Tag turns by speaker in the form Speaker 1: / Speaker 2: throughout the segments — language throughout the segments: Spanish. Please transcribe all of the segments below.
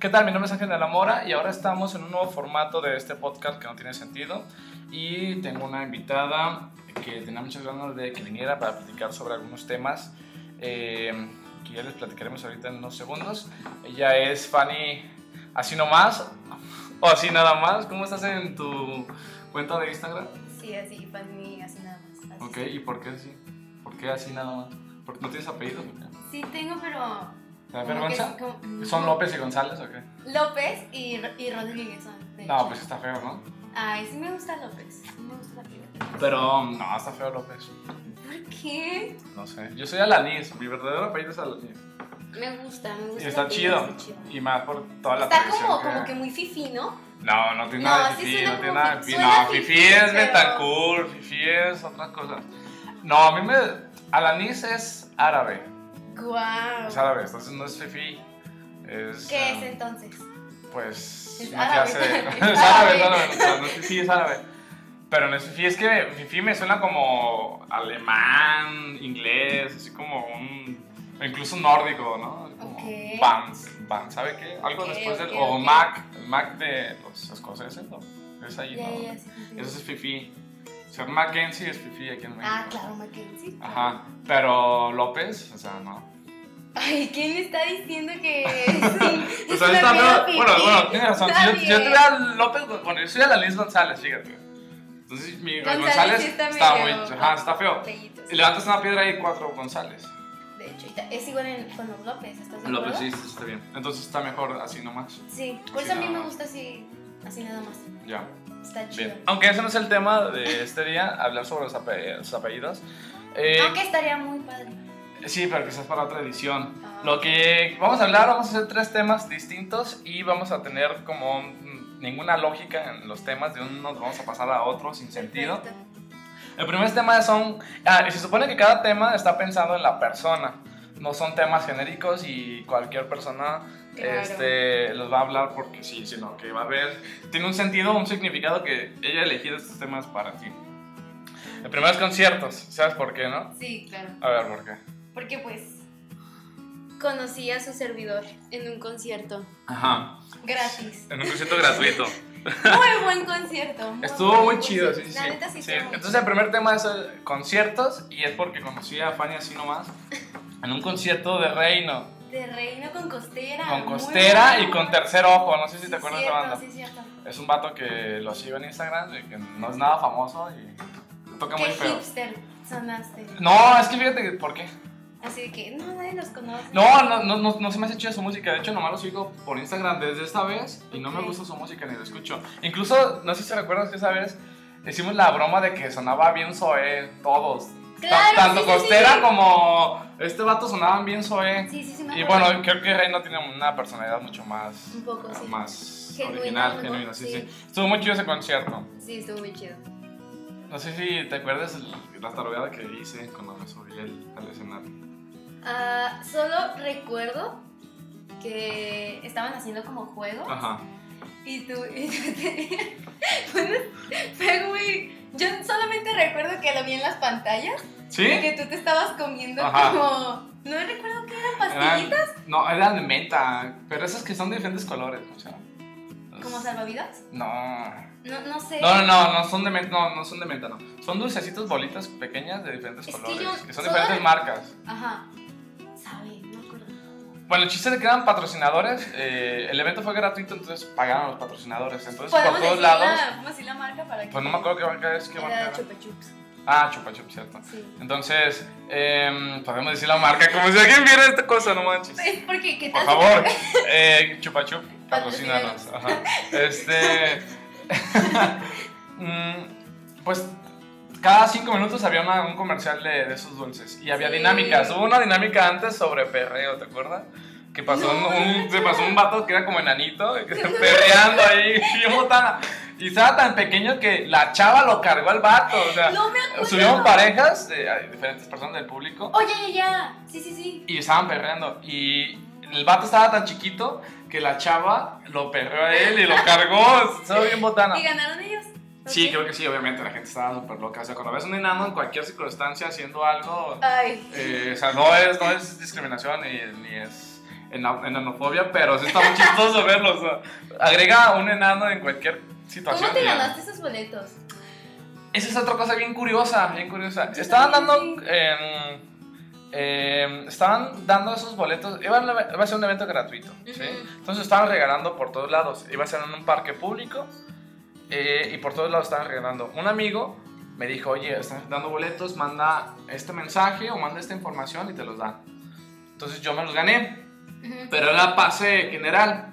Speaker 1: ¿Qué tal? Mi nombre es Ángel de la Mora y ahora estamos en un nuevo formato de este podcast que no tiene sentido. Y tengo una invitada que tenía muchas ganas de que viniera para platicar sobre algunos temas eh, que ya les platicaremos ahorita en unos segundos. Ella es Fanny Así Nomás o Así Nada Más. ¿Cómo estás en tu cuenta de Instagram?
Speaker 2: Sí, así, Fanny, así nada más. así.
Speaker 1: Ok, ¿y por qué así? ¿Por qué así nada más? ¿Porque no tienes apellido? o qué?
Speaker 2: Sí, tengo, pero.
Speaker 1: ¿Te da
Speaker 2: como
Speaker 1: vergüenza?
Speaker 2: que- como-
Speaker 1: ¿Son López y González o qué?
Speaker 2: López y, Ro- y Rodríguez son. de
Speaker 1: No,
Speaker 2: hecho.
Speaker 1: pues está feo, ¿no?
Speaker 2: Ay, sí me gusta López. Sí me gusta la figura.
Speaker 1: Pero no, está feo López.
Speaker 2: ¿Por qué?
Speaker 1: No sé. Yo soy Alanis, mi verdadero apellido es Alanis.
Speaker 2: Me gusta, me
Speaker 1: Y
Speaker 2: gusta.
Speaker 1: está
Speaker 2: la
Speaker 1: chido.
Speaker 2: figura, Pues está chido.
Speaker 1: Y más por toda la
Speaker 2: Está
Speaker 1: televisión
Speaker 2: como, como que muy fifi, ¿no?
Speaker 1: No, no tiene
Speaker 2: No,
Speaker 1: nada de
Speaker 2: sí
Speaker 1: fifí,
Speaker 2: suena
Speaker 1: no tiene
Speaker 2: como
Speaker 1: nada de
Speaker 2: fi-
Speaker 1: fifí.
Speaker 2: suena
Speaker 1: No,
Speaker 2: fifí,
Speaker 1: fifí es
Speaker 2: pero-
Speaker 1: Betancourt, fifí es otras cosas. No, a mí me... Alanis es árabe,
Speaker 2: Guau.
Speaker 1: es árabe, entonces no es fifí. Es,
Speaker 2: ¿Qué es
Speaker 1: eh,
Speaker 2: entonces?
Speaker 1: Pues
Speaker 2: Es
Speaker 1: una
Speaker 2: árabe.
Speaker 1: clase de-
Speaker 2: Es
Speaker 1: es árabe, es
Speaker 2: árabe.
Speaker 1: árabe, no, no es fifí, es árabe. Pero no es fifí, es que fifí me suena como alemán, inglés, así como un... o Incluso nórdico, ¿no? Como
Speaker 2: Ok.
Speaker 1: Vans, Vans, ¿sabe qué? Algo
Speaker 2: Ok,
Speaker 1: después del...
Speaker 2: ok,
Speaker 1: O
Speaker 2: ok.
Speaker 1: Mac, el Mac de los escoceses, ¿no? Es ahí,
Speaker 2: Ya,
Speaker 1: ¿no?
Speaker 2: ya, ya, sí, sí.
Speaker 1: Eso es fifí. Ser Mackenzie es fifí aquí en México.
Speaker 2: Ah, claro, Mackenzie.
Speaker 1: Ajá, pero López, o sea, no.
Speaker 2: Ay, ¿quién está diciendo que sí?
Speaker 1: O sea, Pues está
Speaker 2: feo
Speaker 1: feo. Bueno, bueno, tienes razón. Si yo, si yo
Speaker 2: te
Speaker 1: tuviera López, bueno, yo soy Alanis González, fíjate. Entonces, mi González,
Speaker 2: González sí está
Speaker 1: está muy.
Speaker 2: medio-
Speaker 1: Ajá, está feo. Y levantas una piedra y hay cuatro González.
Speaker 2: De hecho, y ta- es igual en, con los López, ¿estás de acuerdo?
Speaker 1: López, sí, sí, está bien. Entonces está mejor así nomás.
Speaker 2: Sí, por
Speaker 1: Así
Speaker 2: eso a mí
Speaker 1: nada
Speaker 2: me
Speaker 1: más.
Speaker 2: gusta así, así nada más.
Speaker 1: Ya.
Speaker 2: Está chido.
Speaker 1: Bien. Aunque ese no es el tema de este día, hablar sobre los, ape- los apellidos. Eh,
Speaker 2: Aunque estaría muy padre.
Speaker 1: Sí, pero quizás para otra edición.
Speaker 2: Ah.
Speaker 1: Lo que vamos a hablar, vamos a hacer tres temas distintos y vamos a tener como mm, ninguna lógica en los temas, de uno nos vamos a pasar a otro sin sentido.
Speaker 2: Perfecto.
Speaker 1: El primer tema son, ah, y se supone que cada tema está pensado en la persona, no son temas genéricos y cualquier persona
Speaker 2: Claro.
Speaker 1: este, los va a hablar porque sí, sino que va a haber, tiene un sentido, un significado que ella ha elegido estos temas para ti. El primero es conciertos, ¿sabes por qué, no?
Speaker 2: Sí, claro.
Speaker 1: A ver, ¿por qué?
Speaker 2: Porque pues conocí a su servidor en un concierto
Speaker 1: Ajá.
Speaker 2: gratis.
Speaker 1: En un concierto gratuito.
Speaker 2: Muy buen concierto. muy
Speaker 1: Estuvo
Speaker 2: buen
Speaker 1: muy chido, sí,
Speaker 2: concierto.
Speaker 1: sí.
Speaker 2: La neta sí,
Speaker 1: sí.
Speaker 2: estuvo muy
Speaker 1: Entonces el primer tema es eh, conciertos y es porque conocí a Fanny así nomás en un concierto de Reino
Speaker 2: chido. De reino con costera.
Speaker 1: con
Speaker 2: muy
Speaker 1: Costera
Speaker 2: bueno.
Speaker 1: y con Tercer Ojo, no sé si
Speaker 2: Sí,
Speaker 1: te acuerdas de
Speaker 2: cierto,
Speaker 1: la banda.
Speaker 2: Sí, cierto.
Speaker 1: Es un vato que lo sigo en Instagram y que no es nada famoso y toca muy
Speaker 2: Qué
Speaker 1: feo.
Speaker 2: hipster sonaste.
Speaker 1: No, es que fíjate que por qué.
Speaker 2: Así de que no, nadie los conoce.
Speaker 1: No, no, no, no, no se me hace chida su música. De hecho, nomás lo sigo por Instagram desde esta vez y no me
Speaker 2: Ok.
Speaker 1: gusta su música ni la escucho. Incluso, no sé si recuerdas que esa vez hicimos la broma de que sonaba bien Zoé, todos. Ta-
Speaker 2: Claro,
Speaker 1: Tanto
Speaker 2: sí, sí,
Speaker 1: Costera
Speaker 2: sí.
Speaker 1: como este vato sonaban bien Zoé.
Speaker 2: Sí, sí, sí. me
Speaker 1: Y
Speaker 2: acuerdo.
Speaker 1: bueno, creo que Rey no tiene una personalidad mucho más,
Speaker 2: Un poco,
Speaker 1: eh,
Speaker 2: sí.
Speaker 1: más
Speaker 2: Genuina,
Speaker 1: original,
Speaker 2: ¿no?
Speaker 1: genuina, sí, sí,
Speaker 2: Sí.
Speaker 1: Estuvo muy chido ese concierto.
Speaker 2: Sí, estuvo muy chido.
Speaker 1: No sé si te acuerdas el- la tarudeada que hice cuando me subí el- al escenario.
Speaker 2: Ah, solo recuerdo que estaban haciendo como juego
Speaker 1: Ajá.
Speaker 2: y tú, y tú te- bueno, fue muy... Yo solamente recuerdo que lo vi en las pantallas
Speaker 1: ¿Sí?
Speaker 2: y que tú te estabas comiendo
Speaker 1: Ajá.
Speaker 2: como... No recuerdo que eran
Speaker 1: Eran-
Speaker 2: pastillitas
Speaker 1: no, eran de menta, pero esas que son de diferentes colores, o sea.
Speaker 2: como salvavidas.
Speaker 1: No.
Speaker 2: No, no sé.
Speaker 1: No, no, no, no son de menta, no, no son de menta, no. Son dulcecitos bolitas pequeñas de diferentes
Speaker 2: Es que
Speaker 1: colores, que,
Speaker 2: yo
Speaker 1: son
Speaker 2: solo
Speaker 1: diferentes
Speaker 2: re-
Speaker 1: marcas.
Speaker 2: Ajá. Sabe, no me acuerdo.
Speaker 1: Bueno, el chiste de que eran patrocinadores, eh, el evento fue gratuito, entonces pagaron a los patrocinadores, entonces por
Speaker 2: Podemos
Speaker 1: todos
Speaker 2: decir,
Speaker 1: lados.
Speaker 2: la, podemos decir la marca para que...
Speaker 1: Pues no me acuerdo qué marca es, qué marca
Speaker 2: Era
Speaker 1: era.
Speaker 2: Chupa Chups.
Speaker 1: Ah, Chupa Chup, cierto.
Speaker 2: Sí.
Speaker 1: Entonces, em, podemos decir la marca, como si alguien viera esta cosa, no manches.
Speaker 2: Es porque, ¿qué
Speaker 1: Por
Speaker 2: tal?
Speaker 1: favor, eh, Chupa Chup, patrocínanos. Ajá. Este. mm, pues cada cinco minutos había una- un comercial de, de esos dulces y había
Speaker 2: Sí.
Speaker 1: dinámicas. Hubo una dinámica antes sobre perreo, ¿te acuerdas? Que pasó
Speaker 2: No,
Speaker 1: un, un-
Speaker 2: no,
Speaker 1: se pasó un vato que era como enanito, que se perreando ahí, bien botana. Y estaba tan pequeño que la chava lo cargó al vato. O sea,
Speaker 2: No me acuerdo.
Speaker 1: subieron parejas, de diferentes personas del público,
Speaker 2: Oye, ya, ya. Sí, sí, sí.
Speaker 1: y estaban perreando. Y el vato estaba tan chiquito que la chava lo perreó a él y lo cargó. Estaba bien botana.
Speaker 2: ¿Y ganaron ellos?
Speaker 1: Ah, Sí,
Speaker 2: Ok.
Speaker 1: creo que sí, obviamente. La gente estaba súper loca. O sea, cuando ves un enano en cualquier circunstancia haciendo algo,
Speaker 2: Ay.
Speaker 1: eh, o sea, no es, no es discriminación ni, ni es ena- enanofobia, pero sí está muy chistoso verlo. O sea, agrega a un enano en cualquier situación.
Speaker 2: ¿Cómo te
Speaker 1: y ya.
Speaker 2: ganaste esos boletos?
Speaker 1: Esa es otra cosa bien curiosa, bien curiosa.
Speaker 2: Yo
Speaker 1: Estaban dando.
Speaker 2: también
Speaker 1: em, em, estaban dando esos boletos. Iba a, iba a ser un evento gratuito. ¿sí?
Speaker 2: Ujú.
Speaker 1: Entonces estaban regalando por todos lados. Iba a ser en un parque público. eh, y por todos lados estaban regalando. Un amigo me dijo: Oye, están dando boletos, manda este mensaje o manda esta información y te los dan. Entonces yo me los gané.
Speaker 2: Ujú.
Speaker 1: Pero era pase general.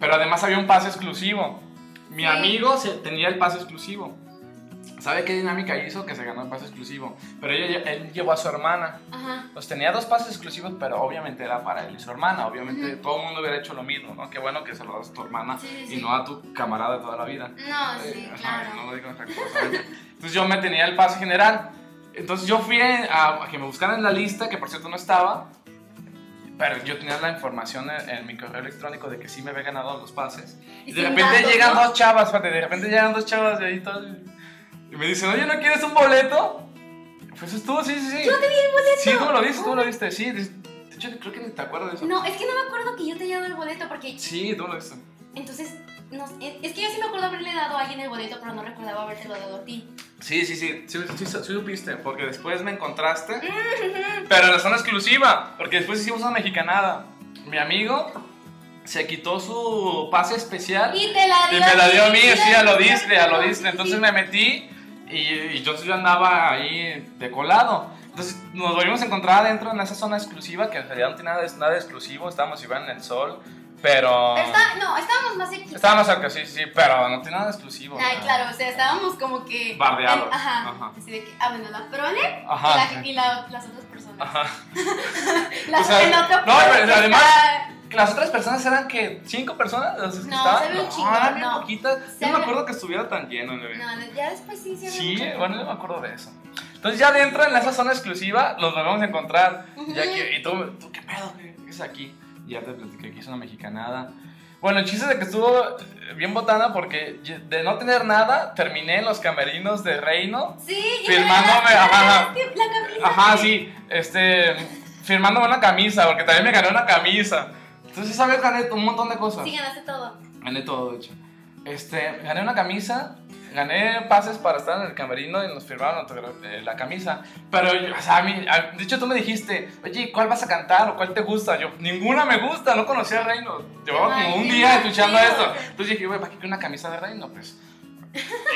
Speaker 1: Pero además había un pase exclusivo. Mi
Speaker 2: Sí.
Speaker 1: amigo se- tenía el pase exclusivo. ¿Sabe qué dinámica hizo? Que se ganó el pase exclusivo. Pero ella- él llevó a su hermana.
Speaker 2: Ajá.
Speaker 1: Los tenía dos pases exclusivos, pero obviamente era para él y su hermana. Obviamente
Speaker 2: Ujú.
Speaker 1: todo el mundo hubiera hecho lo mismo, ¿no? Qué bueno que se lo das a tu hermana
Speaker 2: Sí, sí,
Speaker 1: y
Speaker 2: sí.
Speaker 1: no a tu camarada de toda la vida.
Speaker 2: No, sí,
Speaker 1: Eh, ajá,
Speaker 2: claro.
Speaker 1: no lo digo respetuosamente. Entonces yo me tenía el pase general. Entonces yo fui a, a que me buscaran en la lista, que por cierto no estaba. Pero yo tenía la información en, en mi correo electrónico de que sí me había ganado los pases. Y,
Speaker 2: Y
Speaker 1: de
Speaker 2: sin
Speaker 1: repente
Speaker 2: datos,
Speaker 1: llegan
Speaker 2: ¿no?
Speaker 1: dos chavas, fíjate, de repente llegan dos chavas y ahí todo. Y me dicen, oye, ¿no quieres un boleto? Pues es tú, sí, sí, sí. Yo te di el boleto. Sí, tú me lo diste, tú me lo diste, sí. De de hecho, creo que ni te acuerdas de eso.
Speaker 2: No, es que no me acuerdo que yo te haya dado el boleto porque
Speaker 1: Sí, tú me lo diste.
Speaker 2: entonces no sé, es que yo sí me acuerdo haberle dado a alguien el boleto, pero no recordaba haberte dado a ti.
Speaker 1: Sí, sí, sí, sí, sí, sí supiste, porque después me encontraste, pero en la zona exclusiva, porque después hicimos una mexicanada. Mi amigo se quitó su pase especial
Speaker 2: Y te la
Speaker 1: y
Speaker 2: dio.
Speaker 1: me la dio a mí,
Speaker 2: te la
Speaker 1: sí, a
Speaker 2: dio
Speaker 1: lo
Speaker 2: ti,
Speaker 1: Disney, a lo
Speaker 2: sí,
Speaker 1: Disney.
Speaker 2: sí,
Speaker 1: Entonces
Speaker 2: sí.
Speaker 1: me metí y, y yo, yo andaba ahí de colado. Entonces nos volvimos a encontrar adentro en esa zona exclusiva, que en realidad no tiene nada de, nada de exclusivo, estábamos igual en el sol, pero...
Speaker 2: Pero está- no, estábamos más cerquita.
Speaker 1: Estábamos cerca, sí, sí, pero no tiene nada de exclusivo.
Speaker 2: Ay,
Speaker 1: ¿no?
Speaker 2: claro, o sea, estábamos como que.
Speaker 1: Bardeados.
Speaker 2: ajá,
Speaker 1: Ajá.
Speaker 2: Así de que, ah, bueno, la prole
Speaker 1: Ajá.
Speaker 2: y, la- y la- las otras personas.
Speaker 1: Ajá.
Speaker 2: Las,
Speaker 1: O sea,
Speaker 2: el otro
Speaker 1: no,
Speaker 2: prole
Speaker 1: pero
Speaker 2: que
Speaker 1: además-
Speaker 2: está-
Speaker 1: Las otras personas eran que cinco personas las que
Speaker 2: No,
Speaker 1: estaban.
Speaker 2: se ve un chingo,
Speaker 1: eran bien
Speaker 2: no.
Speaker 1: poquitas.
Speaker 2: Se
Speaker 1: Yo no me
Speaker 2: ve-
Speaker 1: acuerdo que estuviera tan lleno, güey.
Speaker 2: No, no, ya después sí hicieron.
Speaker 1: Sí,
Speaker 2: mucho.
Speaker 1: bueno, yo me acuerdo de eso. Entonces ya dentro en esa zona exclusiva los volvemos a encontrar.
Speaker 2: Ujú.
Speaker 1: Ya que, y tú, tú, ¿qué pedo? ¿Qué qué es aquí? Y Ya te platiqué que hizo una mexicanada. Bueno, el chiste es de que estuvo eh, bien botana porque ye- de no tener nada terminé en los camerinos de Reino.
Speaker 2: Sí, y
Speaker 1: Firmándome,
Speaker 2: la-
Speaker 1: ajá.
Speaker 2: La camisa.
Speaker 1: Ajá, sí, este, firmándome una camisa porque también me gané una camisa. Entonces esa vez gané un montón de cosas.
Speaker 2: Sí, ganaste todo.
Speaker 1: Gané todo, de hecho. Este, gané una camisa, gané pases para estar en el camerino y nos firmaron autogra- eh, la camisa. Pero, yo, o sea, a mí, a- de hecho, tú me dijiste, oye, ¿cuál vas a cantar o cuál te gusta? Yo, ninguna me gusta, no conocía Reino. Llevaba
Speaker 2: Ay,
Speaker 1: como un
Speaker 2: qué
Speaker 1: día escuchando
Speaker 2: feo.
Speaker 1: esto. Entonces dije, güey, ¿para qué quiero una camisa de Reino? Pues.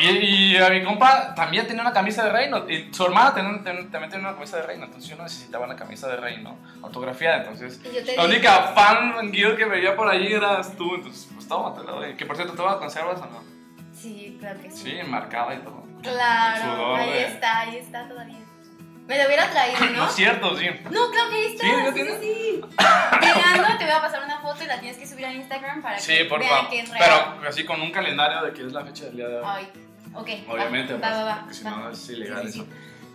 Speaker 1: Y, y a mi compa también tenía una camisa de reino. Y su hermana tenía- ten- también tenía una camisa de reino. Entonces yo no necesitaba una camisa de reino autografiada. Entonces
Speaker 2: Y yo te
Speaker 1: la
Speaker 2: dije,
Speaker 1: única fan girl que veía por allí eras tú, entonces, pues toma, te la doy. Que por cierto, ¿toma conservas o no?
Speaker 2: Sí, claro que sí.
Speaker 1: Sí, marcada y todo.
Speaker 2: Claro,
Speaker 1: Sudor,
Speaker 2: ahí
Speaker 1: eh.
Speaker 2: está, ahí está todavía. Me lo hubiera traído,
Speaker 1: No
Speaker 2: ¿no?
Speaker 1: es cierto, sí.
Speaker 2: No, claro que ahí está.
Speaker 1: Sí, ¿no
Speaker 2: Sí, sí,
Speaker 1: tienes?
Speaker 2: sí. Llegando, te voy a pasar una foto y la tienes que subir a Instagram para
Speaker 1: Sí,
Speaker 2: que
Speaker 1: por
Speaker 2: vean
Speaker 1: favor.
Speaker 2: que es real.
Speaker 1: Pero así con un calendario de que es la fecha del día de hoy.
Speaker 2: Ay, ok. va,
Speaker 1: Obviamente,
Speaker 2: va,
Speaker 1: pues,
Speaker 2: va, va.
Speaker 1: porque si
Speaker 2: va.
Speaker 1: no es ilegal
Speaker 2: Sí, sí,
Speaker 1: eso.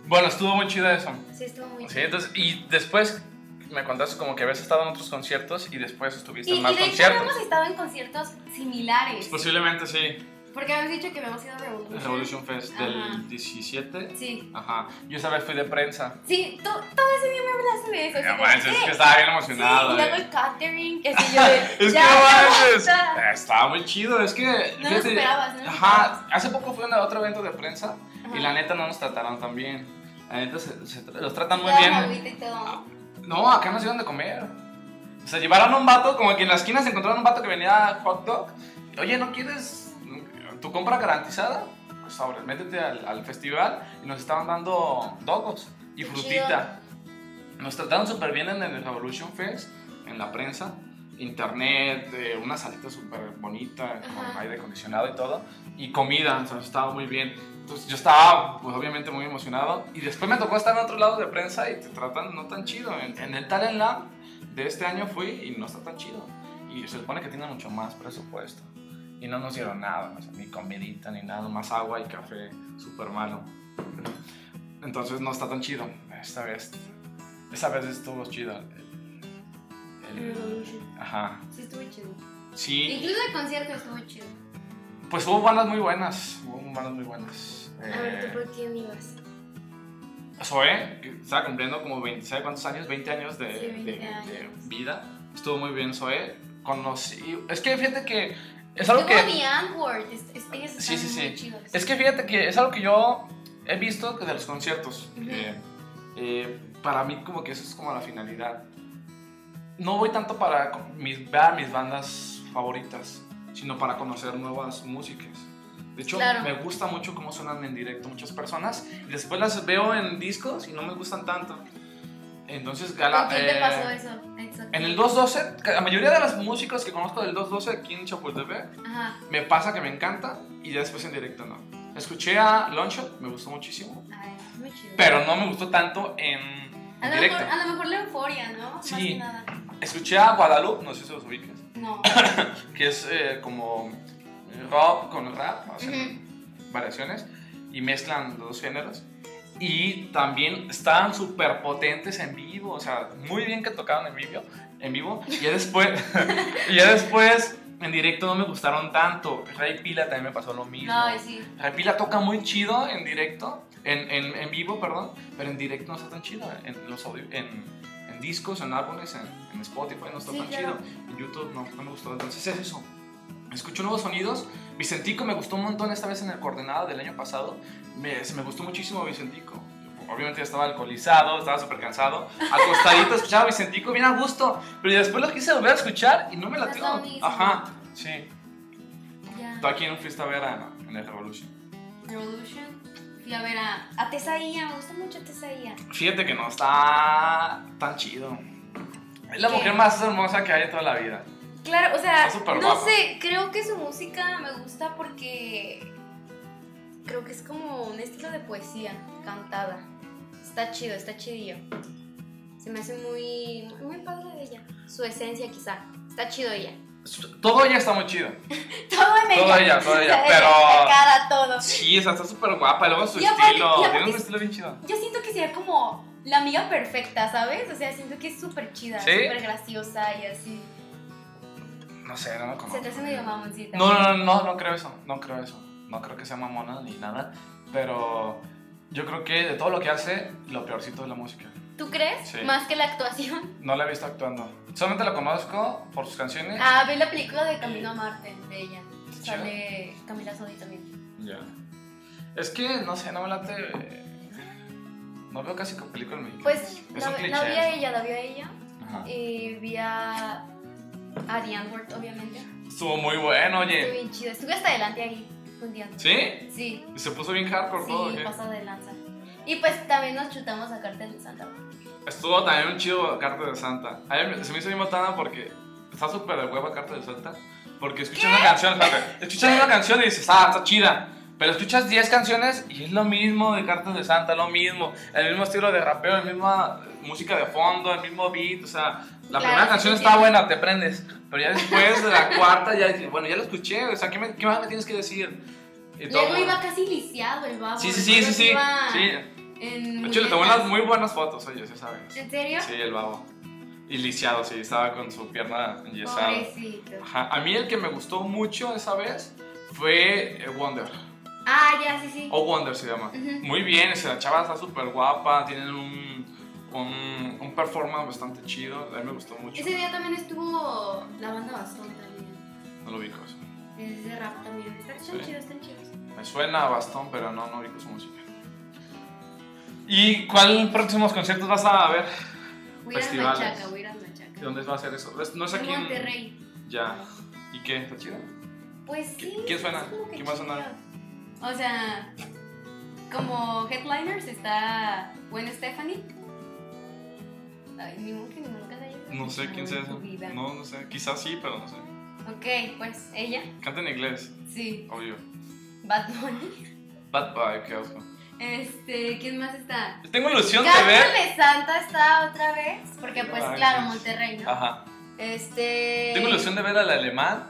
Speaker 1: Bueno, estuvo muy chida eso.
Speaker 2: Sí, estuvo muy
Speaker 1: Sí, entonces, y después me contaste como que habías estado en otros conciertos y después estuviste
Speaker 2: Y,
Speaker 1: en
Speaker 2: y
Speaker 1: más
Speaker 2: de hecho
Speaker 1: conciertos. Pues,
Speaker 2: hemos estado en conciertos similares.
Speaker 1: Posiblemente sí,
Speaker 2: Porque habías dicho que habíamos ido a Revolution.
Speaker 1: el Revolution Fest
Speaker 2: Ajá.
Speaker 1: del 17.
Speaker 2: Sí.
Speaker 1: Ajá, yo esa vez fui de prensa.
Speaker 2: Sí, tú, todo ese día me hablaste de eso. así
Speaker 1: No
Speaker 2: como,
Speaker 1: manches, es
Speaker 2: ¿qué?
Speaker 1: que estaba bien
Speaker 2: Pues, Sí,
Speaker 1: emocionado.
Speaker 2: y
Speaker 1: eh.
Speaker 2: luego el catering, que sí, yo de,
Speaker 1: Es
Speaker 2: ya,
Speaker 1: que no manches.
Speaker 2: basta.
Speaker 1: Eh, Estaba muy chido, es que.
Speaker 2: No lo
Speaker 1: fíjate,
Speaker 2: esperabas, ¿no?
Speaker 1: Ajá, hace poco fui a otro evento de prensa
Speaker 2: Ajá.
Speaker 1: y la neta no nos trataron tan bien. La neta se- se- los tratan muy
Speaker 2: Daban
Speaker 1: bien. Ah,
Speaker 2: agüita y todo.
Speaker 1: No, acá nos dieron de comer. O sea, llevaron un vato, como que en la esquina se encontraron un vato que venía hot dog. Oye, ¿no quieres tu compra garantizada? Pues sobre, métete al, al festival y nos estaban dando dogos y
Speaker 2: Qué
Speaker 1: frutita. Nos trataron súper bien en el Revolution Fest, en la prensa, internet, eh, una salita súper bonita, con
Speaker 2: Ajá.
Speaker 1: aire acondicionado y todo, y comida, o sea, estaba muy bien. Entonces yo estaba, pues obviamente muy emocionado, y después me tocó estar en otro lado de prensa y te tratan no tan chido. En, en el Talent Lab de este año fui y no está tan chido. Y se supone que tiene mucho más presupuesto. Y no nos dieron nada, o sea, ni comidita, ni nada, más agua y café, súper malo. Entonces no está tan chido. Esta vez, esta vez estuvo chido. El- el-
Speaker 2: Revolution.
Speaker 1: ajá.
Speaker 2: Sí, estuvo chido.
Speaker 1: Sí,
Speaker 2: Incluso el concierto estuvo chido.
Speaker 1: pues hubo bandas muy buenas. Hubo bandas muy buenas.
Speaker 2: A ver,
Speaker 1: Eh,
Speaker 2: ¿tú por quién ibas?
Speaker 1: Zoe, que estaba cumpliendo como 20, ¿sabe cuántos años? 20 años de,
Speaker 2: Sí, 20
Speaker 1: de- de
Speaker 2: años.
Speaker 1: vida. Estuvo muy bien, Zoe. Conocí. Es que fíjate que. Es algo
Speaker 2: Estuvo
Speaker 1: que.
Speaker 2: The Antwoord. Es, es, ellos
Speaker 1: Sí,
Speaker 2: están
Speaker 1: sí, sí.
Speaker 2: muy chidos.
Speaker 1: Es que fíjate que es algo que yo he visto de los conciertos.
Speaker 2: Ujú.
Speaker 1: Eh, eh, para mí como que eso es como la finalidad. No voy tanto para co- mis, ver a mis bandas favoritas, sino para conocer nuevas músicas. De hecho,
Speaker 2: Claro.
Speaker 1: me gusta mucho cómo suenan en directo muchas personas. y Después las veo en discos y no me gustan tanto. Entonces, Gala...
Speaker 2: ¿Con quién te
Speaker 1: eh,
Speaker 2: pasó eso? Exacto.
Speaker 1: En el 212, la mayoría de las músicos que conozco del 212 aquí en Chapultepec
Speaker 2: Ajá.
Speaker 1: me pasa que me encanta y ya después en directo no. Escuché a Longshot, me gustó muchísimo,
Speaker 2: Ay, es muy chido.
Speaker 1: pero no me gustó tanto en
Speaker 2: a, lo
Speaker 1: directo.
Speaker 2: mejor, ah. a lo mejor la euforia, ¿no? Más
Speaker 1: Sí.
Speaker 2: que nada.
Speaker 1: Escuché a Guadalupe, no sé si los ubicas,
Speaker 2: No.
Speaker 1: que es eh, como eh, rock con rap, hacen variaciones y mezclan los dos géneros. Y también estaban súper potentes en vivo, o sea, muy bien que tocaban en vivo, en vivo. Y ya después, y ya después en directo no me gustaron tanto. Ray Pila también me pasó lo mismo.
Speaker 2: No, sí.
Speaker 1: Repila toca muy chido en directo, en, en, en vivo, perdón, pero en directo no está tan chido. En, los audio- en, en discos, en álbumes, en, en Spotify no está
Speaker 2: Sí,
Speaker 1: tan
Speaker 2: claro.
Speaker 1: chido. En YouTube no, no me gustó. Entonces es eso. Escucho nuevos sonidos. Vicentico me gustó un montón esta vez en el coordenado del año pasado. Me, se me gustó muchísimo Vicentico. Obviamente yo estaba alcoholizado, estaba súper cansado. Acostadito escuchaba a Vicentico bien a gusto. Pero después lo quise volver a escuchar y no me
Speaker 2: No es
Speaker 1: latió.
Speaker 2: lo mismo.
Speaker 1: Ajá, sí.
Speaker 2: Ya.
Speaker 1: ¿Tú aquí no fuiste a ver a- en el Revolution?
Speaker 2: Revolution. Fui a ver a, a Tesaía. Me gusta mucho Tesaía.
Speaker 1: Fíjate que no está tan chido. Es la
Speaker 2: ¿Qué?
Speaker 1: mujer más hermosa que hay en toda la vida.
Speaker 2: Claro, o sea,
Speaker 1: Está súper
Speaker 2: no
Speaker 1: guapa.
Speaker 2: sé, creo que su música me gusta porque creo que es como un estilo de poesía cantada. Está chido, está chidillo. Se me hace muy, muy padre de ella. Su esencia quizá. Está chido ella.
Speaker 1: Todo ella está muy chido.
Speaker 2: Todo en ella.
Speaker 1: Todo ella, todo ella, pero-
Speaker 2: La cara, todo.
Speaker 1: Sí, o sea, está súper guapa. Y luego su
Speaker 2: Y aparte-
Speaker 1: estilo.
Speaker 2: y aparte
Speaker 1: Tiene un
Speaker 2: es-
Speaker 1: estilo bien chido.
Speaker 2: Yo siento que sería como la amiga perfecta, ¿sabes? O sea, siento que es súper chida,
Speaker 1: ¿Sí?
Speaker 2: súper graciosa y así.
Speaker 1: No sé, no me conozco.
Speaker 2: Se te hace medio mamoncita.
Speaker 1: No, no, no, no, no creo eso. No creo eso. No creo que sea mamona ni nada. Pero yo creo que de todo lo que hace, lo peorcito es la música.
Speaker 2: ¿Tú crees?
Speaker 1: Sí.
Speaker 2: Más que la actuación.
Speaker 1: No la he visto actuando. Solamente la conozco por sus canciones.
Speaker 2: Ah, ve la película de Camino a Marte, de ella. Sale Camila Sodi también.
Speaker 1: Ya. Es que, no sé, no me late. eh, No veo casi con películas mexicanas.
Speaker 2: Pues
Speaker 1: Es
Speaker 2: la,
Speaker 1: un
Speaker 2: la vi
Speaker 1: cliché
Speaker 2: a
Speaker 1: eso.
Speaker 2: ella, la vi a ella.
Speaker 1: Ajá.
Speaker 2: Y vi a, a Diane Ward, obviamente.
Speaker 1: Estuvo muy bueno,
Speaker 2: Estuvo
Speaker 1: oye.
Speaker 2: bien chido. Estuve hasta adelante ahí, un día.
Speaker 1: ¿Sí?
Speaker 2: Sí,
Speaker 1: Y se puso bien hardcore todo, ¿o
Speaker 2: sí,
Speaker 1: qué?
Speaker 2: pasado de lanza. Y pues también nos chutamos a Cartel de Santa.
Speaker 1: Estuvo también un chido Carta de Santa. A mí me- se me hizo bien botada porque está súper de hueva Carta de Santa. Porque escuchas una canción, espérate, escuchas una canción y dices, ah, está chida. Pero escuchas 10 canciones y es lo mismo de Cartas de Santa, lo mismo. El mismo estilo de rapeo, la misma música de fondo, el mismo beat. O sea, la
Speaker 2: Claro,
Speaker 1: primera
Speaker 2: sí,
Speaker 1: canción
Speaker 2: sí.
Speaker 1: está buena, te prendes. Pero ya después de la cuarta, ya dices, bueno, ya la escuché. O sea, ¿qué, me- qué más me tienes que decir? Y
Speaker 2: Luego
Speaker 1: todo.
Speaker 2: iba casi lisiado el babo.
Speaker 1: Sí, sí, sí, sí, sí.
Speaker 2: Iba
Speaker 1: sí.
Speaker 2: En
Speaker 1: De hecho, le tomó
Speaker 2: muñecas.
Speaker 1: unas muy buenas fotos, oye, sí sabes.
Speaker 2: ¿En serio?
Speaker 1: Sí, el babo. Y lisiado, sí, estaba con su pierna enyesada.
Speaker 2: Pobrecito.
Speaker 1: Ajá. A mí el que me gustó mucho esa vez fue eh, Wonder.
Speaker 2: Ah, ya, sí, sí.
Speaker 1: O Wonder se llama.
Speaker 2: Ujú.
Speaker 1: Muy bien, o sea, la chava está súper guapa, tienen un, un, un performance bastante chido. A mí me gustó mucho.
Speaker 2: Ese día también estuvo la banda Bastón también.
Speaker 1: No lo ubico eso.
Speaker 2: Ese de rap también. Están
Speaker 1: Sí.
Speaker 2: chidos, están chidos.
Speaker 1: Me suena a bastón, pero no, no ubico su música. ¿Y cuál próximos conciertos vas a ver?
Speaker 2: Huiras
Speaker 1: Festivales.
Speaker 2: Machaca, Huiras Machaca.
Speaker 1: ¿Dónde va a ser eso? ¿No es aquí
Speaker 2: en Monterrey.
Speaker 1: Ya. ¿Y qué? ¿Está chido?
Speaker 2: Pues sí.
Speaker 1: ¿Quién suena?
Speaker 2: es como que
Speaker 1: ¿Quién va a sonar?
Speaker 2: chido. O sea, como headliners está Gwen Stephanie. Ay, ni modo que ni nunca la hayas
Speaker 1: No sé
Speaker 2: escuchado
Speaker 1: quién
Speaker 2: en
Speaker 1: sea esa.
Speaker 2: tu vida.
Speaker 1: No, no sé. Quizás sí, pero no sé.
Speaker 2: Ok, pues ella,
Speaker 1: Canta en inglés,
Speaker 2: sí.
Speaker 1: obvio.
Speaker 2: Bad Bunny.
Speaker 1: Bad Boy, qué asco.
Speaker 2: Este, ¿quién más está?
Speaker 1: Tengo ilusión de
Speaker 2: Carmen
Speaker 1: ver.
Speaker 2: de Santa está otra vez. Porque pues
Speaker 1: Ay,
Speaker 2: claro,
Speaker 1: Ah, sí.
Speaker 2: Monterrey, ¿no?
Speaker 1: Ajá.
Speaker 2: Este.
Speaker 1: Tengo ilusión de ver al alemán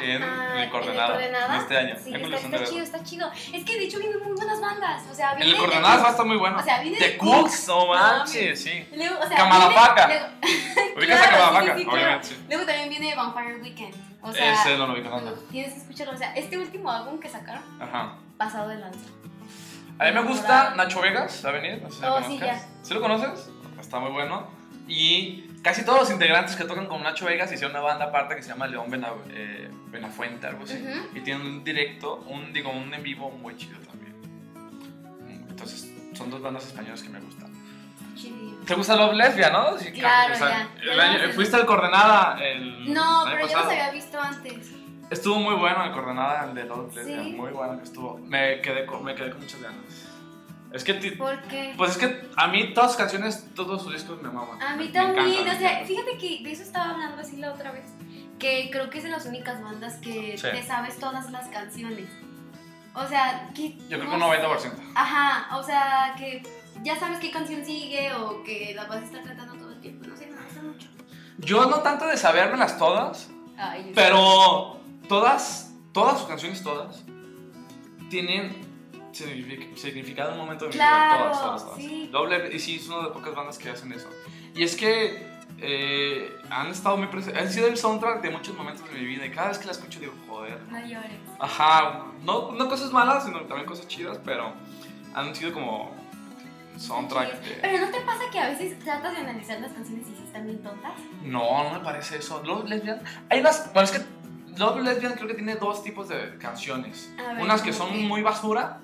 Speaker 1: en
Speaker 2: Ajá,
Speaker 1: el coordenado.
Speaker 2: ah, ¿En el coordenada?
Speaker 1: Este año.
Speaker 2: Sí,
Speaker 1: Tengo
Speaker 2: está,
Speaker 1: ilusión de
Speaker 2: está chido,
Speaker 1: verlo.
Speaker 2: está chido. Es que de hecho vienen muy buenas bandas. O sea,
Speaker 1: En
Speaker 2: viene
Speaker 1: el
Speaker 2: The
Speaker 1: coordenado va a
Speaker 2: Cooks,
Speaker 1: estar muy bueno.
Speaker 2: O sea, viene
Speaker 1: The Cooks, no
Speaker 2: no
Speaker 1: manches, sí.
Speaker 2: Luego, o sea,
Speaker 1: Camalafaca.
Speaker 2: viene- luego-
Speaker 1: Ubicas a
Speaker 2: Claro,
Speaker 1: Calabaca,
Speaker 2: sí, sí, claro.
Speaker 1: obviamente. sí.
Speaker 2: Luego también viene Vampire Weekend. O sea,
Speaker 1: Ese no lo ubico nada.
Speaker 2: luego tienes que escucharlo. O sea, este último álbum que sacaron,
Speaker 1: Ajá.
Speaker 2: pasado de lanza.
Speaker 1: A mí me gusta
Speaker 2: Morado.
Speaker 1: Nacho Vegas, ¿va a venir? No sé si lo
Speaker 2: Oh, sí,
Speaker 1: conozcas. ¿Sí lo conoces? Está muy bueno. Y Casi todos los integrantes que tocan con Nacho Vegas hicieron una banda aparte que se llama León Bena- eh, Benafuente, algo así.
Speaker 2: Ujú.
Speaker 1: Y tienen un directo, un, digo, un en vivo muy chido también. Mm, Entonces, son dos bandas españolas que me gustan.
Speaker 2: Chidillo.
Speaker 1: ¿Te gusta Love Lesbia, no? Sí,
Speaker 2: Claro, ya.
Speaker 3: el
Speaker 2: Ya
Speaker 3: año-
Speaker 2: lo sé.
Speaker 3: fuiste al Coordenada el
Speaker 2: No,
Speaker 3: año
Speaker 2: pero yo
Speaker 3: pasado.
Speaker 2: los había visto antes.
Speaker 3: Estuvo muy bueno el Coordenada, el de Love Lesbia,
Speaker 2: Sí.
Speaker 3: muy bueno que estuvo. Me quedé con, me quedé con muchas ganas. Es que ti-
Speaker 2: ¿Por qué?
Speaker 3: Pues es que a mí todas las canciones, todos sus discos me maman.
Speaker 2: A
Speaker 3: Me-
Speaker 2: mí
Speaker 3: me
Speaker 2: también,
Speaker 3: encantan,
Speaker 2: o
Speaker 3: me
Speaker 2: sea,
Speaker 3: encantan.
Speaker 2: fíjate que de eso estaba hablando así la otra vez, que creo que es de las únicas bandas que
Speaker 3: Sí.
Speaker 2: te sabes todas las canciones. O sea, que...
Speaker 1: Yo creo
Speaker 2: no
Speaker 1: que un
Speaker 2: sé.
Speaker 1: 90%.
Speaker 2: Ajá, o sea, que ya sabes qué canción sigue o que la vas a estar cantando todo el tiempo, no sé, me gusta mucho.
Speaker 1: Yo no tanto de sabérmelas todas,
Speaker 2: Ay, yo-
Speaker 1: Pero todas, todas sus canciones, todas, tienen signific- significado en un momento de mi
Speaker 2: Claro,
Speaker 1: vida. Todas, todas, todas.
Speaker 2: sí.
Speaker 1: Doble, y sí, es una de pocas bandas que hacen eso. Y es que eh, han estado muy presentes, han sido el soundtrack de muchos momentos de mi vida. Y cada vez que la escucho digo, joder.
Speaker 2: No llores.
Speaker 1: Ajá, no, no cosas malas, sino también cosas chidas, pero han sido como soundtrack de...
Speaker 2: Pero ¿no te pasa que a veces tratas de analizar las canciones y sí están bien tontas?
Speaker 1: No, no me parece eso. Love Lesbian... Hay unas... Bueno, es que Love Lesbian creo que tiene dos tipos de canciones.
Speaker 2: A ver,
Speaker 1: Unas que
Speaker 2: ¿cómo
Speaker 1: son
Speaker 2: qué?
Speaker 1: muy basura.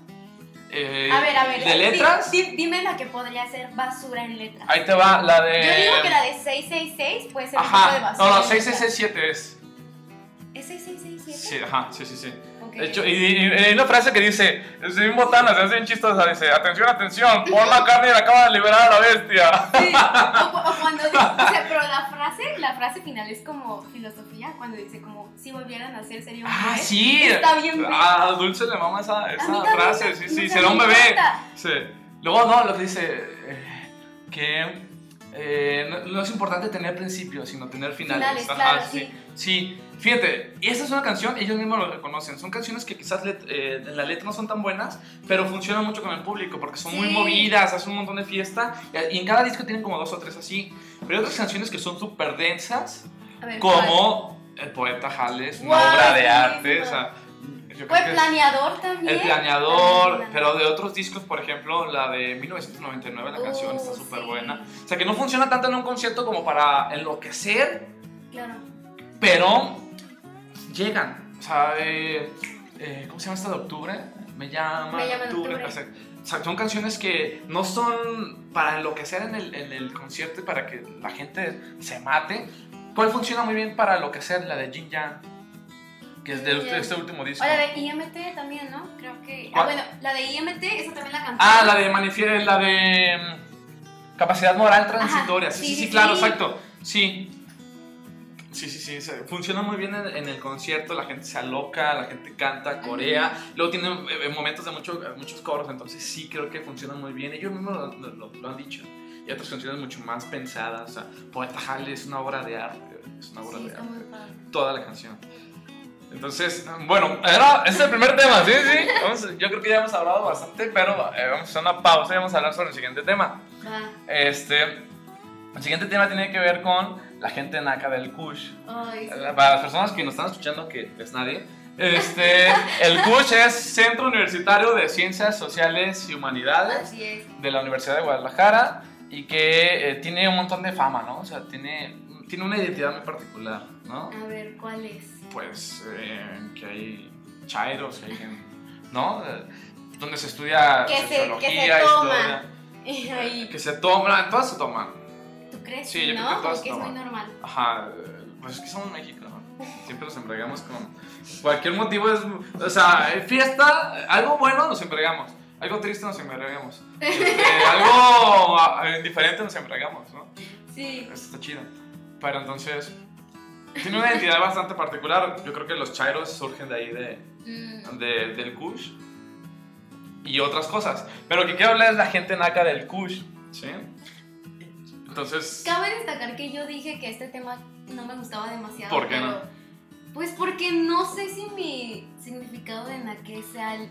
Speaker 1: eh,
Speaker 2: a ver, a ver.
Speaker 1: De
Speaker 2: di-
Speaker 1: letras.
Speaker 2: di- dime la que podría ser basura en letras.
Speaker 1: Ahí te va la de.
Speaker 2: Yo digo que la de 666 puede ser un poco de
Speaker 1: Eh, Ajá.
Speaker 2: basura.
Speaker 1: No, no,
Speaker 2: en letras.
Speaker 1: 6667 es.
Speaker 2: ¿Es 6667?
Speaker 1: Sí, ajá, sí, sí, sí.
Speaker 2: Ok.
Speaker 1: De hecho, y, y- y hay una frase que dice: Estoy bien botana, se hacen chistosa. Dice: Atención, atención, Paul McCartney le acaba de liberar a la bestia.
Speaker 2: Sí, O, cu- o cuando dice, o sea, pero la frase, la frase final es como filosofía, cuando dice como, si volvieran a ser, sería un
Speaker 1: Ah,
Speaker 2: bebé".
Speaker 1: sí.
Speaker 2: Está bien ver.
Speaker 1: Ah, Dulce le mama esa,
Speaker 2: A mí
Speaker 1: esa
Speaker 2: también
Speaker 1: frase.
Speaker 2: me-
Speaker 1: Sí,
Speaker 2: me
Speaker 1: sí,
Speaker 2: encanta.
Speaker 1: será un bebé. Sí. Luego, no, lo que dice eh, que eh, no, no es importante tener principios, sino tener finales.
Speaker 2: Finales, claro,
Speaker 1: sí. Sí, fíjate, y esta es una canción, ellos mismos lo reconocen. Son canciones que quizás let- eh, en la letra no son tan buenas, pero funcionan mucho con el público porque son muy
Speaker 2: Sí.
Speaker 1: movidas, hacen un montón de fiesta. y- Y en cada disco tienen como dos o tres así. Pero hay otras canciones que son súper densas,
Speaker 2: A ver,
Speaker 1: como El poeta Hales, una
Speaker 2: Guau,
Speaker 1: obra de
Speaker 2: sí,
Speaker 1: arte.
Speaker 2: sí, ¿eh?
Speaker 1: o sea, yo creo
Speaker 2: ¿cuál? O
Speaker 1: que
Speaker 2: el
Speaker 1: es-
Speaker 2: planeador también.
Speaker 1: el planeador,
Speaker 2: También,
Speaker 1: pero de otros discos, por ejemplo, la de 1999, la canción
Speaker 2: Oh,
Speaker 1: está súper
Speaker 2: sí.
Speaker 1: buena. O sea, que no funciona tanto en un concierto como para enloquecer,
Speaker 2: Claro.
Speaker 1: pero llegan. O sea, eh, eh, ¿cómo se llama esta de octubre? Me llama,
Speaker 2: Me llama en octubre.
Speaker 1: O sea, o sea, son canciones que no son para enloquecer en el, en el concierto y para que la gente se mate. ¿Cuál funciona muy bien para enloquecer? La de Jin Yang, que es de
Speaker 2: Jin Yang.
Speaker 1: este último disco.
Speaker 2: O la de IMT también, ¿no? Creo que... Ah,
Speaker 1: ¿Cuál?
Speaker 2: bueno, la de IMT, esa también la cantó.
Speaker 1: Ah, la de manifie- la de mm, capacidad moral transitoria.
Speaker 2: Ajá,
Speaker 1: sí, sí, sí,
Speaker 2: sí,
Speaker 1: claro,
Speaker 2: sí.
Speaker 1: exacto. Sí. Sí, sí, sí, se- funciona muy bien en, en el concierto, la gente se aloca, la gente canta, corea, luego tienen eh, momentos de mucho- muchos coros, entonces sí creo que funciona muy bien, ellos mismos lo, lo- lo han dicho, y otras canciones mucho más pensadas, o sea, Poeta Halley es una obra de arte, es una obra
Speaker 2: Sí,
Speaker 1: de
Speaker 2: está
Speaker 1: arte,
Speaker 2: muy padre.
Speaker 1: toda la canción. Entonces, bueno, era, este es el primer tema, sí, sí. Vamos- yo creo que ya hemos hablado bastante, pero eh, vamos a hacer una pausa y vamos a hablar sobre el siguiente tema. Este, el siguiente tema tiene que ver con la gente naca del Kush.
Speaker 2: Va. Ay, sí.
Speaker 1: Eh, Para las personas que nos están escuchando, que es nadie, este, el Kush es Centro Universitario de Ciencias Sociales y Humanidades
Speaker 2: Así es.
Speaker 1: de la Universidad de Guadalajara y que eh, tiene un montón de fama, ¿no? O sea, tiene, tiene una identidad muy particular, ¿no?
Speaker 2: A ver, ¿cuál es?
Speaker 1: pues eh, que hay chairos, que hay gente, ¿no? Eh, Donde se estudia
Speaker 2: Que se-
Speaker 1: sociología,
Speaker 2: que se toma.
Speaker 1: historia,
Speaker 2: Ahí,
Speaker 1: que se toman, todas se toman.
Speaker 2: ¿Tú crees?
Speaker 1: Sí, yo creo
Speaker 2: ¿No?
Speaker 1: que todas
Speaker 2: Porque es muy
Speaker 1: toman.
Speaker 2: normal.
Speaker 1: Ajá, eh, pues es que somos México, ¿no? Siempre nos embregamos con cualquier motivo es, o sea, eh, fiesta, eh, algo bueno nos embregamos, algo triste nos embregamos, este, algo ah, indiferente nos embregamos, ¿no?
Speaker 2: Sí.
Speaker 1: Eso está chido. Pero entonces, tiene una identidad bastante particular. Yo creo que los chairos surgen de ahí, de,
Speaker 2: Mm.
Speaker 1: de- del Kush y otras cosas. Pero lo que quiero hablar es la gente naca del Kush, ¿sí? Entonces,
Speaker 2: Cabe destacar que yo dije que este tema no me gustaba demasiado.
Speaker 1: ¿Por qué
Speaker 2: pero-
Speaker 1: no?
Speaker 2: Pues porque no sé si mi significado de naque sea el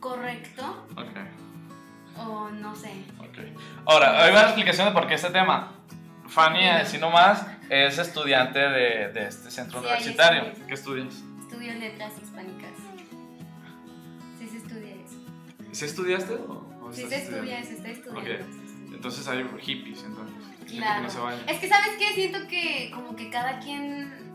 Speaker 2: correcto
Speaker 1: ok,
Speaker 2: o no sé.
Speaker 1: ok. Ahora, hay una explicación de por qué este tema. Fanny, eh,
Speaker 2: Dime.
Speaker 1: así nomás, es estudiante de, de este centro
Speaker 2: Sí, ahí
Speaker 1: universitario.
Speaker 2: estudié.
Speaker 1: ¿Qué estudias?
Speaker 2: Estudio letras hispánicas. Sí se estudia eso.
Speaker 1: ¿Sí estudiaste o, o
Speaker 2: Sí
Speaker 1: estás
Speaker 2: se
Speaker 1: estudiando? Pues
Speaker 2: estudia eso, está estudiando.
Speaker 1: Ok.
Speaker 2: se estudia.
Speaker 1: Entonces hay hippies, entonces. gente que
Speaker 2: Claro.
Speaker 1: no se baña.
Speaker 2: Es que, ¿sabes qué? Siento que como que cada quien...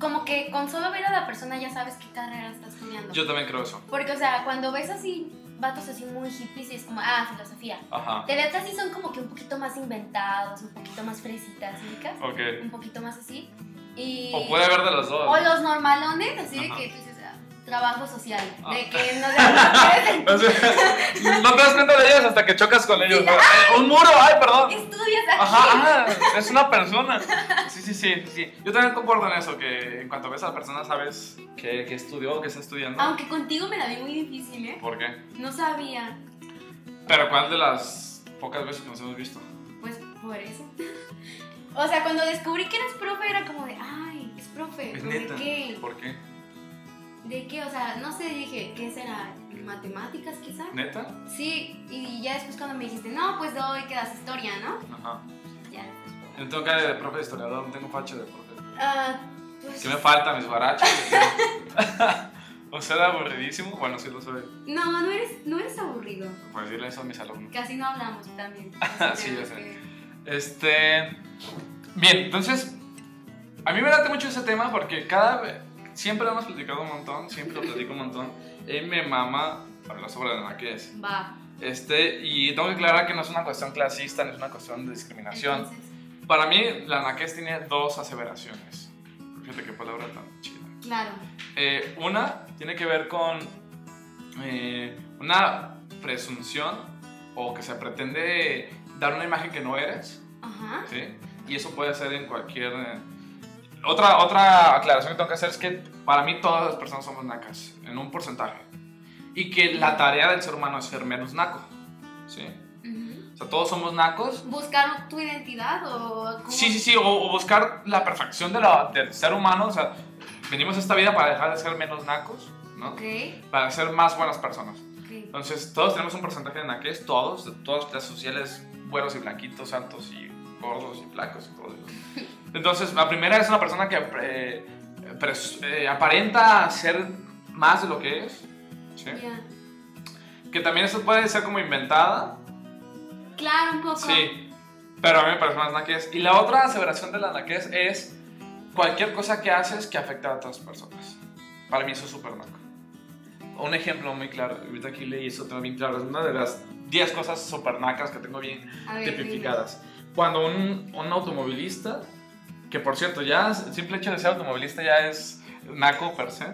Speaker 2: Como que con solo ver a la persona ya sabes qué carrera está estudiando.
Speaker 1: Yo también creo eso.
Speaker 2: Porque, o sea, cuando ves así vatos así muy hippies y es como, ah, filosofía.
Speaker 1: Ajá.
Speaker 2: Te ves así son como que un poquito más inventados, un poquito más fresitas, ¿ubicas?
Speaker 1: Ok.
Speaker 2: Un poquito más así. Y...
Speaker 1: O puede haber de las dos.
Speaker 2: O los normalones, así
Speaker 1: Ajá.
Speaker 2: de que tú dices, ah, trabajo social.
Speaker 1: Ah.
Speaker 2: De que no sé,
Speaker 1: O sea, no te das cuenta de ellos hasta que chocas con ellos. ¿no? ¡Ay, un muro, ay, perdón.
Speaker 2: estudias aquí.
Speaker 1: Ah. Ajá, ajá, es una persona. Sí, sí, sí, sí, sí. Yo también concuerdo en eso, que en cuanto ves a la persona sabes que, que estudió, que está estudiando.
Speaker 2: Aunque contigo me la vi muy difícil, ¿eh?
Speaker 1: ¿Por qué?
Speaker 2: No sabía.
Speaker 1: Pero ¿cuál de las pocas veces que nos hemos visto?
Speaker 2: Pues por eso. O sea, cuando descubrí que eras profe, era como de, ay, es profe.
Speaker 1: Es
Speaker 2: ¿pero ¿De
Speaker 1: neta.
Speaker 2: qué?
Speaker 1: ¿Por qué?
Speaker 2: ¿De qué? O sea, no sé, dije, ¿qué será? ¿Matemáticas quizá?
Speaker 1: ¿Neta?
Speaker 2: Sí, y ya después cuando me dijiste, no, pues doy, que das historia, ¿no?
Speaker 1: Ajá.
Speaker 2: Ya.
Speaker 1: Yo tengo cara de profe de historiador, no tengo facha de profe.
Speaker 2: Ah, pues,
Speaker 1: ¿Qué me falta? Mis barachos. o sea, era aburridísimo. Bueno, sí lo soy.
Speaker 2: no, no eres, no eres aburrido.
Speaker 1: Por decirle eso a mis alumnos.
Speaker 2: Casi no hablamos también.
Speaker 1: Sí, ya
Speaker 2: ya
Speaker 1: sé. Este. Bien, entonces. A mí me late mucho ese tema porque cada vez. Siempre lo hemos platicado un montón, siempre lo platico un montón. Y me mama hablar sobre la naquez.
Speaker 2: Va.
Speaker 1: Este, y tengo que aclarar que no es una cuestión clasista, no es una cuestión de discriminación.
Speaker 2: Entonces,
Speaker 1: Para mí, la naquez tiene dos aseveraciones. Fíjate qué palabra tan chida.
Speaker 2: claro.
Speaker 1: Eh, una tiene que ver con eh, una presunción o que se pretende dar una imagen que no eres.
Speaker 2: Ajá.
Speaker 1: ¿sí? Y eso puede ser en cualquier... eh, Otra, otra aclaración que tengo que hacer es que para mí todas las personas somos nacas, en un porcentaje. Y que la tarea del ser humano es ser menos naco, ¿sí?
Speaker 2: Ujú.
Speaker 1: O sea, todos somos nacos.
Speaker 2: ¿Buscar tu identidad o cómo?
Speaker 1: Sí, sí, sí, o, o buscar la perfección de la- del ser humano, o sea, venimos a esta vida para dejar de ser menos nacos, ¿no?
Speaker 2: Ok,
Speaker 1: Para ser más buenas personas.
Speaker 2: ok.
Speaker 1: Entonces, todos tenemos un porcentaje de naques, todos, de todas las clases sociales, buenos y blanquitos, altos y gordos y flacos y todo eso. Entonces, la primera es una persona que eh, pres- eh, aparenta ser más de lo que es, ¿sí?
Speaker 2: Ya.
Speaker 1: Que también eso puede ser como inventada,
Speaker 2: Claro, un poco.
Speaker 1: sí, pero a mí me parece más naques. Y la otra aseveración de la naques es cualquier cosa que haces que afecta a otras personas. Para mí eso es súper naco. Un ejemplo muy claro, ahorita aquí leí eso también bien claro, es una de las 10 cosas súper nacas que tengo bien
Speaker 2: A ver, dime.
Speaker 1: tipificadas. Cuando un, un automovilista, que por cierto, ya el simple hecho de ser automovilista ya es naco per se,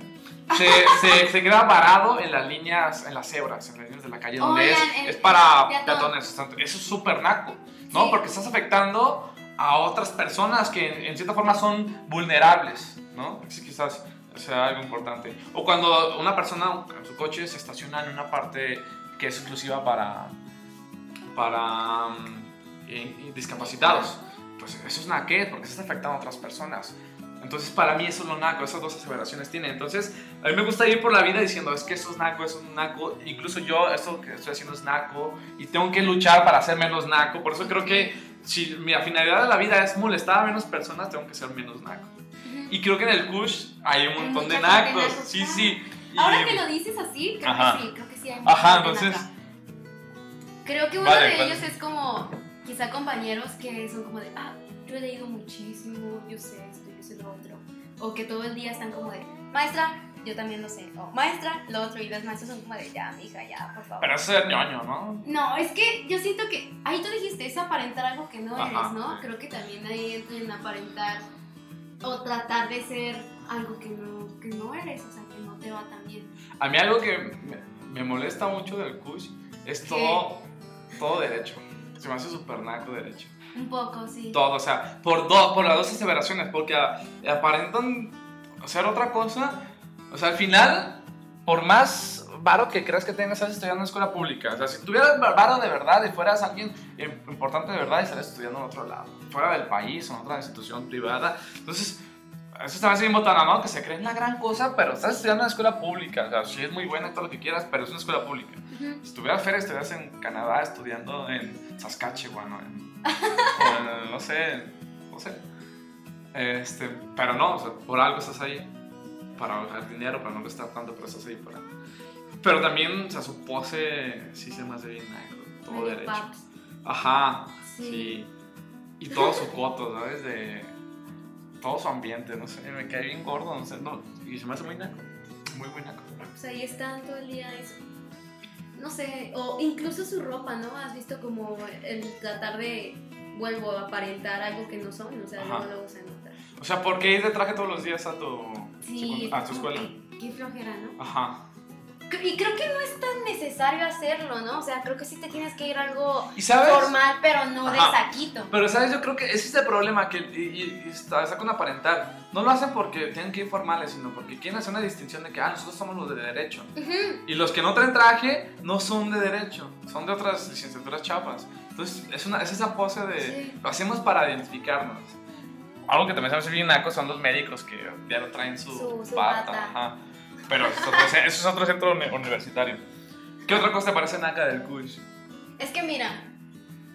Speaker 1: se, se- se queda varado en las líneas, en las cebras, en las líneas de la calle donde
Speaker 2: Oigan,
Speaker 1: es,
Speaker 2: el-
Speaker 1: es para
Speaker 2: peatón.
Speaker 1: peatones. o sea, Eso es súper naco, ¿no?
Speaker 2: Sí.
Speaker 1: Porque estás afectando a otras personas que en, en cierta forma son vulnerables, ¿no? Así quizás sea algo importante. O cuando una persona en su coche se estaciona en una parte que es exclusiva para, para mm, eh, discapacitados. Pues eso es naquet, porque se está afectando a otras personas. Entonces, para mí eso es lo naco, esas dos aseveraciones tiene. Entonces, a mí me gusta ir por la vida diciendo, es que eso es naco, eso es naco. Incluso yo, esto que estoy haciendo es naco y tengo que luchar para ser menos naco. Por eso creo que si mi finalidad de la vida es molestar a menos personas, tengo que ser menos naco.
Speaker 2: Ujú.
Speaker 1: Y creo que en el Kush hay un
Speaker 2: Hay
Speaker 1: montón de
Speaker 2: mucha gente
Speaker 1: nacos.
Speaker 2: naco,
Speaker 1: Sí,
Speaker 2: claro.
Speaker 1: sí. Y-
Speaker 2: Ahora que lo dices así, creo
Speaker 1: Ajá.
Speaker 2: que sí, creo que sí. hay mucha
Speaker 1: Ajá,
Speaker 2: gente
Speaker 1: entonces...
Speaker 2: naca. Creo que uno
Speaker 1: Vale, pues.
Speaker 2: de
Speaker 1: vale.
Speaker 2: ellos es como, quizá compañeros que son como de, ah, yo he leído muchísimo, yo sé esto, yo sé lo otro. O que todo el día están como de, maestra, yo también lo sé. O maestra, lo otro. Y las maestras son como de, ya, mija, ya, por favor.
Speaker 1: Pero eso es ñoño, ¿no?
Speaker 2: no, es que yo siento que ahí tú dijiste es aparentar algo que no
Speaker 1: Ajá.
Speaker 2: eres, ¿no? Creo que también ahí entra en aparentar o tratar de ser algo que no, que no eres, o sea, que no te va tan bien.
Speaker 1: A mí algo que me, me molesta mucho del Kush es
Speaker 2: ¿Qué?
Speaker 1: todo, todo derecho. Se me hace súper naco derecho.
Speaker 2: Un poco, sí.
Speaker 1: Todo, o sea, por, dos, por las dos aseveraciones, porque a- aparentan ser otra cosa. O sea, al final, por más varo que creas que tengas, estás estudiando en escuela pública. O sea, si tuvieras va- varo de verdad y fueras alguien im- importante de verdad, estarías estudiando en otro lado, fuera del país o en otra institución privada. Entonces, eso también se botana, ¿no? Que se creen la gran cosa, pero estás estudiando en escuela pública. O sea, sí es muy buena y todo lo que quieras, pero es una escuela pública.
Speaker 2: Ujú.
Speaker 1: Si estuvieras feria, estuvieras en Canadá estudiando en Saskatchewan o en, o en, no sé, en- no sé. Este, pero no, o sea, por algo estás ahí. Para ahorrar dinero, para no gastar tanto, pero estás ahí para... Pero también, o sea, su pose sí se me hace bien naco, todo
Speaker 2: Medio
Speaker 1: derecho.
Speaker 2: paps.
Speaker 1: Ajá, sí.
Speaker 2: Sí.
Speaker 1: Y todo su coto, ¿sabes? De todo su ambiente, no sé, me cae bien gordo, no sé, no, y se me hace muy naco, muy muy naco.
Speaker 2: Pues ahí están todo el día eso. No sé, o incluso su ropa, ¿no? Has visto como el tratar de vuelvo a aparentar algo que no son, o sea,
Speaker 1: Ajá.
Speaker 2: luego luego se nota.
Speaker 1: O sea, ¿por qué ir de traje todos los días a tu,
Speaker 2: Sí,
Speaker 1: secund- a tu
Speaker 2: como
Speaker 1: ah, escuela?
Speaker 2: que- Qué flojera, ¿no?
Speaker 1: Ajá.
Speaker 2: Cre- Y creo que no es tan necesario hacerlo, ¿no? O sea, creo que sí te tienes que ir a algo
Speaker 1: ¿Y sabes?
Speaker 2: formal, pero no de
Speaker 1: Ajá.
Speaker 2: saquito.
Speaker 1: Pero, ¿sabes? Yo creo que ese es el problema, que y, y- y está, está con aparentar. No lo hacen porque tienen que ir formales, sino porque quieren hacer una distinción de que, ah, nosotros somos los de derecho.
Speaker 2: Ujú.
Speaker 1: Y los que no traen traje no son de derecho, son de otras licenciaturas chapas. Entonces, es, una, es esa pose de,
Speaker 2: Sí.
Speaker 1: lo hacemos para identificarnos. Algo que también se me hace bien naco son los médicos que ya lo traen su,
Speaker 2: Su- su
Speaker 1: bata,
Speaker 2: bata.
Speaker 1: ajá. Pero eso es, otro, eso es otro centro uni- universitario. ¿Qué otra cosa te parece naca del Kush?
Speaker 2: Es que mira,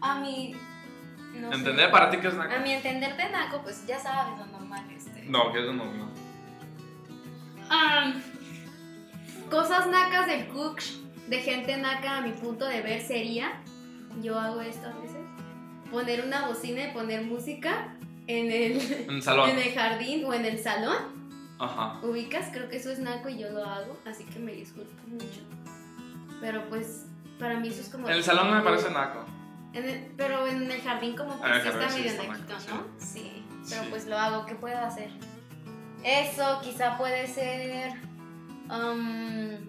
Speaker 2: a mí. No sé.
Speaker 1: ¿Entender para ti qué es
Speaker 2: A
Speaker 1: naca?
Speaker 2: mi entender de Naco, pues ya sabes lo normal. Este.
Speaker 1: No, que eso no. no.
Speaker 2: Ah, cosas nacas del cook de gente naca a mi punto de ver sería, yo hago esto a veces, poner una bocina y poner música en el,
Speaker 1: En el salón.
Speaker 2: en el jardín o en el salón.
Speaker 1: Ajá.
Speaker 2: Ubicas, creo que eso es naco y yo lo hago, así que me disculpo mucho. Pero pues para mí eso es como...
Speaker 1: En el salón no me parece naco.
Speaker 2: En el- pero en el jardín como
Speaker 1: Ah, en el
Speaker 2: que sí está
Speaker 1: jardín sí
Speaker 2: medio
Speaker 1: está mal,
Speaker 2: naquito,
Speaker 1: sí.
Speaker 2: ¿no? Sí, pero
Speaker 1: Sí.
Speaker 2: pues lo hago, ¿qué puedo hacer? Eso quizá puede ser... um,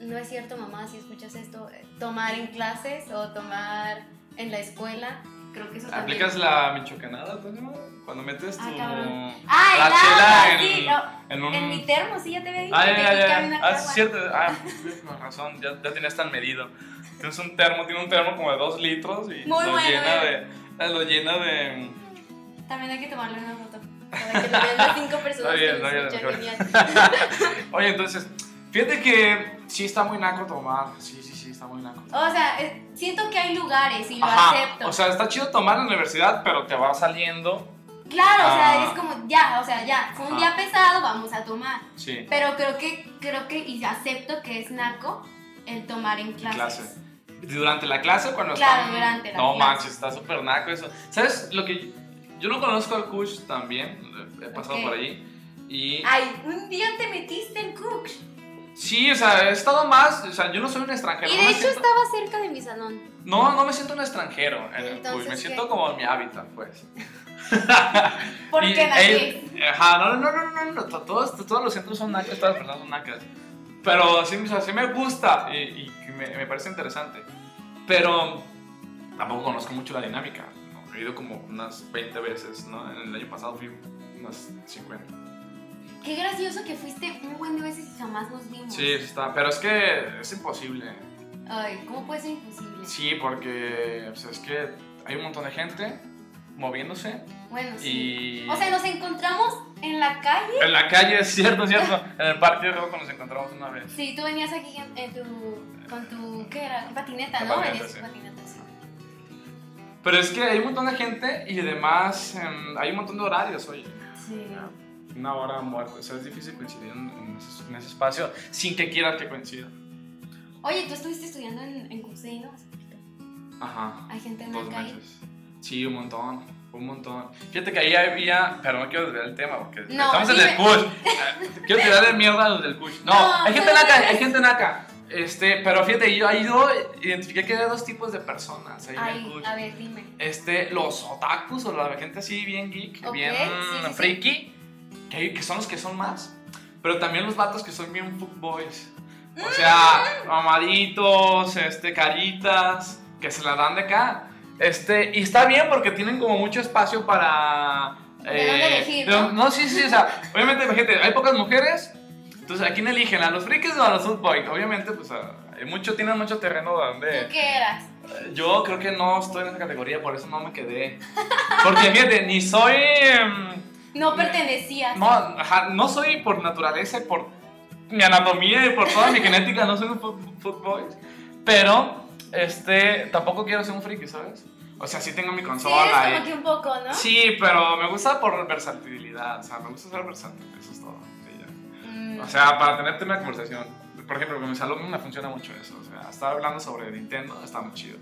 Speaker 2: no es cierto, mamá, si escuchas esto, eh, tomar en clases o tomar en la escuela, creo que eso también...
Speaker 1: ¿Aplicas la michoacanada, Toño? Cuando metes tu...
Speaker 2: Ah, cabrón. ¡Ah, el
Speaker 1: la
Speaker 2: agua!
Speaker 1: chela
Speaker 2: Sí,
Speaker 1: en-
Speaker 2: no,
Speaker 1: en un...
Speaker 2: en mi termo, sí, ya te había dicho
Speaker 1: Ah,
Speaker 2: que
Speaker 1: ya, ya,
Speaker 2: aquí
Speaker 1: ya.
Speaker 2: cabe una
Speaker 1: Ah, sí,
Speaker 2: caguama.
Speaker 1: cierto. Ah, con razón, ya, ya tenías tan medido. Tienes un termo, tiene un termo como de dos litros y
Speaker 2: Muy
Speaker 1: lo,
Speaker 2: bueno,
Speaker 1: llena
Speaker 2: eh.
Speaker 1: de, lo llena de.
Speaker 2: También hay que tomarle una foto para que lo vean las cinco personas
Speaker 1: bien,
Speaker 2: que
Speaker 1: está
Speaker 2: lo
Speaker 1: bien,
Speaker 2: escuchan,
Speaker 1: mejor.
Speaker 2: genial.
Speaker 1: Oye, entonces, fíjate que sí está muy naco tomar. Sí, sí, sí, está muy naco.
Speaker 2: O sea, eh, siento que hay lugares y lo acepto.
Speaker 1: O sea, está chido tomar en la universidad, pero te va saliendo.
Speaker 2: claro, o sea,
Speaker 1: ah.
Speaker 2: es como ya, o sea, ya, fue un
Speaker 1: Ajá.
Speaker 2: día pesado, vamos a tomar.
Speaker 1: Sí.
Speaker 2: Pero creo que, creo que, y acepto que es naco el tomar en
Speaker 1: En
Speaker 2: clases.
Speaker 1: clase. Durante la clase, cuando
Speaker 2: Claro,
Speaker 1: están-
Speaker 2: durante la
Speaker 1: No
Speaker 2: clase.
Speaker 1: manches, está súper naco eso. ¿Sabes lo que.? Yo no conozco al Kush también, he pasado
Speaker 2: Ok. Ah,
Speaker 1: por allí. Y
Speaker 2: Ay, un día te metiste en Cook.
Speaker 1: Sí, o sea, he estado más, o sea, yo no soy un extranjero.
Speaker 2: Y
Speaker 1: no
Speaker 2: de
Speaker 1: me
Speaker 2: hecho
Speaker 1: siento-
Speaker 2: estaba cerca de mi salón.
Speaker 1: No, no me siento un extranjero. en el
Speaker 2: Entonces,
Speaker 1: Cuy, me
Speaker 2: ¿qué?
Speaker 1: siento como en mi hábitat, pues.
Speaker 2: ¿Por
Speaker 1: Y
Speaker 2: qué nací?
Speaker 1: él- Ajá, no, no, no, no, no, no, todos, todos los centros son nacas, todas las personas son nacas. Pero sí, o sea, sí me gusta y, y me, me parece interesante. Pero tampoco conozco mucho la dinámica. ¿no? He ido como unas 20 veces, ¿no? En el año pasado fui unas 50.
Speaker 2: Qué gracioso que fuiste un buen de veces y jamás nos vimos.
Speaker 1: Sí, eso está, pero es que es imposible.
Speaker 2: Ay, ¿cómo puede ser imposible?
Speaker 1: Sí, porque pues, es que hay un montón de gente moviéndose
Speaker 2: Bueno, sí.
Speaker 1: y...
Speaker 2: O sea, nos encontramos en la calle.
Speaker 1: en la calle, es cierto, es cierto. En el parque creo que nos encontramos una vez.
Speaker 2: Sí, tú venías aquí en, en tu, con tu, ¿qué era? Patineta,
Speaker 1: Con
Speaker 2: ¿no?
Speaker 1: patineta,
Speaker 2: venías
Speaker 1: sí.
Speaker 2: con patineta, sí.
Speaker 1: Pero es que hay un montón de gente y además em, hay un montón de horarios, oye.
Speaker 2: Sí.
Speaker 1: Una hora muerta, o sea, es difícil coincidir en, en ese, en ese espacio sin que quieras que coincida.
Speaker 2: Oye, tú estuviste estudiando en, en Cusey, ¿no? Hace poquito.
Speaker 1: Ajá.
Speaker 2: Hay gente
Speaker 1: Dos
Speaker 2: naca ahí.
Speaker 1: meses. Sí, un montón, un montón. Fíjate que ahí había, pero no quiero desviar el tema porque
Speaker 2: No,
Speaker 1: estamos en el
Speaker 2: dime.
Speaker 1: Kush. Eh, quiero tirar de mierda a los del Kush. No,
Speaker 2: No,
Speaker 1: hay gente
Speaker 2: no, no,
Speaker 1: naca,
Speaker 2: no.
Speaker 1: hay gente naca. Este, pero fíjate, yo ahí yo identifiqué que había dos tipos de personas ahí en el
Speaker 2: Ay,
Speaker 1: Kush.
Speaker 2: a ver, dime.
Speaker 1: Este, los otakus o la gente así bien geek,
Speaker 2: Ok,
Speaker 1: bien
Speaker 2: sí, sí, sí.
Speaker 1: freaky, que, que son los que son más. Pero también los vatos que son bien boys. O sea,
Speaker 2: Mm.
Speaker 1: mamaditos, este, caritas, que se la dan de acá. Este, y está bien porque tienen como mucho espacio para...
Speaker 2: De dónde elegir,
Speaker 1: pero-
Speaker 2: ¿no?
Speaker 1: No, sí, sí, o sea, obviamente, gente, hay pocas mujeres, entonces, ¿a quién eligen? ¿A los frikis o a los footboys? Obviamente, pues, a- hay mucho, tienen mucho terreno donde...
Speaker 2: ¿Tú qué eras?
Speaker 1: Yo creo que no estoy en esa categoría, por eso no me quedé. Porque fíjate, ni soy. em,
Speaker 2: No pertenecías.
Speaker 1: No, ajá, no soy por naturaleza, y por mi anatomía y por toda mi genética, no soy un fu- footboy. Pero, este, tampoco quiero ser un friki, ¿sabes? O sea, sí tengo mi
Speaker 2: Sí,
Speaker 1: consola
Speaker 2: eres como
Speaker 1: y-
Speaker 2: que un poco, ¿no?
Speaker 1: eh. Sí, pero me gusta por versatilidad, o sea, me gusta ser versátil, eso es todo. sí, ya.
Speaker 2: Mm,
Speaker 1: O sea, para tenerte una conversación. Por ejemplo, con mis alumnos me funciona mucho eso. O sea, estar hablando sobre Nintendo está muy chido.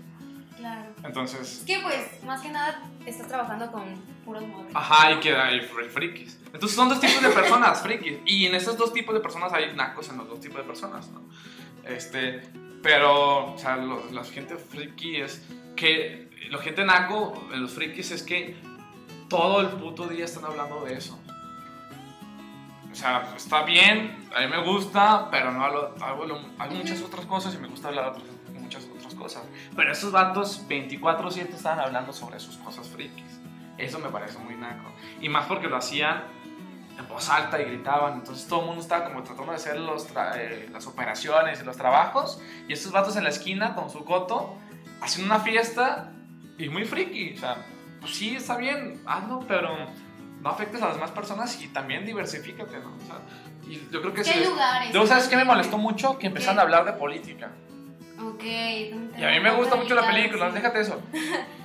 Speaker 2: Claro.
Speaker 3: Entonces,
Speaker 2: Es que pues, más que nada, estás trabajando con puros muebles.
Speaker 1: Ajá, y que hay fr- frikis. Entonces son dos tipos de personas, frikis. Y en esos dos tipos de personas hay nacos en los dos tipos de personas, ¿no? Este, pero, o sea, lo- la gente friki es que, la gente naco, los frikis es que todo el puto día están hablando de eso. O sea, está bien, a mí me gusta, pero no hablo, hago, lo- hago muchas otras cosas y me gusta hablar otras- muchas otras cosas. Pero esos vatos 24-7 estaban hablando sobre sus cosas frikis. Eso me parece muy naco. Y más porque lo hacían en voz alta y gritaban. Entonces todo el mundo estaba como tratando de hacer los tra- eh, las operaciones y los trabajos. Y estos vatos en la esquina con su coto haciendo una fiesta y muy friki. O sea, pues sí, está bien, hazlo, pero no afectes a las demás personas y también diversifícate, ¿no? O sea, y yo creo que
Speaker 2: ¿Qué
Speaker 1: se les-
Speaker 2: lugares?
Speaker 1: Luego, ¿sabes qué me molestó mucho? Que empezaron
Speaker 2: ¿Qué?
Speaker 1: a hablar de política.
Speaker 2: Ok. entonces-
Speaker 1: Y a mí me gusta mucho la
Speaker 2: Claro,
Speaker 1: película,
Speaker 2: sí.
Speaker 1: déjate eso.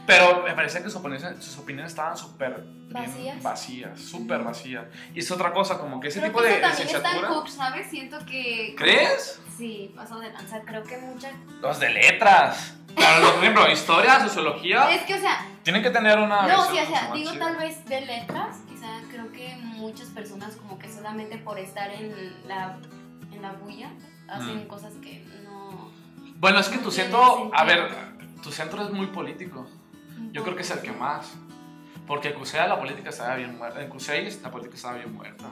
Speaker 1: Pero me parecía que sus opiniones, sus opiniones estaban súper bien
Speaker 2: ¿Vacías?
Speaker 1: vacías, súper vacías. Y es otra cosa, como que ese
Speaker 2: Creo
Speaker 1: tipo
Speaker 2: que
Speaker 1: de
Speaker 2: eso también está en
Speaker 1: licenciatura.
Speaker 2: Cook, ¿sabes? Siento que...
Speaker 1: ¿Crees?
Speaker 2: Sí, paso de lanza. Creo que muchas...
Speaker 1: Los de letras. Claro, los- por ejemplo, historia, sociología.
Speaker 2: Es que, o sea,
Speaker 1: Tienen que tener una.
Speaker 2: No,
Speaker 1: versión
Speaker 2: sí, o sea,
Speaker 1: mucho Ah, más
Speaker 2: digo
Speaker 1: chida.
Speaker 2: tal vez de letras, quizá creo que muchas personas como que solamente por estar en la, en la bulla hacen
Speaker 1: Mm.
Speaker 2: cosas que no...
Speaker 1: Bueno, es que tu
Speaker 2: no tiene
Speaker 1: centro. A ver,
Speaker 2: sentido.
Speaker 1: tu centro es muy político. Yo creo que es el que más. Porque en Cusea la política estaba bien muerta. En Cusey la política estaba bien muerta.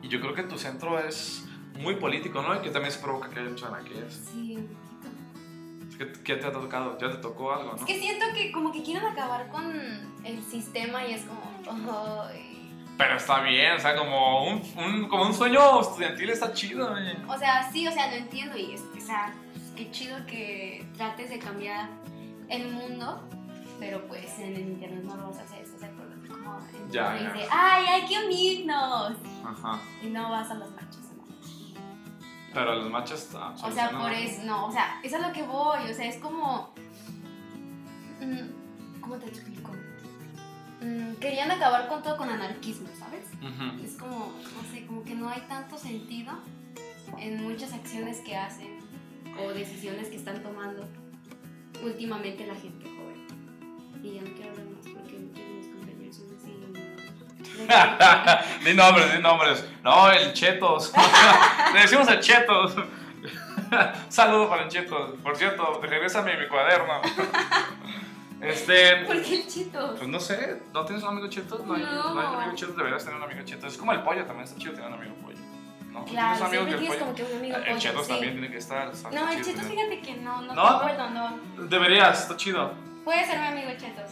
Speaker 1: Y yo creo que tu centro es muy político, ¿no? Y que también se provoca que haya chanaqués.
Speaker 2: Sí, un poquito.
Speaker 1: ¿Qué, ¿Qué te ha tocado? ¿Ya te tocó algo, no?
Speaker 2: Es que siento que como que quieren acabar con el sistema y es como... "Ay".
Speaker 1: Pero está bien, o sea, como un, un- como un sueño estudiantil está chido, oye.
Speaker 2: O sea, sí, o sea, lo entiendo y es que, o sea, qué chido que trates de cambiar el mundo, pero pues en el internet no lo vas a hacer, o sea, por como... en
Speaker 1: Ya,
Speaker 2: Twitter
Speaker 1: ya.
Speaker 2: dice, ¡Ay, hay que unirnos!
Speaker 1: Ajá.
Speaker 2: y no vas a las marchas. ¿no?
Speaker 1: Pero los machos ah, está.
Speaker 2: O sea, por eso, no, o sea, eso es lo que voy, o sea, es como... mm, ¿Cómo te explico? Mm, Querían acabar con todo con anarquismo, ¿sabes?
Speaker 1: Ujú.
Speaker 2: Es como, no sé, como que no hay tanto sentido en muchas acciones que hacen o decisiones que están tomando últimamente la gente joven. Y ya no quiero hablar más porque muchos de mis compañeros son así. ¿no?
Speaker 1: di nombres, di nombres. No, el Chetos. Le decimos el Chetos. Saludo para el Chetos. Por cierto, regresame mi cuaderno. Este.
Speaker 2: ¿Por qué el chito?
Speaker 1: Pues no sé, ¿no tienes un amigo Chetos? No, hay-
Speaker 2: No.
Speaker 1: no hay un amigo Chetos, deberías tener un amigo Chetos. Es como el pollo, también está chido tener un amigo pollo. ¿No?
Speaker 2: Claro,
Speaker 1: ¿Tienes amigos
Speaker 2: siempre
Speaker 1: del
Speaker 2: tienes
Speaker 1: pollo?
Speaker 2: como que un amigo
Speaker 1: el
Speaker 2: pollo,
Speaker 1: Chetos
Speaker 2: sí.
Speaker 1: también tiene que estar. está
Speaker 2: No, el
Speaker 1: Ah, chido
Speaker 2: Chetos,
Speaker 1: tener.
Speaker 2: fíjate que no, no,
Speaker 1: ¿No?
Speaker 2: te acuerdo, no.
Speaker 1: Deberías, está chido.
Speaker 2: Puede ser mi amigo el Chetos.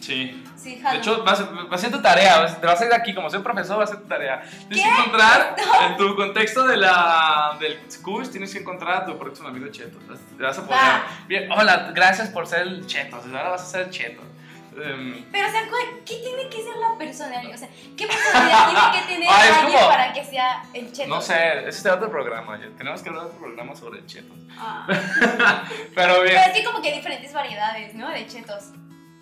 Speaker 1: Sí.
Speaker 2: Sí, jalo.
Speaker 1: De hecho, va a, ser, va a ser tu tarea, vas- te vas a ir de aquí, como soy profesor, va a ser tu tarea. Tienes que encontrar, en tu contexto de la, del curso, tienes que encontrar a tu próximo amigo Cheto. Te vas a poner,
Speaker 2: Va.
Speaker 1: bien, hola, gracias por ser el Cheto, ahora vas a ser el Cheto. Em,
Speaker 2: Pero, o sea, ¿cuál- ¿qué tiene que ser la personalidad? O sea, ¿qué personalidad tiene que tener
Speaker 1: Ah, es
Speaker 2: alguien
Speaker 1: como-
Speaker 2: para que sea el Chetos?
Speaker 1: no sé, ese será otro programa, ya, tenemos que hablar de otro programa sobre el Cheto.
Speaker 2: Ah.
Speaker 1: Pero bien,
Speaker 2: Pero es que como que hay diferentes variedades, ¿no? De Chetos.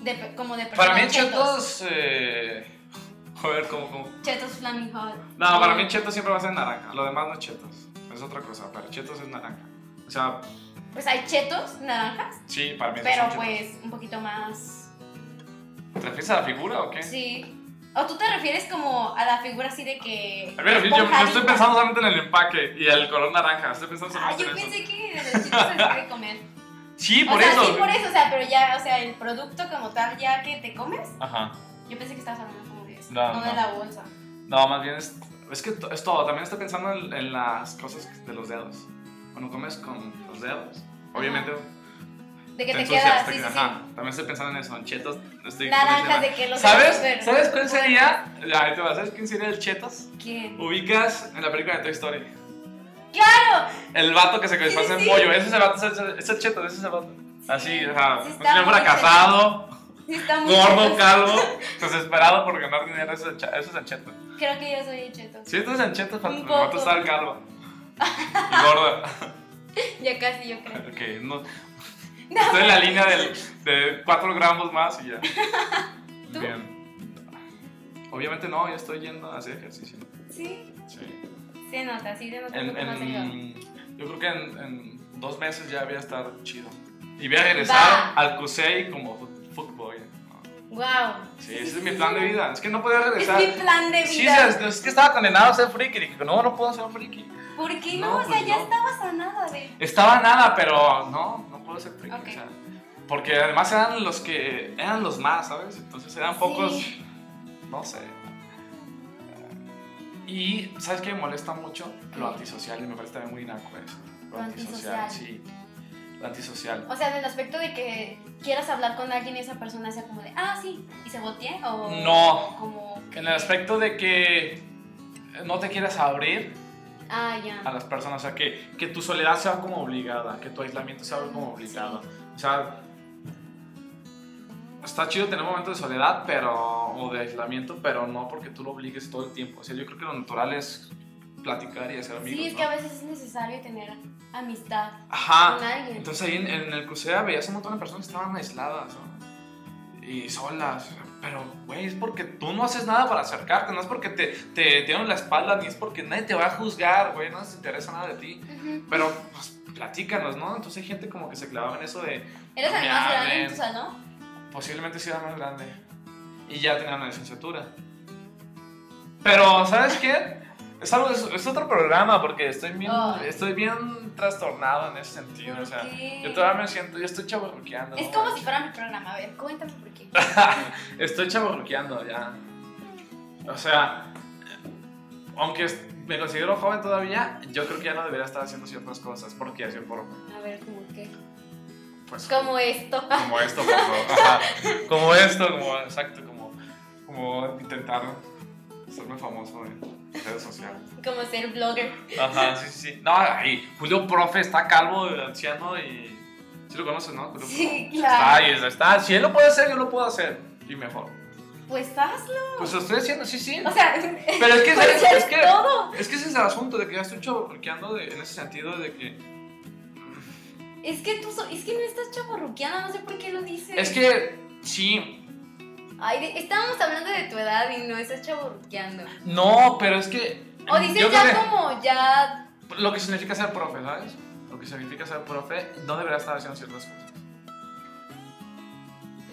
Speaker 2: De pe- como de personas
Speaker 1: para mí el Cheto es... eh, joder, como... como
Speaker 2: Chetos Flaming Hot.
Speaker 1: No, para mí Cheto siempre va a ser naranja, lo demás no es Chetos, es otra cosa, pero Chetos es naranja. O sea,
Speaker 2: Pues hay Chetos naranjas,
Speaker 1: sí, para mí esos
Speaker 2: pero
Speaker 1: son Chetos.
Speaker 2: pues un poquito más...
Speaker 1: ¿Te refieres a la figura o qué?
Speaker 2: Sí. ¿O tú te refieres como a la figura así de que...
Speaker 1: A ver, yo, yo estoy
Speaker 2: esponjadita?
Speaker 1: pensando solamente en el empaque y el color naranja. Estoy pensando
Speaker 2: Ah,
Speaker 1: solamente
Speaker 2: yo
Speaker 1: en eso.
Speaker 2: pensé que de los Cheetos se debe comer.
Speaker 1: Sí, por
Speaker 2: o sea,
Speaker 1: eso.
Speaker 2: sí, por e- eso, o sea, pero ya, o sea, el producto como tal, ya que te comes,
Speaker 1: Ajá.
Speaker 2: yo pensé que estabas hablando como de eso,
Speaker 1: No,
Speaker 2: no, de
Speaker 1: no.
Speaker 2: la bolsa.
Speaker 1: No, más bien es, es que to- es todo. También estoy pensando en, en las cosas de los dedos. Cuando comes con los dedos, obviamente
Speaker 2: De que te,
Speaker 1: ensucias,
Speaker 2: queda,
Speaker 1: te
Speaker 2: sí, sí,
Speaker 1: queda-
Speaker 2: sí.
Speaker 1: ajá. También estoy pensando en eso, en chetos. Estoy
Speaker 2: Naranjas de que los
Speaker 1: ¿Sabes?
Speaker 2: dedos,
Speaker 1: ¿Sabes cuál
Speaker 2: pero-
Speaker 1: sería? Ya, ahí te va. ¿Sabes quién sería el chetos?
Speaker 2: ¿Quién?
Speaker 1: Ubicas en la película de Toy Story.
Speaker 2: ¡Claro!
Speaker 1: El vato que se disfraza
Speaker 2: sí,
Speaker 1: en
Speaker 2: sí.
Speaker 1: pollo. Ese es el vato, ese es el- ese es el cheto, ese es el vato. Así, o sea,
Speaker 2: Sí,
Speaker 1: un
Speaker 2: está
Speaker 1: señor
Speaker 2: muy
Speaker 1: fracasado,
Speaker 2: Sí, está muy
Speaker 1: gordo,
Speaker 2: chetos.
Speaker 1: calvo, desesperado por ganar dinero. Eso es el cha- eso es el cheto.
Speaker 2: Creo que yo soy cheto.
Speaker 1: Si esto es el cheto,
Speaker 2: Un
Speaker 1: el
Speaker 2: poco.
Speaker 1: vato está calvo. Y gordo.
Speaker 2: Ya casi, yo creo.
Speaker 1: Ok, no,
Speaker 2: No,
Speaker 1: estoy en la línea del, de 4 gramos más y ya.
Speaker 2: ¿Tú?
Speaker 1: Bien. Obviamente no, yo estoy yendo a hacer ejercicio.
Speaker 2: Sí,
Speaker 1: Sí.
Speaker 2: se nota, sí se nota un
Speaker 1: En,
Speaker 2: poco más delgado.
Speaker 1: en- yo creo que en, en dos meses ya voy a estar chido. Y voy a regresar al Kusei como fu- fuckboy. ¿no?
Speaker 2: Wow.
Speaker 1: Sí, ese es mi plan de vida. Es que no podía
Speaker 2: Es
Speaker 1: regresar.
Speaker 2: mi plan de
Speaker 3: Sí,
Speaker 2: vida.
Speaker 3: es, es que estaba condenado a ser friki. Dije, no, no puedo ser friki.
Speaker 2: ¿Por qué
Speaker 1: No,
Speaker 2: no? o sea,
Speaker 1: pues
Speaker 2: ya
Speaker 1: no.
Speaker 2: estabas a nada de.
Speaker 1: Estaba nada, pero no, no puedo ser friki.
Speaker 2: Ok.
Speaker 1: o sea, porque además eran los que eran los más, ¿sabes? Entonces eran pocos,
Speaker 2: Sí.
Speaker 1: no sé. Y ¿sabes qué me molesta mucho? Lo antisocial y me parece también muy naco eso. Lo
Speaker 2: Lo
Speaker 1: antisocial,
Speaker 2: antisocial.
Speaker 1: sí. Lo antisocial.
Speaker 2: O sea, del aspecto de que quieras hablar con alguien y esa persona sea como de, ah, sí, y se botee o.
Speaker 1: No.
Speaker 2: Como.
Speaker 1: En el aspecto de que no te quieras abrir
Speaker 2: Ah,
Speaker 1: a
Speaker 2: ya.
Speaker 1: las personas, o sea, que, que tu soledad sea como obligada, que tu aislamiento sea como obligado. O sea, está chido tener momentos de soledad pero, o de aislamiento, pero no porque tú lo obligues todo el tiempo. O sea, yo creo que lo natural es platicar y hacer amigos.
Speaker 2: Sí, es
Speaker 1: ¿no?
Speaker 2: que a veces es necesario tener amistad con
Speaker 1: Ajá.
Speaker 2: alguien.
Speaker 1: Entonces ahí en, en el crucero veías un montón de personas que estaban aisladas ¿no? y solas. Pero, güey, es porque tú no haces nada para acercarte, no es porque te, te dieron la espalda, ni es porque nadie te va a juzgar, güey, no se interesa nada de ti.
Speaker 2: Ujú.
Speaker 1: Pero, pues, platícanos, ¿no? Entonces hay gente como que se clavaba en eso de
Speaker 2: ¿Eres el
Speaker 1: Me
Speaker 2: más grande
Speaker 1: hablen.
Speaker 2: en tu salón?
Speaker 1: posiblemente sea más grande. Y ya tenía una licenciatura. Pero, ¿sabes qué? Es, algo, es, es otro programa porque estoy bien,
Speaker 2: Ay.
Speaker 1: estoy bien trastornado en ese sentido.
Speaker 2: ¿Por
Speaker 1: O sea,
Speaker 2: qué?
Speaker 1: yo todavía me siento, yo estoy chaburruqueando.
Speaker 2: Es como si fuera mi programa. A ver, cuéntame por qué.
Speaker 1: Estoy chaburruqueando ya. O sea, aunque es- me considero joven todavía, yo creo que ya no debería estar haciendo ciertas cosas porque así por
Speaker 2: A ver, como que.
Speaker 1: pues,
Speaker 2: Como esto.
Speaker 1: como esto, por favor. Ajá. como esto, como exacto, como, como intentar hacerme famoso en redes sociales.
Speaker 2: Como ser blogger.
Speaker 1: Ajá, sí, sí, sí. No, ahí, Julio Profe está calvo, anciano y. Sí lo conoces, ¿no? Julio
Speaker 2: Sí,
Speaker 1: Profe. Está
Speaker 2: claro.
Speaker 1: ahí, está, está. Si él lo puede hacer, yo lo puedo hacer. Y mejor.
Speaker 2: Pues hazlo.
Speaker 1: Pues lo estoy haciendo, sí, sí.
Speaker 2: O sea, pues
Speaker 1: Pero es que, ¿sabes?
Speaker 2: puedes ser
Speaker 1: es que,
Speaker 2: todo.
Speaker 1: es que ese es el asunto de que ya estoy chaburruqueando de- en ese sentido de que
Speaker 2: Es que tú so- es que no estás chaborruqueada, no sé por qué lo dices.
Speaker 1: es que sí,
Speaker 2: Ay, de- estábamos hablando de tu edad y no estás chaborruqueando.
Speaker 1: no, pero es que
Speaker 2: O dices
Speaker 1: Mm, yo
Speaker 2: ya
Speaker 1: creo que-
Speaker 2: como ya.
Speaker 1: lo que significa ser profe, ¿sabes? Lo que significa ser profe, no deberá estar haciendo ciertas cosas.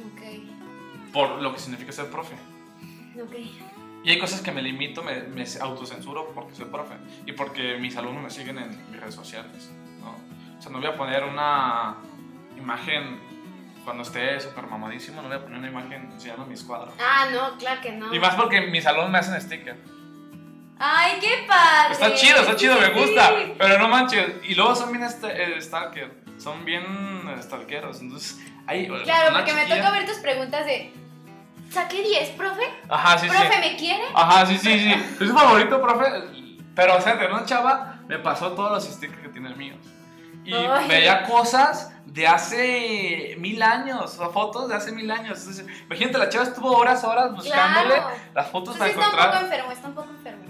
Speaker 2: Ok.
Speaker 1: Por lo que significa ser profe.
Speaker 2: Ok.
Speaker 1: Y hay cosas que me limito, me, me autocensuro porque soy profe y porque mis alumnos me siguen en mis redes sociales, ¿no? O sea, no voy a poner una imagen cuando esté súper mamadísimo, no voy a poner una imagen enseñando mis cuadros.
Speaker 2: Ah, no, claro que no.
Speaker 3: Y más porque mis alumnos me hacen sticker.
Speaker 2: Ay, qué padre.
Speaker 1: Está chido, está chido, me
Speaker 2: Sí.
Speaker 1: gusta. Pero no manches. Y luego son bien esta- eh, stalker. Son bien eh, stalkeros. Entonces, ahí.
Speaker 2: Claro, porque me toca ver tus preguntas de. Saqué 10, profe.
Speaker 1: Ajá, sí,
Speaker 2: profe,
Speaker 1: sí.
Speaker 2: ¿me quiere?
Speaker 1: Ajá, sí, sí, sí. Es su favorito, profe. Pero, o sea, de una chava me pasó todos los stickers que tiene míos. Y
Speaker 2: Ay.
Speaker 1: veía cosas de hace mil años. O sea, fotos de hace mil años. Entonces, imagínate, la chava estuvo horas, horas buscándole
Speaker 2: Claro.
Speaker 1: las fotos
Speaker 2: Entonces
Speaker 1: para
Speaker 2: está un
Speaker 1: encontrar.
Speaker 2: poco enfermo, está un poco enfermo.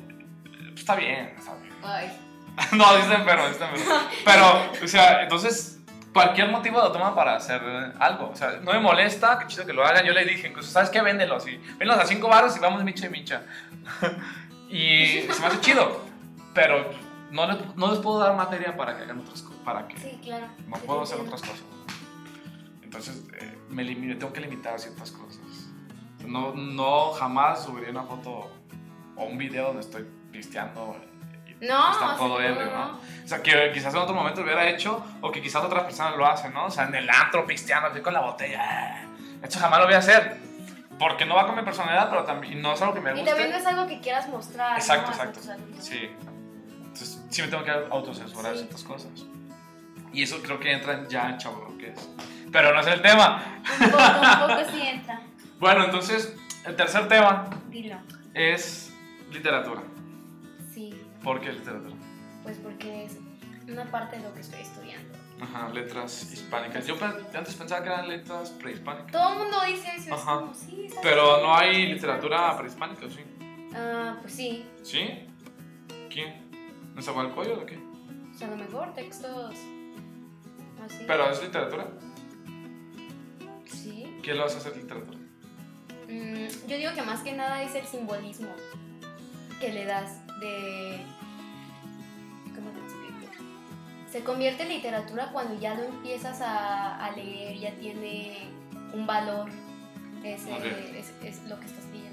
Speaker 1: Está bien, está bien.
Speaker 2: Ay.
Speaker 1: No, sí está enfermo, sí está enfermo. Pero, o sea, entonces, cualquier motivo lo toman para hacer eh, algo. O sea, no me molesta, qué chido que lo hagan. Yo le dije, incluso, ¿sabes qué? Véndelos. Y véndelos a cinco baros y vamos micha y micha. y se me hace chido. Pero no les, no les puedo dar materia para que hagan otras cosas. Para que
Speaker 2: Sí, claro.
Speaker 1: no
Speaker 2: Sí,
Speaker 1: puedo
Speaker 2: te
Speaker 1: hacer
Speaker 2: entiendo.
Speaker 1: otras cosas. Entonces, eh, me limi- tengo que limitar a ciertas cosas. No, no jamás subiría una foto o un video donde estoy pisteando. y- y
Speaker 2: No,
Speaker 1: está todo
Speaker 2: sí, no,
Speaker 1: ebrio,
Speaker 2: no,
Speaker 1: ¿no? O sea, que quizás en otro momento lo hubiera hecho, o que quizás otras personas lo hacen, ¿no? O sea, en el antro pisteando, así con la botella. "Ah, Esto jamás lo voy a hacer. Porque no va con mi personalidad, pero también no es algo que me
Speaker 2: Y
Speaker 1: guste.
Speaker 2: también no es algo que quieras mostrar. ¿no?
Speaker 1: Exacto,
Speaker 2: a
Speaker 1: exacto.
Speaker 2: tus alumnos.
Speaker 1: Sí. Entonces, sí me tengo que autocensurar
Speaker 2: Sí.
Speaker 1: ciertas cosas. Y eso creo que entra ya en chavo, que es. Pero no es el tema.
Speaker 2: Un poco, un poco sí entra.
Speaker 1: Bueno, entonces, el tercer tema
Speaker 2: Dilo.
Speaker 1: es literatura.
Speaker 2: Sí,
Speaker 1: ¿Por qué literatura?
Speaker 2: pues porque es una parte de lo que estoy estudiando.
Speaker 1: Ajá, letras hispánicas. Yo pe- antes pensaba que eran letras prehispánicas.
Speaker 2: Todo el mundo dice eso. Es
Speaker 1: Ajá.
Speaker 2: como, sí, está
Speaker 1: Pero
Speaker 2: bien,
Speaker 1: no
Speaker 2: sí,
Speaker 1: hay
Speaker 2: está
Speaker 1: literatura
Speaker 2: bien.
Speaker 1: prehispánica, ¿sí?
Speaker 2: Ah, pues sí.
Speaker 1: ¿Sí? ¿Quién? ¿No se el cuello o qué?
Speaker 2: O sea, a lo mejor textos. Así.
Speaker 1: ¿Pero es literatura?
Speaker 2: Sí.
Speaker 1: ¿Qué lo hace hacer literatura?
Speaker 2: Mm, yo digo que más que nada es el simbolismo que le das de. ¿Cómo te explico? se convierte en literatura cuando ya lo empiezas a, a leer, ya tiene un valor, ese-
Speaker 1: Ok.
Speaker 2: es, es lo que estás leyendo.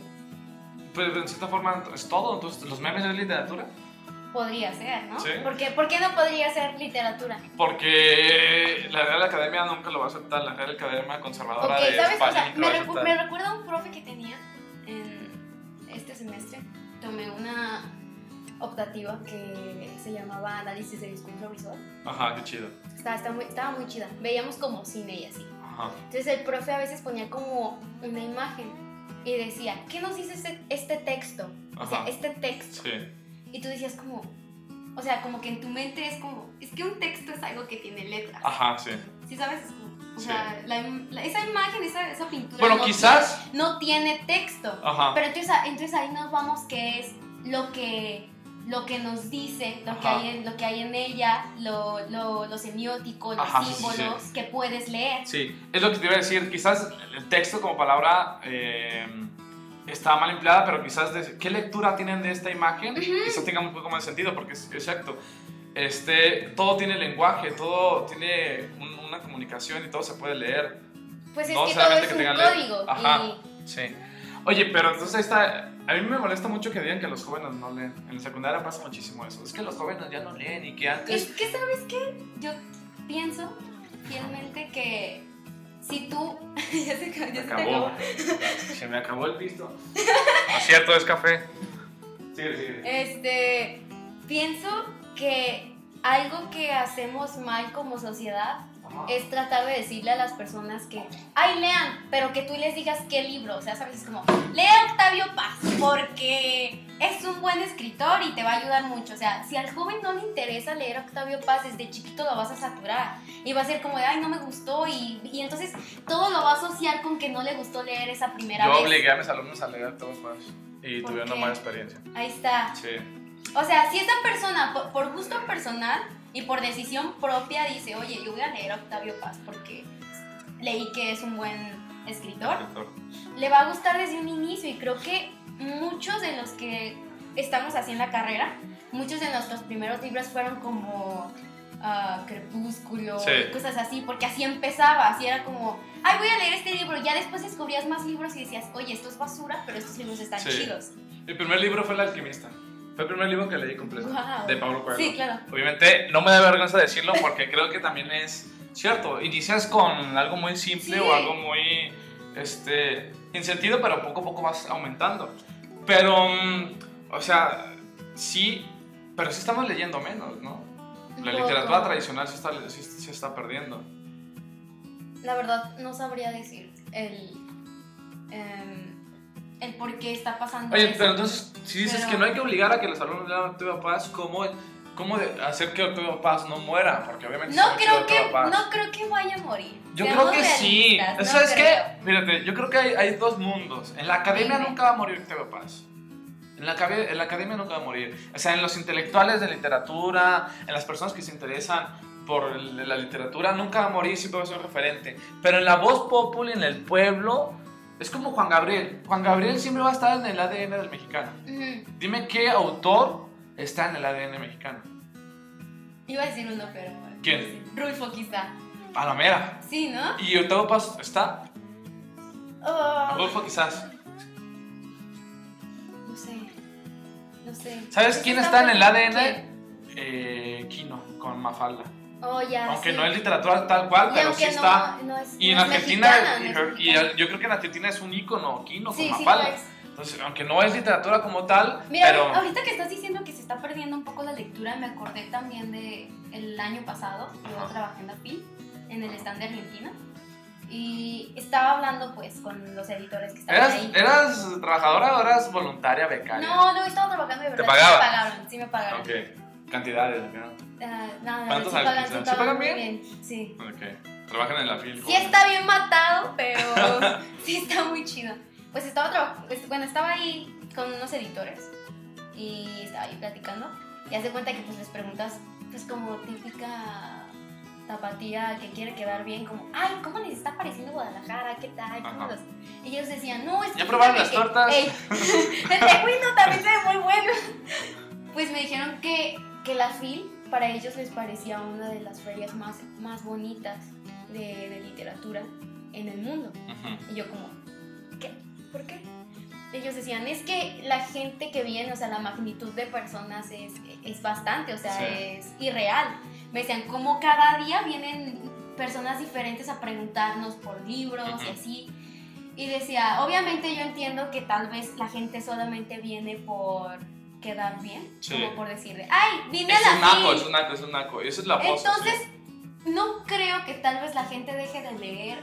Speaker 1: Pues en cierta forma es todo, entonces los memes es literatura.
Speaker 2: Podría ser, ¿no?
Speaker 1: Sí.
Speaker 2: ¿Por, qué, por qué no podría ser literatura?
Speaker 1: Porque la Real Academia nunca lo va a aceptar, la Real Academia conservadora
Speaker 2: Ok,
Speaker 1: de
Speaker 2: ¿sabes? O
Speaker 1: España
Speaker 2: sea,
Speaker 1: nunca lo
Speaker 2: me,
Speaker 1: va a
Speaker 2: recu-
Speaker 1: aceptar.
Speaker 2: me recuerda a un profe que tenía en este semestre. Tomé una optativa que se llamaba Análisis de Discurso Visual.
Speaker 1: Ajá, qué chido.
Speaker 2: Estaba, estaba muy, estaba muy chida. Veíamos como cine y así.
Speaker 1: Ajá.
Speaker 2: Entonces el profe a veces ponía como una imagen y decía, ¿qué nos dice este, este texto? O sea,
Speaker 1: Ajá.
Speaker 2: este texto.
Speaker 1: Sí.
Speaker 2: Y tú decías como, o sea, como que en tu mente es como, es que un texto es algo que tiene letras.
Speaker 1: Ajá, sí.
Speaker 2: ¿Sí sabes? Es como, o
Speaker 1: Ah. Sí.
Speaker 2: sea, la im- la- esa imagen, esa, esa pintura
Speaker 1: Bueno,
Speaker 2: no,
Speaker 1: quizás.
Speaker 2: no tiene texto.
Speaker 1: Ajá.
Speaker 2: Pero entonces, a- entonces ahí nos vamos que es lo que lo que nos dice, lo, que
Speaker 1: Ajá.
Speaker 2: hay, en- lo que hay en ella, lo, lo, lo semiótico, los
Speaker 1: Ajá, sí, sí, sí.
Speaker 2: símbolos que puedes leer.
Speaker 1: Sí, es lo que te iba a decir. Quizás el texto como palabra eh, está mal empleada, pero quizás de- qué lectura tienen de esta imagen, quizás tenga un poco más de sentido, porque es exacto. Este, todo tiene lenguaje, todo tiene un- una comunicación y todo se puede leer.
Speaker 2: Pues es
Speaker 1: No
Speaker 2: que todo
Speaker 1: solamente
Speaker 2: es
Speaker 1: que
Speaker 2: un
Speaker 1: tengan le-
Speaker 2: código.
Speaker 1: Ajá.
Speaker 2: Y,
Speaker 1: Sí. Oye, pero entonces esta, a mí me molesta mucho que digan que los jóvenes no leen. En la secundaria pasa muchísimo eso. Es que los jóvenes ya no leen y que
Speaker 2: Es
Speaker 1: antes...
Speaker 2: que, ¿sabes pues, qué? Yo pienso fielmente que si tú. ya se acabó. Ya se te acabó.
Speaker 1: Se me acabó el visto. Acierto, es café. Sigue, sigue.
Speaker 2: Este. Pienso que algo que hacemos mal como sociedad
Speaker 1: Ajá.
Speaker 2: es tratar de decirle a las personas que. ¡Ay, lean! Pero que tú les digas qué libro. O sea, ¿sabes? Es como. Lea Octavio Paz porque. Es un buen escritor y te va a ayudar mucho. O sea, si al joven no le interesa leer Octavio Paz, desde chiquito lo vas a saturar. Y va a ser como de, ay, no me gustó. Y, y entonces todo lo va a asociar con que no le gustó leer esa primera
Speaker 3: Yo
Speaker 2: vez.
Speaker 3: obligué a mis alumnos a leer todos más y
Speaker 2: ¿Por
Speaker 3: tuvieron una
Speaker 2: qué?
Speaker 3: mala experiencia.
Speaker 2: Ahí está.
Speaker 1: Sí.
Speaker 2: O sea, si esta persona, por, por gusto personal y por decisión propia, dice, oye, yo voy a leer a Octavio Paz porque leí que es un buen escritor, le va a gustar desde un inicio. Y creo que muchos de los que estamos así en la carrera, muchos de nuestros primeros libros fueron como. ah, crepúsculo,
Speaker 1: Sí.
Speaker 2: y cosas así, porque así empezaba, así era como, ay, voy a leer este libro, ya después descubrías más libros y decías, oye, esto es basura, pero estos libros están
Speaker 1: Sí.
Speaker 2: chidos.
Speaker 1: Mi primer libro fue El alquimista. Fue el primer libro que leí completo.
Speaker 2: Guau.
Speaker 1: De Pablo Coelho.
Speaker 2: Sí, claro.
Speaker 1: Obviamente no me da vergüenza decirlo porque creo que también es cierto. Inicias con algo muy simple
Speaker 2: Sí.
Speaker 1: o algo muy este, sin sentido, pero poco a poco vas aumentando. Pero, mm, o sea, sí, pero sí estamos leyendo menos, ¿no? La
Speaker 2: Un
Speaker 1: literatura
Speaker 2: poco.
Speaker 1: tradicional se está, sí se está perdiendo.
Speaker 2: La verdad, no sabría decir el, em, el por qué está pasando
Speaker 1: Oye,
Speaker 2: eso.
Speaker 1: pero entonces, si dices
Speaker 2: Pero-
Speaker 1: que no hay que obligar a que los alumnos lean Octavio Paz, ¿cómo, cómo de- hacer que Octavio Paz no muera? Porque obviamente...
Speaker 2: no
Speaker 1: se metió
Speaker 2: creo, que,
Speaker 1: Octavio Paz.
Speaker 2: no creo que vaya a morir.
Speaker 1: Yo
Speaker 2: Seamos
Speaker 1: creo que sí.
Speaker 2: realistas, no
Speaker 1: ¿Sabes
Speaker 2: creo.
Speaker 1: qué? Fíjate, yo creo que hay, hay dos mundos. En la academia
Speaker 2: Dime.
Speaker 1: nunca va a morir Octavio Paz. En la, cabe- en la academia nunca va a morir. O sea, en los intelectuales de literatura, en las personas que se interesan por el- la literatura, nunca va a morir, siempre va a ser un referente. Pero en la voz popular, en el pueblo, es como Juan Gabriel. Juan Gabriel siempre va a estar en el ADN del mexicano.
Speaker 2: Ujú.
Speaker 1: Dime qué autor está en el ADN mexicano.
Speaker 2: Iba a decir uno, pero... bueno.
Speaker 1: ¿Quién?
Speaker 2: Rulfo, quizá.
Speaker 1: Palomera.
Speaker 2: Sí, ¿no?
Speaker 1: Y Octavio Paz está.
Speaker 2: Oh,
Speaker 1: Rodolfo quizás.
Speaker 2: no sé. No sé. Pues
Speaker 1: ¿Sabes quién está en el ADN?
Speaker 2: ¿Quién?
Speaker 1: Eh, Kino, con Mafalda.
Speaker 2: Oh, ya,
Speaker 1: Aunque
Speaker 2: sí.
Speaker 1: no es literatura tal cual,
Speaker 2: Y
Speaker 1: pero
Speaker 2: aunque
Speaker 1: sí
Speaker 2: no-
Speaker 1: está.
Speaker 2: no es-
Speaker 1: Y en
Speaker 2: no es
Speaker 1: Argentina,
Speaker 2: mexicana,
Speaker 1: y-
Speaker 2: no es
Speaker 1: y
Speaker 2: mexicana.
Speaker 1: yo creo que en Argentina es un ícono, Kino,
Speaker 2: Sí,
Speaker 1: con
Speaker 2: sí,
Speaker 1: Mafalda.
Speaker 2: lo es.
Speaker 1: Entonces, aunque no es literatura como tal,
Speaker 2: Mira,
Speaker 1: pero.
Speaker 2: ahorita que estás diciendo que se está perdiendo un poco la lectura, me acordé también de el año pasado, yo
Speaker 1: Ajá.
Speaker 2: trabajé en la PIL, en el stand de Argentina, y estaba hablando pues con los editores que estaban
Speaker 1: ¿Eras,
Speaker 2: ahí.
Speaker 1: eras trabajadora o eras voluntaria becaria?
Speaker 2: No, no, estaba trabajando de
Speaker 1: ¿Te
Speaker 2: verdad.
Speaker 1: pagaban?
Speaker 2: Sí me pagaron, sí me pagaron.
Speaker 1: Ok. Cantidades, ¿no?
Speaker 2: Ah, no, no, no,
Speaker 1: ¿Cuántos
Speaker 2: sí pagan, sí
Speaker 1: alcanzaron? ¿Sí
Speaker 2: pagan
Speaker 1: pagan
Speaker 2: muy
Speaker 1: bien?
Speaker 2: bien. Sí.
Speaker 1: Ok. Trabajan en la film.
Speaker 2: Sí está bien matado, pero sí está muy chido. Pues estaba traba- pues, bueno, estaba ahí con unos editores y estaba ahí platicando y hace cuenta que pues les preguntas pues como típica tapatía que quiere quedar bien como ay cómo les está pareciendo Guadalajara qué tal ¿Cómo
Speaker 1: Ajá.
Speaker 2: los-?" y ellos decían no es que
Speaker 1: ¿Ya probaron
Speaker 2: fíjate
Speaker 1: las
Speaker 2: que-
Speaker 1: tortas?
Speaker 2: Ey, el tejuino también se ve muy bueno pues me dijeron que que la fil para ellos les parecía una de las ferias más, más bonitas de, de literatura en el mundo.
Speaker 1: Ujú.
Speaker 2: Y yo como, ¿qué? ¿Por qué? Ellos decían, es que la gente que viene, o sea, la magnitud de personas es, es bastante, o sea,
Speaker 3: Sí.
Speaker 2: es irreal. Me decían, como cada día vienen personas diferentes a preguntarnos por libros y
Speaker 1: Ujú.
Speaker 2: así. Y decía, obviamente yo entiendo que tal vez la gente solamente viene por quedar bien,
Speaker 1: Sí.
Speaker 2: como por decirle, ay, vine a
Speaker 1: Es
Speaker 2: la
Speaker 1: un naco,
Speaker 2: fil".
Speaker 1: es un naco, es un naco. Eso es la voz.
Speaker 2: Entonces, no creo que tal vez la gente deje de leer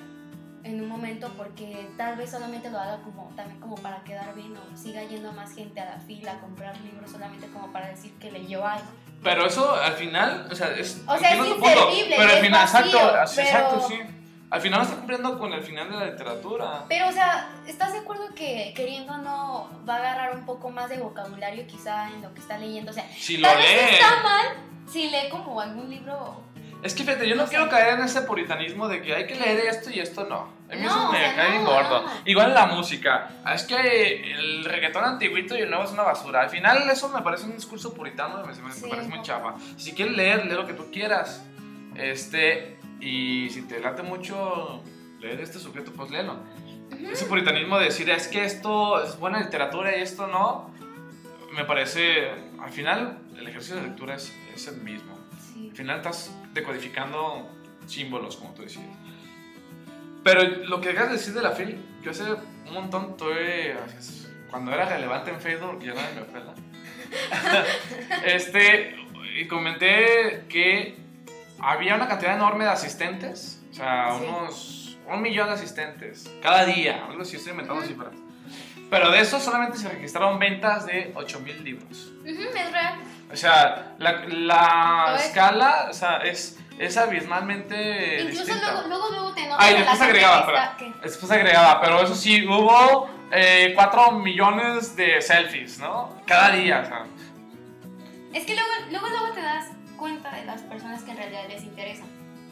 Speaker 2: en un momento porque tal vez solamente lo haga como también como para quedar bien o siga yendo más gente a la fila a comprar libros solamente como para decir que leyó algo.
Speaker 1: Pero eso al final, o sea, es.
Speaker 2: O sea,
Speaker 1: entiendo
Speaker 2: es
Speaker 1: tu punto,
Speaker 2: inservible,
Speaker 1: Pero al
Speaker 2: es
Speaker 1: final,
Speaker 2: vacío,
Speaker 1: exacto, así-
Speaker 2: pero-
Speaker 1: exacto, sí. Al final no está cumpliendo con el final de la literatura.
Speaker 2: Pero o sea, ¿estás de acuerdo que queriendo o no va a agarrar un poco más de vocabulario quizá en lo que está leyendo? O sea,
Speaker 1: Si lo
Speaker 2: tal vez
Speaker 1: lee.
Speaker 2: está mal si lee como algún libro...
Speaker 1: Es que fíjate, yo no,
Speaker 2: No sé.
Speaker 1: quiero caer en ese puritanismo de que hay que leer esto y esto no. A mí
Speaker 2: No,
Speaker 1: eso
Speaker 2: o
Speaker 1: me
Speaker 2: sea,
Speaker 1: cae bien
Speaker 2: no,
Speaker 1: gordo.
Speaker 2: no.
Speaker 1: Igual en la música. Ah, Es que el reggaetón antiguito y el nuevo es una basura. Al final eso me parece un discurso puritano, me, me
Speaker 2: Sí,
Speaker 1: parece muy
Speaker 2: no.
Speaker 1: chafa. Si quieres leer, lee lo que tú quieras. Este, y si te late mucho leer este sujeto, pues léelo.
Speaker 2: Mm.
Speaker 1: Ese puritanismo de decir, es que esto es buena literatura y esto no, me parece, al final el ejercicio de lectura es, es el mismo.
Speaker 2: Sí.
Speaker 1: Al final estás decodificando símbolos, como tú decías. Pero lo que acabas de decir de la FIL, yo hace un montón tuve. Cuando era relevante en Facebook, ya nadie me pela. este, y comenté que había una cantidad enorme de asistentes, o sea,
Speaker 2: Sí.
Speaker 1: unos. un millón de asistentes cada día, algo así, estoy inventando cifras. Pero de eso solamente se registraron ventas de 8000 libros.
Speaker 2: Ujú, es real.
Speaker 1: O sea, la, la
Speaker 2: Todo es-
Speaker 1: escala o sea, es, es abismalmente
Speaker 2: Incluso
Speaker 1: distinta.
Speaker 2: luego, luego, luego te notas...
Speaker 1: Ah, y
Speaker 2: a la
Speaker 1: después
Speaker 2: gente que
Speaker 1: agregaba,
Speaker 2: está-
Speaker 1: espera.
Speaker 2: que-
Speaker 1: Después agregaba, pero eso sí, hubo 4 millones de selfies, ¿no? Cada día, o sea.
Speaker 2: Es que luego, luego, luego te das cuenta de las personas que en realidad les interesan.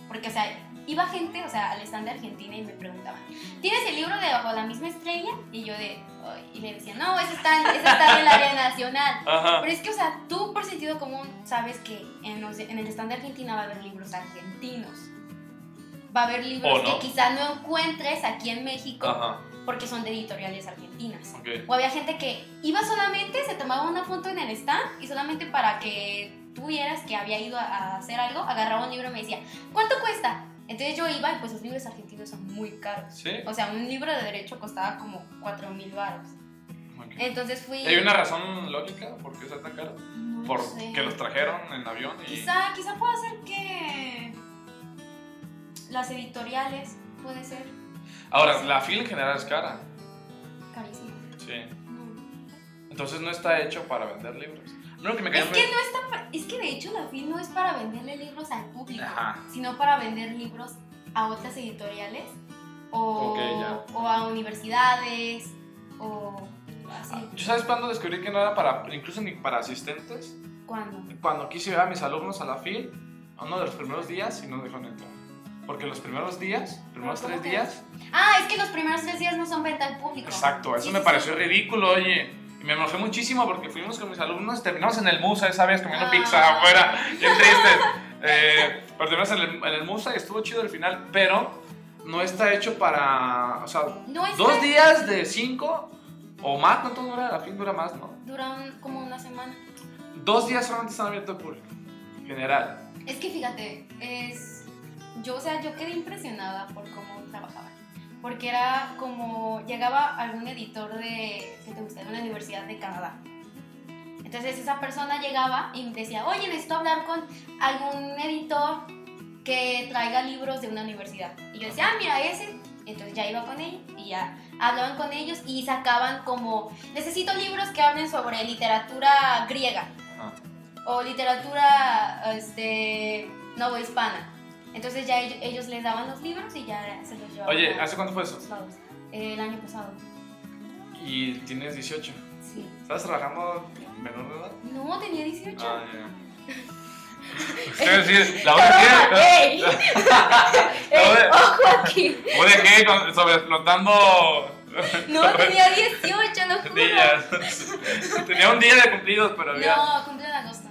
Speaker 2: Porque, o sea, iba gente, o sea, al stand de Argentina y me preguntaban, ¿tienes el libro de Bajo la misma estrella? Y yo de, "Ay", y le decía, no, ese está, ese está en el área nacional.
Speaker 1: Ajá.
Speaker 2: Pero es que, o sea, tú por sentido común sabes que en, los- en el stand de Argentina va a haber libros argentinos. Va a haber libros
Speaker 1: O no.
Speaker 2: que quizás no encuentres aquí en México
Speaker 1: Ajá.
Speaker 2: porque son de editoriales argentinas.
Speaker 1: Ok.
Speaker 2: O había gente que iba solamente, se tomaba una foto en el stand y solamente para que tú vieras que había ido a- a hacer algo, agarraba un libro y me decía, ¿cuánto cuesta? Entonces yo iba y pues los libros argentinos son muy caros.
Speaker 1: Sí.
Speaker 2: O sea, un libro de derecho costaba como 4 mil baros.
Speaker 1: ok.
Speaker 2: Entonces fui...
Speaker 1: ¿Hay una razón lógica por qué está tan caro?
Speaker 2: No
Speaker 1: ¿Por
Speaker 2: sé.
Speaker 1: que los trajeron en avión y.
Speaker 2: Quizá, quizá pueda ser que las editoriales puede ser
Speaker 1: Ahora, la fila en general es cara.
Speaker 2: carísimo.
Speaker 1: Sí.
Speaker 2: No.
Speaker 1: Entonces no está hecho para vender libros. No, que me
Speaker 2: Es
Speaker 1: cayó
Speaker 2: que no está pa- es que de hecho la FIL no es para venderle libros al público,
Speaker 1: Ajá.
Speaker 2: sino para vender libros a otras editoriales o,
Speaker 1: Ok, ya.
Speaker 2: o a universidades o así.
Speaker 1: ¿Yo sabes cuándo descubrí que no era para, incluso ni para asistentes?
Speaker 2: ¿Cuándo?
Speaker 1: Cuando quise llevar a mis alumnos a la FIL, a uno de los primeros días y no dejaron entrar. Porque los primeros días, primeros tres
Speaker 2: ¿Pero cómo que?
Speaker 1: días,
Speaker 2: Ah, es que los primeros tres días no son venta al público.
Speaker 1: exacto, eso
Speaker 2: Sí,
Speaker 1: me
Speaker 2: sí,
Speaker 1: pareció
Speaker 2: sí.
Speaker 1: ridículo, oye. Y me enojé muchísimo porque fuimos con mis alumnos, terminamos en el Musa esa vez comiendo
Speaker 2: Ah.
Speaker 1: pizza afuera, bien tristes. Eh, pero terminamos en el, en el Musa y estuvo chido el final, pero no está hecho para, o sea,
Speaker 2: No es
Speaker 1: dos
Speaker 2: que
Speaker 1: días de cinco o más, ¿cuánto dura? La FIL dura más, ¿no?
Speaker 2: Dura un- como una semana.
Speaker 1: Dos días solamente están abiertos al público, en general.
Speaker 2: Es que fíjate, es. Yo, o sea, yo quedé impresionada por cómo trabajaban. Porque era como. Llegaba algún editor de. que te gusta? De una universidad de Canadá. Entonces esa persona llegaba y me decía, oye, necesito hablar con algún editor que traiga libros de una universidad. Y yo decía, ah, mira, ese. Entonces ya iba con ellos y ya hablaban con ellos y sacaban como, necesito libros que hablen sobre literatura griega
Speaker 1: Ajá.
Speaker 2: o literatura este, novohispana. Entonces ya ellos, ellos les daban los libros y ya se los llevaban.
Speaker 1: Oye,
Speaker 2: a
Speaker 1: ¿hace cuánto fue eso?
Speaker 2: los lados. El año pasado,
Speaker 1: Y tienes 18.
Speaker 2: sí.
Speaker 1: ¿Estabas trabajando menor de edad?
Speaker 2: No, tenía 18.
Speaker 1: Ah, ya. Ustedes sí, la voy a
Speaker 2: Toma,
Speaker 1: decir.
Speaker 2: ¡Ey! ¡Ey,
Speaker 1: ver.
Speaker 2: ¡Ojo aquí!
Speaker 1: Voy a decir con- sobreexplotando
Speaker 2: No, tenía 18, no juro.
Speaker 1: días. Tenía un día de cumplidos, pero había.
Speaker 2: No, cumple en agosto.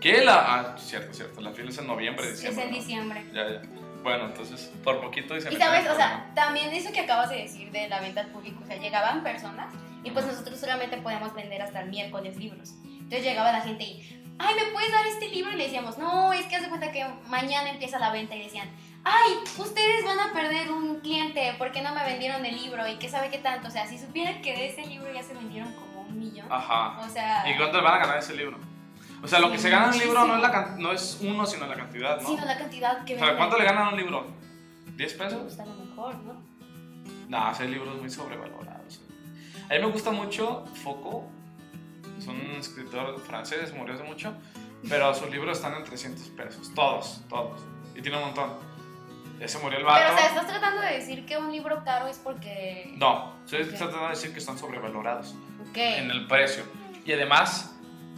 Speaker 3: Que la. Ah, cierto, cierto. La fiel es en noviembre,
Speaker 2: Es
Speaker 3: diciembre.
Speaker 2: en
Speaker 3: ¿no?
Speaker 2: diciembre.
Speaker 3: Ya, ya. Bueno, entonces, por poquito y se
Speaker 2: Y
Speaker 3: me
Speaker 2: sabes,
Speaker 3: queda
Speaker 2: o
Speaker 3: el
Speaker 2: sea, también eso que acabas de decir de la venta al público, o sea, llegaban personas y pues nosotros solamente podíamos vender hasta el miércoles libros. Entonces llegaba la gente y, ay, ¿me puedes dar este libro? Y le decíamos, no, es que haz de cuenta que mañana empieza la venta y decían, ay, ustedes van a perder un cliente porque no me vendieron el libro y qué sabe qué tanto. O sea, si supieran que de ese libro ya se vendieron como un millón.
Speaker 1: Ajá.
Speaker 2: O sea,
Speaker 1: Ah, ¿Y cuánto le van a ganar ese libro? O sea, lo que
Speaker 2: Sí,
Speaker 1: se gana en un libro no
Speaker 2: muchísimo.
Speaker 1: es, la can- no es uno, sino la cantidad, ¿no?
Speaker 2: sino la cantidad que
Speaker 1: O sea,
Speaker 2: venden.
Speaker 1: ¿cuánto le ganan a un libro? ¿10 pesos?
Speaker 2: Pues, a lo mejor, ¿no?
Speaker 1: No, ese libro es muy sobrevalorado. o sea. A mí me gusta mucho Foucault. Es un escritor francés, murió hace mucho. Pero sus libros están en 300 pesos. Todos, todos. Y tiene un montón. Ya se murió el vato.
Speaker 2: Pero, o sea, estás tratando de decir que un libro caro es porque...
Speaker 1: No, estoy
Speaker 2: Ok.
Speaker 1: tratando de decir que están sobrevalorados
Speaker 2: Ok.
Speaker 1: en el precio. Y además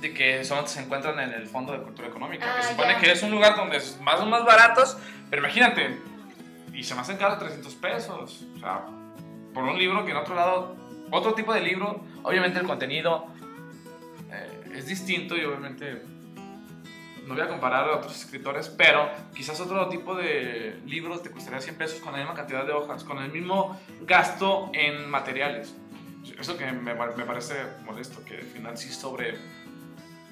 Speaker 1: de que son, se encuentran en el Fondo de Cultura Económica, que
Speaker 2: Ah,
Speaker 1: se supone
Speaker 2: ya.
Speaker 1: que es un lugar donde es más son más baratos, pero imagínate, y se me hacen caros 300 pesos, o sea, por un libro que en otro lado, otro tipo de libro, obviamente el contenido eh, es distinto y obviamente no voy a comparar a otros escritores, pero quizás otro tipo de libros te costaría 100 pesos con la misma cantidad de hojas, con el mismo gasto en materiales. Eso que me, pa- me parece molesto, que al final sí sobre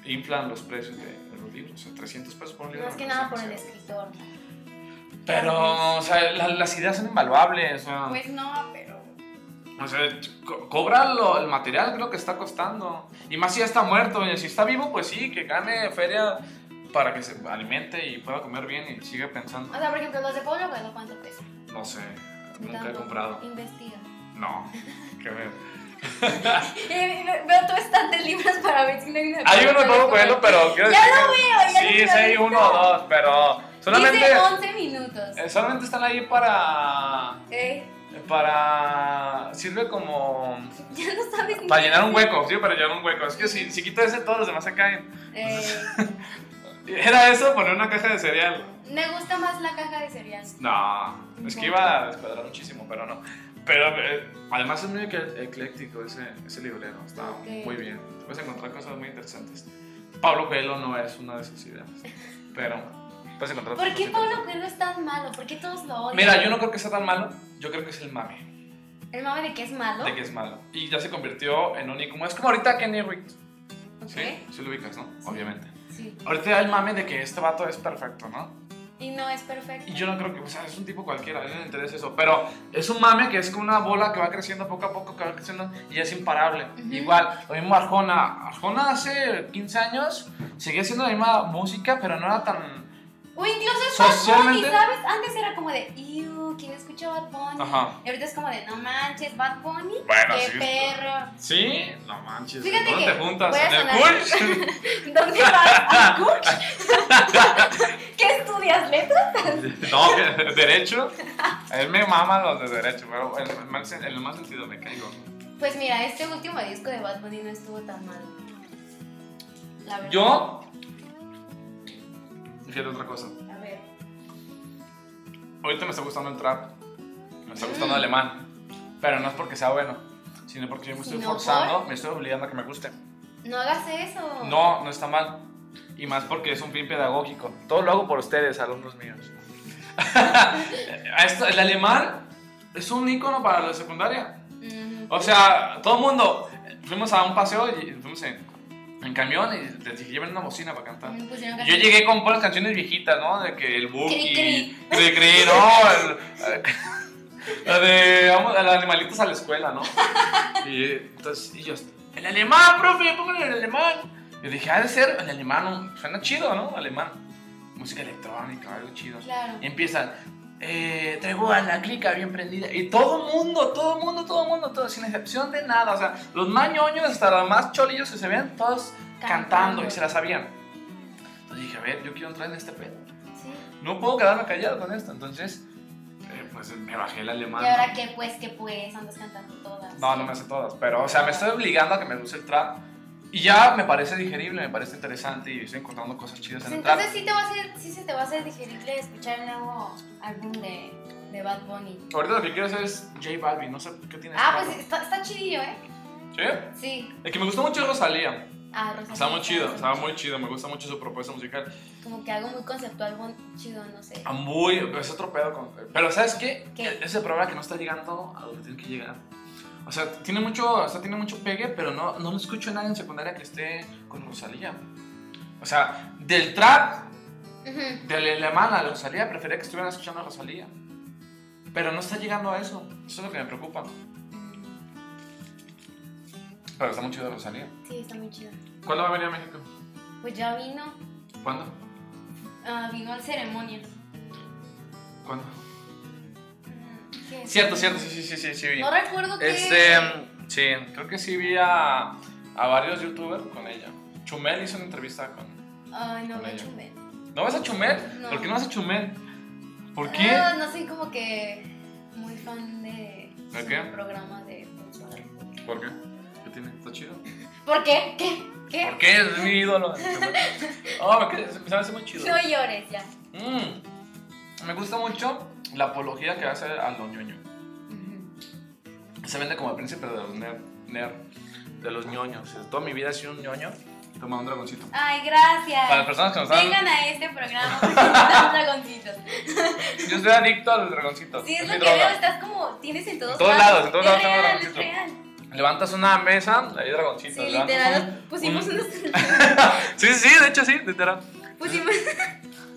Speaker 1: inflan los precios de, de los libros. O sea, 300 pesos por un libro.
Speaker 2: Más que
Speaker 1: me
Speaker 2: nada por
Speaker 1: parece
Speaker 2: el
Speaker 1: demasiado.
Speaker 2: escritor.
Speaker 1: Pero, o sea, la- las ideas son invaluables. O sea,
Speaker 2: Pues no, pero.
Speaker 1: o sea, co- cobra lo- el material, creo que está costando. Y más si ya está muerto. y Si está vivo, pues sí, que gane feria para que se alimente y pueda comer bien y siga pensando.
Speaker 2: O sea, por ejemplo, los de Pablo Coelho, ¿cuánto pesan?
Speaker 1: No sé, nunca he
Speaker 2: Tanto.
Speaker 1: comprado.
Speaker 2: Investiga.
Speaker 1: No, que ver.
Speaker 2: Eh, ve- Veo tu estante de libros para ver si no hay una.
Speaker 1: Hay uno de Pablo Coelho, pero quiero
Speaker 2: Ya
Speaker 1: decir
Speaker 2: lo
Speaker 1: que-
Speaker 2: veo, ya lo
Speaker 1: Sí,
Speaker 2: veo.
Speaker 1: sí, hay uno o dos, pero solamente,
Speaker 2: Dice 11 minutos.
Speaker 1: eh, solamente están ahí para.
Speaker 2: Eh,
Speaker 1: Para. Sirve como.
Speaker 2: ya no sabes ni.
Speaker 1: Para llenar un hueco, sí, para llenar un hueco. Es que si, si quito ese, todos los demás se caen.
Speaker 2: Eh,
Speaker 1: Era eso, poner una caja de cereal.
Speaker 2: me gusta más la caja de cereal.
Speaker 1: No, es que iba a descuadrar muchísimo, pero no. Pero eh, además es muy ecle- ecléctico ese, ese librero, está
Speaker 2: Ok.
Speaker 1: muy bien. Te puedes encontrar cosas muy interesantes. Pablo Coelho no es una de esas ideas, pero puedes encontrar
Speaker 2: ¿Por
Speaker 1: cosas
Speaker 2: qué Pablo
Speaker 1: interesantes.
Speaker 2: Coelho es tan malo? ¿Por qué todos lo odian?
Speaker 1: Mira, yo no creo que sea tan malo, yo creo que es el mame
Speaker 2: El mame de que es malo.
Speaker 1: de que es malo. Y ya se convirtió en un icono. Es como ahorita Kenny Ricks,
Speaker 2: Ok.
Speaker 1: ¿sí? Sí lo ubicas, ¿no?
Speaker 2: Sí.
Speaker 1: Obviamente.
Speaker 2: Sí.
Speaker 1: Ahorita el mame de que este vato es perfecto, ¿no?
Speaker 2: Y no es perfecto.
Speaker 1: Y yo no creo que, o sea, es un tipo cualquiera, a él no le interesa eso. Pero es un mame que es como una bola que va creciendo poco a poco, que va creciendo y es imparable.
Speaker 2: Ujú.
Speaker 1: Igual, lo mismo Arjona. Arjona hace 15 años seguía haciendo la misma música, pero no era tan.
Speaker 2: O incluso es Bad Bunny,
Speaker 1: Socialmente-
Speaker 2: ¿sabes? Antes era como de, "Ew, ¿quién escucha Bad Bunny?
Speaker 1: Ajá.
Speaker 2: Y ahorita es como de, no manches, Bad Bunny,
Speaker 1: Bueno,
Speaker 2: qué perro.
Speaker 1: Sí, no manches.
Speaker 2: Fíjate
Speaker 1: ¿Dónde
Speaker 2: que
Speaker 1: te juntas?
Speaker 2: voy a
Speaker 1: ¿En el
Speaker 2: sonar-
Speaker 1: Kush?
Speaker 2: ¿Dónde vas? ¿A Cook? ¿Qué estudias, letras?
Speaker 1: no, que- derecho. A él me maman los de derecho, pero en el mal, sen- en el mal sentido me caigo.
Speaker 2: Pues mira, este último disco de Bad Bunny no estuvo tan malo. La verdad.
Speaker 1: Yo. Fíjate otra cosa.
Speaker 2: A ver.
Speaker 1: Ahorita me está gustando el trap. Me está gustando
Speaker 2: Mm.
Speaker 1: el alemán. Pero no es porque sea bueno, sino porque yo me estoy
Speaker 2: Sino
Speaker 1: forzando, me estoy obligando a que me guste.
Speaker 2: No hagas eso.
Speaker 1: No, no está mal. Y más porque es un fin pedagógico. Todo lo hago por ustedes, alumnos míos. Esto- el alemán es un ícono para la secundaria.
Speaker 2: Mm,
Speaker 1: O sea, todo el mundo. Fuimos a un paseo y fuimos en, en camión y les dije, lleven una bocina para cantar.
Speaker 2: me pusieron
Speaker 1: Yo
Speaker 2: canciones.
Speaker 1: llegué con puras canciones viejitas, ¿no? De que el
Speaker 2: Cri,
Speaker 1: Buki,
Speaker 2: cri.
Speaker 1: Cri Cri, ¿no? El- la de vamos, a los animalitos a la escuela, ¿no? Y eh, entonces, y yo, el alemán, profe, póngale el alemán. Yo dije, ha de ser el alemán, ¿no? suena chido, ¿no? Alemán. Música electrónica, algo chido.
Speaker 2: Claro.
Speaker 1: Y empiezan, eh, traigo a la clica bien prendida. Y todo mundo, todo mundo, todo mundo, todo, sin excepción de nada. O sea, los más ñoños, hasta los más cholillos que se vean, todos cantando y se la sabían. Entonces dije, a ver, yo quiero entrar en este pedo.
Speaker 2: Sí.
Speaker 1: No puedo quedarme callado con esto. Entonces, eh, pues me bajé el alemán.
Speaker 2: Y ahora que pues, que pues, andas cantando todas.
Speaker 1: No, no me hace todas, pero, o sea, me estoy obligando a que me guste el trap. Y ya me parece digerible, me parece interesante y estoy encontrando cosas chidas
Speaker 2: Pues
Speaker 1: en el trap.
Speaker 2: entonces sí te va a hacer, sí se te va a hacer digerible escuchar el nuevo álbum de, de Bad Bunny.
Speaker 1: Ahorita lo que quiero hacer es J Balvin, no sé qué tiene.
Speaker 2: Ah,
Speaker 1: ese
Speaker 2: pues está, está chidillo, ¿eh?
Speaker 1: rollo. ¿Sí?
Speaker 2: Sí.
Speaker 1: El que me gustó mucho es Rosalía.
Speaker 2: Ah, Rosalía.
Speaker 1: Estaba muy chido,
Speaker 2: hace
Speaker 1: estaba
Speaker 2: mucho.
Speaker 1: muy chido, me gusta mucho su propuesta musical.
Speaker 2: Como que algo muy conceptual, muy chido, no sé.
Speaker 1: Ah, Muy, es otro pedo con... Pero ¿sabes qué?
Speaker 2: ¿Qué?
Speaker 1: Es el programa que no está llegando a donde tiene que llegar. O sea, tiene mucho, o sea, tiene mucho pegue, pero no, no lo escucho a nadie en secundaria que esté con Rosalía. O sea, del trap,
Speaker 2: Ujú.
Speaker 1: del alemán a Rosalía, prefería que estuvieran escuchando a Rosalía. Pero no está llegando a eso, eso es lo que me preocupa.
Speaker 2: Mm,
Speaker 1: Pero está muy chido Rosalía.
Speaker 2: Sí, está muy chido.
Speaker 1: ¿Cuándo va a venir a México?
Speaker 2: Pues ya vino,
Speaker 1: ¿Cuándo?
Speaker 2: ah, vino al ceremonia.
Speaker 1: ¿Cuándo?
Speaker 2: Mm, ¿qué?
Speaker 1: Cierto, cierto, sí, sí, sí, sí, sí. vi.
Speaker 2: No recuerdo qué.
Speaker 1: Este, sí, creo que sí vi a, a varios youtubers con ella. Chumel hizo una entrevista con...
Speaker 2: Ay, no
Speaker 1: con
Speaker 2: me
Speaker 1: ella.
Speaker 2: chumé.
Speaker 1: ¿No vas a Chumel?
Speaker 2: No.
Speaker 1: ¿Por qué no vas a Chumel? ¿Por qué?
Speaker 2: Ah, no soy como que muy fan de.
Speaker 1: ¿De
Speaker 2: su
Speaker 1: qué?
Speaker 2: programa de Ponce de León.
Speaker 1: ¿Por qué? ¿Qué tiene? ¿Está chido?
Speaker 2: ¿Por qué? ¿Qué? ¿Qué?
Speaker 1: ¿Por qué? Es mi ídolo. Chumel. Oh, me quedé- me hace muy chido.
Speaker 2: No llores ya.
Speaker 1: Mm. Me gusta mucho la apología que hace a los ñoño.
Speaker 2: Ujú.
Speaker 1: Se vende como el príncipe de los nerd, nerd, de los ñoños. O sea, toda mi vida he sido un ñoño. Toma un dragoncito.
Speaker 2: Ay,
Speaker 1: Para las
Speaker 2: gracias.
Speaker 1: personas que nos están...
Speaker 2: Vengan a este programa porque están dragoncitos.
Speaker 1: Yo soy adicto a los dragoncitos.
Speaker 2: Sí, es
Speaker 1: es
Speaker 2: lo
Speaker 1: mi
Speaker 2: que
Speaker 1: droga.
Speaker 2: veo, estás como, tienes en todos,
Speaker 1: En todos lados, en todos
Speaker 2: Es
Speaker 1: lados tengo
Speaker 2: real, es
Speaker 1: dragoncitos.
Speaker 2: real.
Speaker 1: Levantas una mesa, hay dragoncitos.
Speaker 2: Sí,
Speaker 1: levantas
Speaker 2: literal,
Speaker 1: un-
Speaker 2: pusimos
Speaker 1: un-
Speaker 2: unos...
Speaker 1: Sí, sí, sí, de hecho sí, literal.
Speaker 2: pusimos...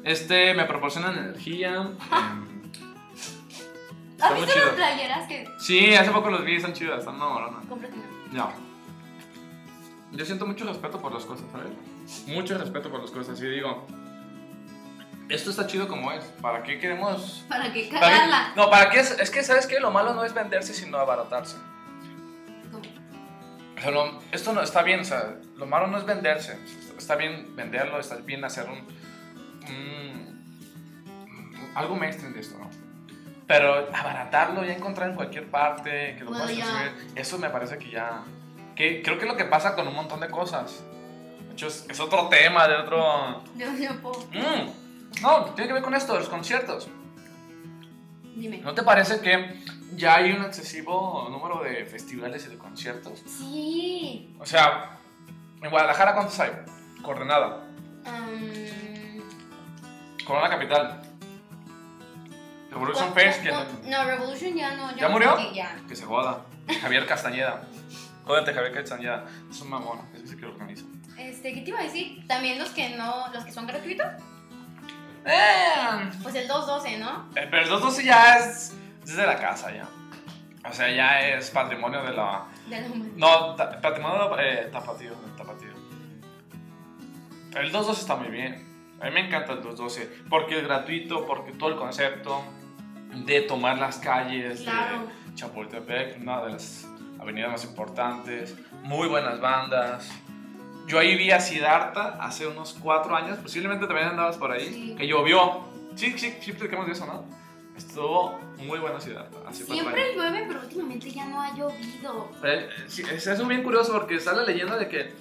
Speaker 1: Este, me proporcionan energía. Em,
Speaker 2: ¿Has
Speaker 1: muy
Speaker 2: visto
Speaker 1: chido.
Speaker 2: las playeras que...?
Speaker 1: Sí, hace poco los vi, están chidas, están mamoronas.
Speaker 2: Cómprate una.
Speaker 1: No. Yo siento mucho respeto por las cosas, ¿sabes? Mucho respeto por las cosas. Y digo, esto está chido como es. ¿Para qué queremos
Speaker 2: ¿Para que
Speaker 1: ¿Para qué-
Speaker 2: cagarla?
Speaker 1: No, para qué es, es que sabes que lo malo no es venderse sino abaratarse.
Speaker 2: ¿Cómo?
Speaker 1: O sea, lo- esto no está bien, o sea, lo malo no es venderse. Está bien venderlo, está bien hacer un, un- algo mainstream de esto, ¿no? Pero abaratarlo ya encontrar en cualquier parte, que lo
Speaker 2: Bueno,
Speaker 1: puedas
Speaker 2: ya.
Speaker 1: consumir, eso me parece que ya que creo que es lo que pasa con un montón de cosas. De hecho, es, es otro tema de otro
Speaker 2: Yo no puedo.
Speaker 1: Mm, no, tiene que ver con esto, los conciertos.
Speaker 2: Dime.
Speaker 1: ¿No te parece que ya hay un excesivo número de festivales y de conciertos?
Speaker 2: Sí.
Speaker 1: O sea, en Guadalajara, ¿cuántos hay? Coordenada,
Speaker 2: Um,
Speaker 1: Corona Capital. Revolution
Speaker 2: ¿cuál-
Speaker 1: Fest, que,
Speaker 2: cuál- No, Revolution ya no.
Speaker 1: ¿Ya
Speaker 2: no
Speaker 1: murió?
Speaker 2: creo que Ya.
Speaker 1: que se joda. Javier Castañeda. Jódete, Javier Castañeda. Es un mamón, es ese que lo organiza.
Speaker 2: Este, ¿qué te iba a decir? También los que no, los que son gratuitos,
Speaker 1: Eh,
Speaker 2: pues el 212, ¿no?
Speaker 1: Eh, Pero el 212 ya es desde la casa, ya. O sea, ya es patrimonio de la...
Speaker 2: De la humanidad.
Speaker 1: No, ta- patrimonio eh, tapatío, del tapatío. El 212 está muy bien. A mí me encanta el 212 porque es gratuito, porque todo el concepto de tomar las calles
Speaker 2: Claro.
Speaker 1: de Chapultepec, una de las avenidas más importantes, muy buenas bandas. Yo ahí vi a Siddhartha hace unos cuatro años, posiblemente también andabas por ahí,
Speaker 2: Sí.
Speaker 1: que llovió. Sí, sí, sí, platicamos de eso, ¿no? Estuvo muy buena Siddhartha hace cuatro años.
Speaker 2: Siempre llueve, pero últimamente ya no ha llovido.
Speaker 1: Eh, sí, es es bien curioso porque está la leyenda de que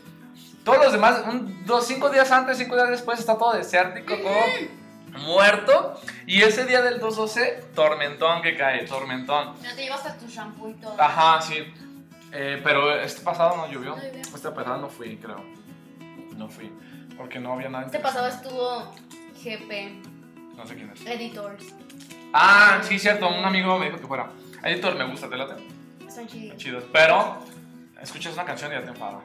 Speaker 1: todos los demás, un- dos, cinco días antes, cinco días después, está todo desértico, todo muerto. Y ese día del 212, tormentón que cae, tormentón.
Speaker 2: No te llevas hasta tu shampoo y todo.
Speaker 1: Ajá, sí. Eh, pero este pasado no llovió.
Speaker 2: No llovió.
Speaker 1: Este pasado no fui, creo. No fui. Porque no había nada.
Speaker 2: Este pasado estuvo GP,
Speaker 1: No sé quién es.
Speaker 2: Editors.
Speaker 1: Ah, sí, cierto. Un amigo me dijo que fuera. Editor, me gusta, te late.
Speaker 2: Son chidos.
Speaker 1: Chido. Pero escuchas una canción y ya te enfada.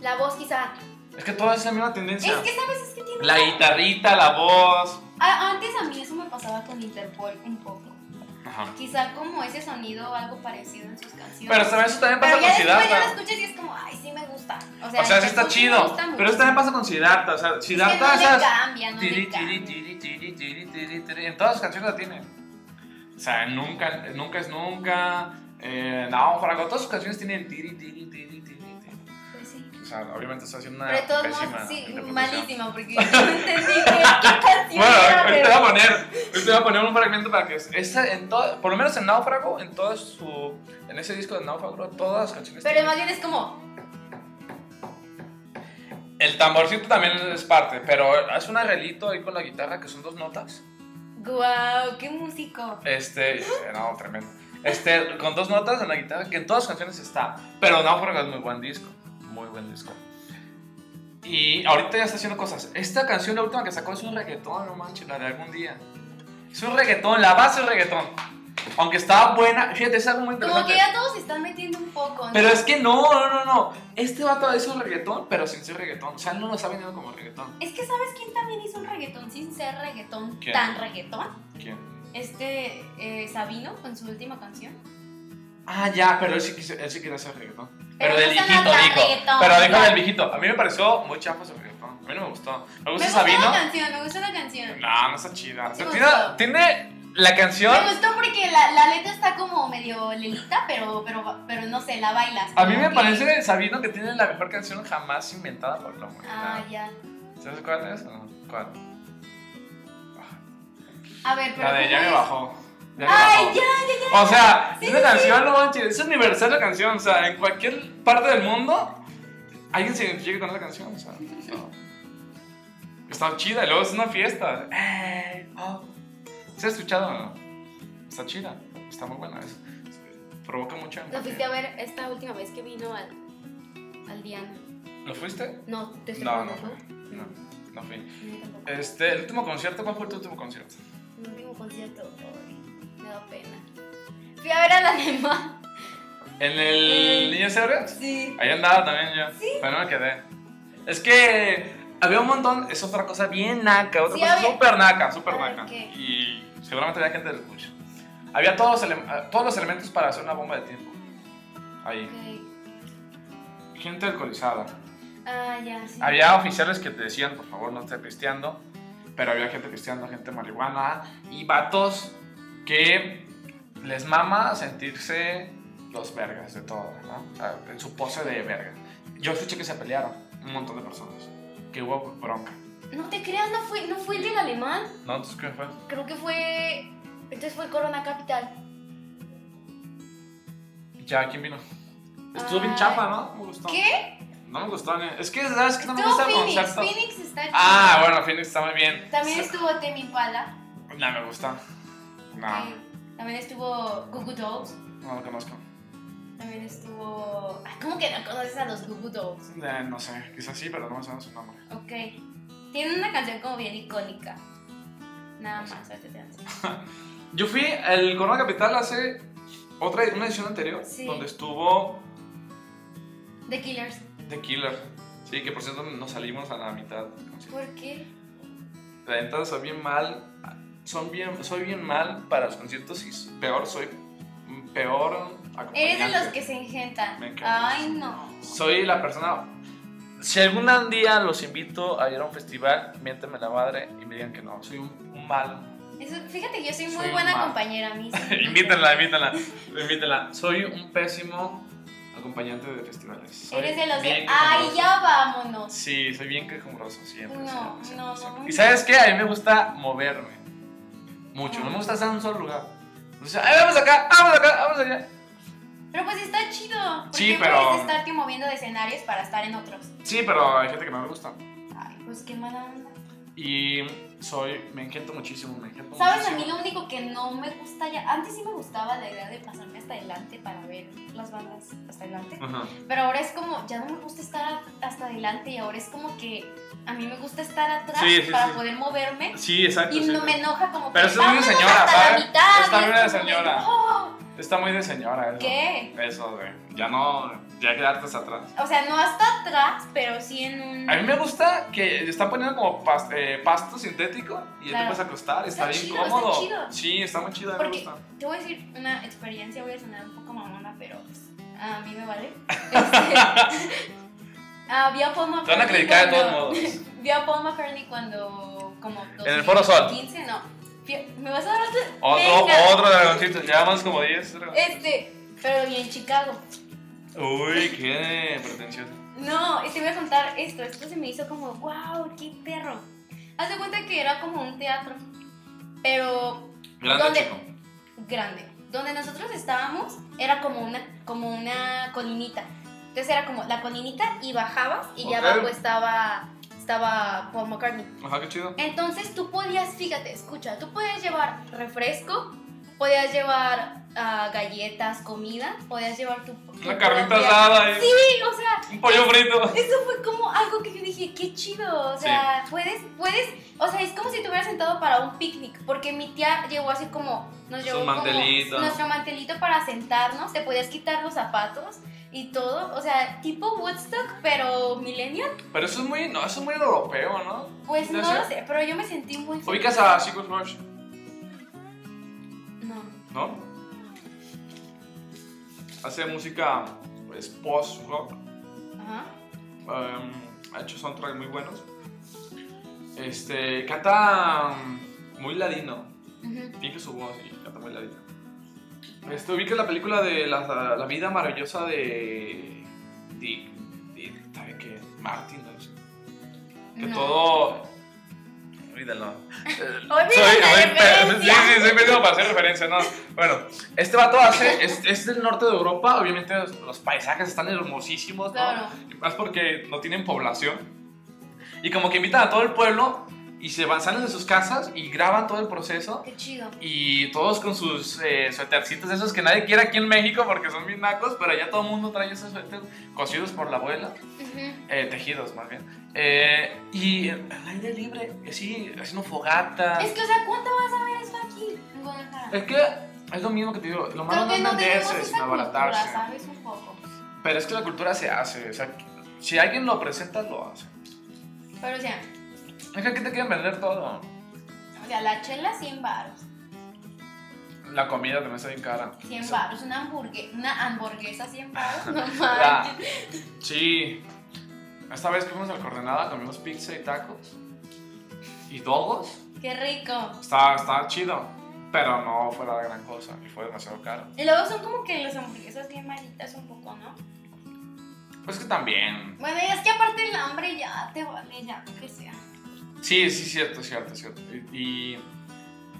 Speaker 2: La voz quizá.
Speaker 1: Es que toda esa misma tendencia.
Speaker 2: Es que sabes, es que tiene...
Speaker 1: La guitarrita, la voz.
Speaker 2: A- antes a mí eso me pasaba con Interpol un poco.
Speaker 1: Ajá.
Speaker 2: Quizá como ese sonido o algo parecido en sus canciones.
Speaker 1: Pero también eso también pasa
Speaker 2: Pero ya
Speaker 1: con
Speaker 2: después ya lo
Speaker 1: Siddhartha.
Speaker 2: escuchas y es como, ay, sí me gusta. O sea,
Speaker 1: O sea, eso
Speaker 2: Interpol
Speaker 1: está
Speaker 2: sí me
Speaker 1: chido.
Speaker 2: gusta mucho.
Speaker 1: Pero eso también pasa con Siddhartha. O sea,
Speaker 2: Es que
Speaker 1: Siddhartha
Speaker 2: no le
Speaker 1: esas.
Speaker 2: cambia, no
Speaker 1: Tiri,
Speaker 2: le
Speaker 1: tiri,
Speaker 2: cambia.
Speaker 1: tiri, tiri, tiri, tiri, tiri. En todas las canciones la tiene. O sea, nunca, nunca es nunca. Eh, náufrago. Todas sus canciones tienen tiri, tiri, tiri, tiri, tiri.
Speaker 2: Pues sí.
Speaker 1: O sea, obviamente está haciendo una.
Speaker 2: Pero de todos
Speaker 1: pésima
Speaker 2: modos, sí,
Speaker 1: interpretación.
Speaker 2: malísima, porque yo no entendí qué, qué canción
Speaker 1: Bueno,
Speaker 2: era,
Speaker 1: ahorita
Speaker 2: pero-
Speaker 1: voy a poner, ahorita voy a poner un fragmento para que esa, en todo, por lo menos en Náufrago, en todo su, en ese disco de Náufrago, todas las canciones.
Speaker 2: Pero
Speaker 1: tienen-
Speaker 2: más bien es como,
Speaker 1: El tamborcito también es parte, pero es un arreglito ahí con la guitarra que son dos notas.
Speaker 2: wow, qué músico.
Speaker 1: Este, no, tremendo. Este, con dos notas en la guitarra que en todas las canciones está, pero Náufrago es muy buen disco, muy buen disco. Y ahorita ya está haciendo cosas. Esta canción, la última que sacó, es un reggaetón, no manches, la de algún día. Es un reggaetón, la base es reggaetón. Aunque estaba buena, fíjate, es algo muy
Speaker 2: Como
Speaker 1: interesante.
Speaker 2: que ya todos se están metiendo un poco. ¿no?
Speaker 1: Pero es que no, no, no, no. Este vato hizo un reggaetón, pero sin ser reggaetón. O sea, él no lo está vendiendo como reggaetón.
Speaker 2: Es que ¿sabes quién también hizo un reggaetón sin ser reggaetón
Speaker 3: ¿Quién?
Speaker 2: tan reggaetón?
Speaker 3: ¿Quién?
Speaker 2: Este eh, Sabino con su última canción.
Speaker 1: Ah, ya, pero él sí, quiso- él sí quería hacer reggaetón. Pero,
Speaker 2: no
Speaker 1: del
Speaker 2: suena
Speaker 1: viejito
Speaker 2: tan
Speaker 1: dijo.
Speaker 2: reggaetón,
Speaker 1: Pero dijo
Speaker 2: ¿no?
Speaker 1: del viejito. A mí me pareció muy chafa ese reggaetón. A mí no me gustó. Me
Speaker 2: Me
Speaker 1: gusta
Speaker 2: gustó la
Speaker 1: Sabino.
Speaker 2: canción, me gustó la canción.
Speaker 1: No, no está chida. O sea,
Speaker 2: Sí me
Speaker 1: tiene,
Speaker 2: gustó.
Speaker 1: tiene la canción.
Speaker 2: Me gustó porque la, la letra está como medio lelita, pero, pero, pero no sé, la bailas.
Speaker 1: A mí
Speaker 2: como
Speaker 1: me
Speaker 2: que-
Speaker 1: parece Sabino que tiene la mejor canción jamás inventada por la humanidad.
Speaker 2: Ah, ya.
Speaker 1: ¿Sabes cuál es? o no? ¿Cuál?
Speaker 2: A ver, pero.
Speaker 1: La de
Speaker 2: ¿cómo
Speaker 1: Ya me
Speaker 2: es?
Speaker 1: bajó. Ya me
Speaker 2: Ay,
Speaker 1: bajó.
Speaker 2: ya,
Speaker 1: O sea,
Speaker 2: Sí,
Speaker 1: esa
Speaker 2: sí,
Speaker 1: canción, no manches, es universal la canción. O sea, en cualquier parte del mundo, alguien se identifica con esa canción. O sea, no. está chida. Y luego es una fiesta. Ey, oh. ¿Se ha escuchado o no? Está chida. Está muy buena. es- provoca mucha
Speaker 2: Lo fuiste
Speaker 1: empatía.
Speaker 2: a ver esta última vez que vino al, al Diana.
Speaker 1: ¿Lo fuiste?
Speaker 2: No, te estoy
Speaker 1: No, no
Speaker 2: preguntando,
Speaker 1: fui. No, no fui.
Speaker 2: No, yo tampoco.
Speaker 1: Este, el último concierto, ¿cuál fue tu último concierto?
Speaker 2: Mi último concierto, ay, me da pena. Fui a ver a la Nema.
Speaker 1: ¿En el
Speaker 2: Eh,
Speaker 1: Niño Cerebro?
Speaker 2: Sí.
Speaker 1: Ahí andaba también yo. Pero no me quedé. Es que había un montón, es otra cosa bien naca, otra
Speaker 2: Sí,
Speaker 1: cosa
Speaker 2: había-
Speaker 1: súper naca, súper
Speaker 2: A ver,
Speaker 1: naca.
Speaker 2: ¿qué?
Speaker 1: Y seguramente había gente del escucha. Había todos los, ele- todos los elementos para hacer una bomba de tiempo. Ahí. Gente alcoholizada.
Speaker 2: Ah, ya, sí.
Speaker 1: Había oficiales que te decían, por favor, no estés pisteando. Pero había gente pisteando, gente marihuana. Y vatos que les mama sentirse los vergas de todo, ¿no? O sea, en su pose de verga. Yo escuché que se pelearon un montón de personas. Que hubo bronca.
Speaker 2: No te creas, no fue, no fue el del alemán.
Speaker 1: ¿No? ¿Entonces qué fue?
Speaker 2: Creo que fue. Entonces fue Corona Capital.
Speaker 1: Ya, ¿quién vino? Estuvo bien
Speaker 2: Ay.
Speaker 1: chapa, ¿no? No me gustó.
Speaker 2: ¿Qué?
Speaker 1: No me gustó, ni- Es que, ¿sabes que No me
Speaker 2: Estuvo
Speaker 1: gusta el
Speaker 2: Phoenix.
Speaker 1: concepto.
Speaker 2: Phoenix está chido.
Speaker 1: Ah, bueno, Phoenix está muy bien.
Speaker 2: También
Speaker 1: Sí.
Speaker 2: estuvo Temi Impala.
Speaker 1: No me gusta. No,
Speaker 2: que- También estuvo Goo Goo Dolls.
Speaker 1: no lo conozco.
Speaker 2: También estuvo. Ay, ¿Cómo que no conoces a los Goo Goo Dolls?
Speaker 1: Eh, no sé, quizás sí, pero no me suena su nombre.
Speaker 2: Ok. Tienen una canción como bien icónica. Nada más, ahorita te lanzo.
Speaker 1: Yo fui al Corona Capital hace otra una edición anterior,
Speaker 2: Sí.
Speaker 1: donde estuvo
Speaker 2: The Killers.
Speaker 1: The Killer. Sí, que por cierto nos salimos a la mitad. del concierto.
Speaker 2: ¿Por qué?
Speaker 1: La neta soy bien mal, son bien, soy bien mal para los conciertos y s- peor soy, peor acompañante.
Speaker 2: Eres de los que se engentan.
Speaker 1: Me encantas.
Speaker 2: Ay, no.
Speaker 1: Soy la persona. Si algún día los invito a ir a un festival, miénteme la madre y me digan que no, soy un, un mal.
Speaker 2: Eso- fíjate que yo soy muy
Speaker 1: Soy
Speaker 2: buena
Speaker 1: mal.
Speaker 2: compañera, a mí. sí me
Speaker 1: invítenla, invítenla, invítenla. Soy un pésimo acompañante de festivales. Soy
Speaker 2: Eres de los
Speaker 1: bien
Speaker 2: de. ¡Ay,
Speaker 1: quejumbroso.
Speaker 2: ya vámonos!
Speaker 1: Sí, soy bien quejumbroso siempre.
Speaker 2: No,
Speaker 1: siempre, siempre,
Speaker 2: no,
Speaker 1: siempre.
Speaker 2: no.
Speaker 1: Y sabes qué? A mí me gusta moverme. Mucho. No me gusta estar en un solo lugar. O sea, "Ay, vamos acá, vamos acá, vamos allá.
Speaker 2: Pero pues está chido. Porque
Speaker 1: Sí, pero-
Speaker 2: puedes estarte moviendo de escenarios para estar en otros.
Speaker 1: Sí, pero hay gente que no me gusta.
Speaker 2: Ay, pues qué mala onda.
Speaker 1: Y soy. Me engento muchísimo, me engento
Speaker 2: ¿Sabes? A mí
Speaker 1: muchísimo.
Speaker 2: lo único que no me gusta ya. Antes sí me gustaba la idea de pasarme hasta adelante para ver las bandas hasta adelante.
Speaker 1: Ajá.
Speaker 2: Pero ahora es como, ya no me gusta estar hasta adelante y ahora es como que a mí me gusta estar atrás
Speaker 1: Sí, sí,
Speaker 2: para
Speaker 1: sí.
Speaker 2: poder moverme.
Speaker 1: Sí, exacto.
Speaker 2: Y
Speaker 1: sí,
Speaker 2: no
Speaker 1: sí.
Speaker 2: me enoja como
Speaker 1: Pero
Speaker 2: que.
Speaker 1: eso es muy de
Speaker 2: "Vámonos
Speaker 1: señora,
Speaker 2: hasta la
Speaker 1: ¿sabes?
Speaker 2: mitad",
Speaker 1: Está
Speaker 2: y
Speaker 1: muy de
Speaker 2: es como que,
Speaker 1: señora.
Speaker 2: "No".
Speaker 1: Está muy de señora eso.
Speaker 2: ¿Qué?
Speaker 1: Eso, de. Ya no. Ya quedarte hasta atrás.
Speaker 2: O sea, no hasta atrás, pero sí en un.
Speaker 1: A mí me gusta que le están poniendo como pas- eh, pasto sintético y ya te
Speaker 2: Claro.
Speaker 1: puedes acostar, está,
Speaker 2: Está
Speaker 1: bien
Speaker 2: chido, está
Speaker 1: cómodo.
Speaker 2: chido.
Speaker 1: Sí, está muy chido, a mí me
Speaker 2: Porque
Speaker 1: gusta.
Speaker 2: te voy a decir una experiencia, voy a sonar un poco mamona, pero pues, a mí me vale. Este, Había Paul McCartney.
Speaker 1: Te van a criticar de todos
Speaker 2: cuando-
Speaker 1: modos.
Speaker 2: Vi a Paul McCartney cuando. Como
Speaker 1: En el Foro Sol.
Speaker 2: 15, no. Fui- ¿Me vas a dar otro?
Speaker 1: Otro,
Speaker 2: Venga.
Speaker 1: otro dragoncito, ya más como 10 dragoncitos.
Speaker 2: Este, pero vi en Chicago.
Speaker 1: Uy, qué pretencioso.
Speaker 2: No, y te voy a contar esto. Esto se me hizo como, wow, qué perro. Haz de cuenta que era como un teatro, pero
Speaker 1: Grande
Speaker 2: ¿Dónde?
Speaker 1: chico.
Speaker 2: grande. Donde nosotros estábamos era como una, como una colinita. Entonces era como la colinita y bajabas y ya
Speaker 1: Ok.
Speaker 2: abajo estaba, estaba Paul McCartney.
Speaker 1: Ajá, qué chido.
Speaker 2: Entonces tú podías, fíjate, escucha, tú podías llevar refresco, podías llevar ah, galletas, comida, podías llevar tu... tu
Speaker 1: Una carnita
Speaker 2: propia-
Speaker 1: asada y
Speaker 2: Sí, o sea,
Speaker 1: un pollo frito.
Speaker 2: eso fue como algo que yo dije, qué chido, o sea, puedes, puedes, o sea, es como si te hubieras sentado para un picnic, porque mi tía llevó así como, nos
Speaker 1: Su
Speaker 2: llevó como
Speaker 1: mantelito.
Speaker 2: nuestro mantelito para sentarnos, te podías quitar los zapatos y todo, o sea, tipo Woodstock, pero millennial,
Speaker 1: Pero eso es muy, no, eso es muy europeo, ¿no?
Speaker 2: pues no
Speaker 1: ¿Ya sé?
Speaker 2: lo sé, pero yo me sentí muy... feliz.
Speaker 1: Ubicas a Sigur Rós,
Speaker 2: No,
Speaker 1: ¿no? Hace música pues, post-rock.
Speaker 2: ajá,
Speaker 1: em, ha hecho soundtracks muy buenos. Este, canta mm, muy ladino.
Speaker 2: ujú.
Speaker 1: Finge su voz y canta muy ladino. Este, ubicas la película de la, la vida maravillosa de Dick, Dick, ¿sabe qué? Martin, no sé. Que
Speaker 2: No.
Speaker 1: todo... Olvídalo.
Speaker 2: Olvida
Speaker 1: Soy,
Speaker 2: la
Speaker 1: a ver, pe- sí,
Speaker 2: referencia.
Speaker 1: sí, soy pésimo para hacer referencia, ¿no? Bueno, este vato hace, es, es del norte de Europa, obviamente los, los paisajes están hermosísimos, ¿no?
Speaker 2: Claro.
Speaker 1: Y Más porque no tienen población. Y como que invitan a todo el pueblo y se van, salen de sus casas y graban todo el proceso.
Speaker 2: Qué chido.
Speaker 1: Y todos con sus eh, suétercitos esos que nadie quiere aquí en México porque son bien nacos, pero allá todo el mundo trae esos suéteres cosidos por la abuela.
Speaker 2: Ujú.
Speaker 1: Eh, tejidos más bien. Eh, y al aire libre, así, haciendo fogatas.
Speaker 2: Es que, o sea, ¿cuánto vas a ver eso aquí en Guadalajara?
Speaker 1: Es que es lo mismo que te digo, lo malo
Speaker 2: Creo
Speaker 1: no
Speaker 2: que
Speaker 1: es
Speaker 2: no tenemos
Speaker 1: venderse,
Speaker 2: esa
Speaker 1: sino
Speaker 2: cultura,
Speaker 1: abaratarse.
Speaker 2: ¿sabes? Un poco.
Speaker 1: Pero es que la cultura se hace, o sea, si alguien lo presenta, lo hace.
Speaker 2: Pero, o sea,
Speaker 1: Es que aquí te quieren vender todo.
Speaker 2: o sea la chela 100 baros.
Speaker 1: La comida también está bien cara.
Speaker 2: 100
Speaker 1: O sea,
Speaker 2: baros. Una, hamburgue- una hamburguesa 100 baros. No
Speaker 1: la-
Speaker 2: manches.
Speaker 1: Sí. Esta vez que fuimos al Coordenada comimos pizza y tacos. Y dogos.
Speaker 2: Qué rico.
Speaker 1: Estaba, estaba chido, pero no fue la gran cosa y fue demasiado caro.
Speaker 2: Y luego son como que las hamburguesas bien malitas un poco, ¿no?
Speaker 1: Pues que también.
Speaker 2: Bueno, y es que aparte el hambre ya te vale, ya, lo que sea.
Speaker 1: Sí, sí, cierto, cierto, cierto. Y, y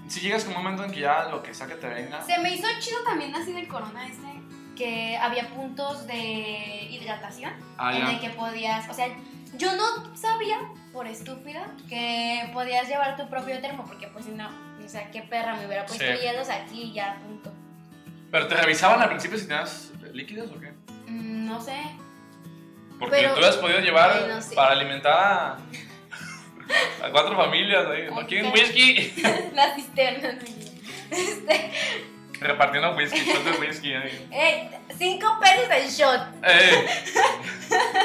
Speaker 1: si llegas a un momento en que ya lo que sea que te venga.
Speaker 2: Se me hizo chido también así del corona este, que había puntos de hidratación.
Speaker 1: Ah,
Speaker 2: en
Speaker 1: ya.
Speaker 2: el que podías, o sea, yo no sabía, por estúpida, que podías llevar tu propio termo, porque pues si no, o sea, qué perra, me hubiera puesto
Speaker 1: Sí.
Speaker 2: hielos aquí y ya, punto.
Speaker 1: Pero te revisaban al principio si tenías líquidos o qué.
Speaker 2: Mm, no sé,
Speaker 1: Porque
Speaker 2: Pero-
Speaker 1: tú lo has podido llevar
Speaker 2: Ay, no sé.
Speaker 1: para alimentar a, a cuatro familias. ahí. ¿No
Speaker 2: Ay,
Speaker 1: quieren
Speaker 2: qué-
Speaker 1: whisky?
Speaker 2: las cisternas. Este,
Speaker 1: Repartiendo whisky, shots de whisky. ahí.
Speaker 2: ey, cinco pesos el shot.
Speaker 1: ¡Ey!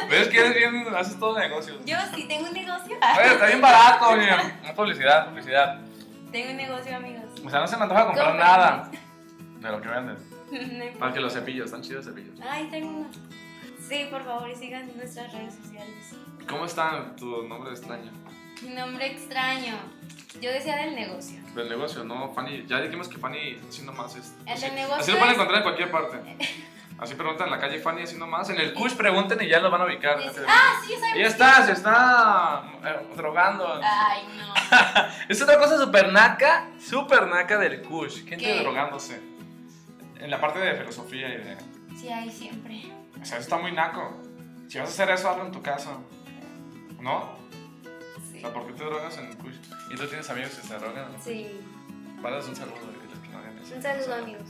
Speaker 1: ¿Ves que eres bien? Haces todo negocio.
Speaker 2: Yo sí tengo un negocio.
Speaker 1: Oye, está bien barato, oye. No publicidad, publicidad.
Speaker 2: Tengo un negocio, amigos.
Speaker 1: O sea, no se me antoja comprar
Speaker 2: Compren.
Speaker 1: nada de lo que venden.
Speaker 2: No importa.
Speaker 1: Para que los cepillos, están chidos los cepillos.
Speaker 2: Ay, tengo uno. Sí, por favor, y sigan nuestras redes sociales.
Speaker 1: ¿Cómo están tu nombre extraño?
Speaker 2: Mi nombre extraño. Yo decía del negocio.
Speaker 1: Del negocio, ¿no? Fanny, ya dijimos que Fanny así nomás es.
Speaker 2: El
Speaker 1: así,
Speaker 2: del negocio
Speaker 1: así lo pueden
Speaker 2: es-
Speaker 1: encontrar en cualquier parte. Así preguntan en la calle Fanny así nomás. En el Kush pregunten y ya lo van a ubicar.
Speaker 2: Dice- ah, sí, yo sabía.
Speaker 1: Ella está, se está eh, drogando.
Speaker 2: Ay, no.
Speaker 1: Es otra cosa super naca, super naca del Kush. Gente
Speaker 2: ¿Qué?
Speaker 1: drogándose. En la parte de filosofía y de.
Speaker 2: Sí, hay siempre.
Speaker 1: O sea, eso está muy naco. Si vas a hacer eso, hazlo en tu casa. ¿No? O
Speaker 2: Sí.
Speaker 1: sea, ¿por qué te drogas en el Kush? Y tú tienes amigos que se drogan.
Speaker 2: Sí.
Speaker 1: Mandas un saludo. y diles que no hagan eso.
Speaker 2: Un saludo, amigos.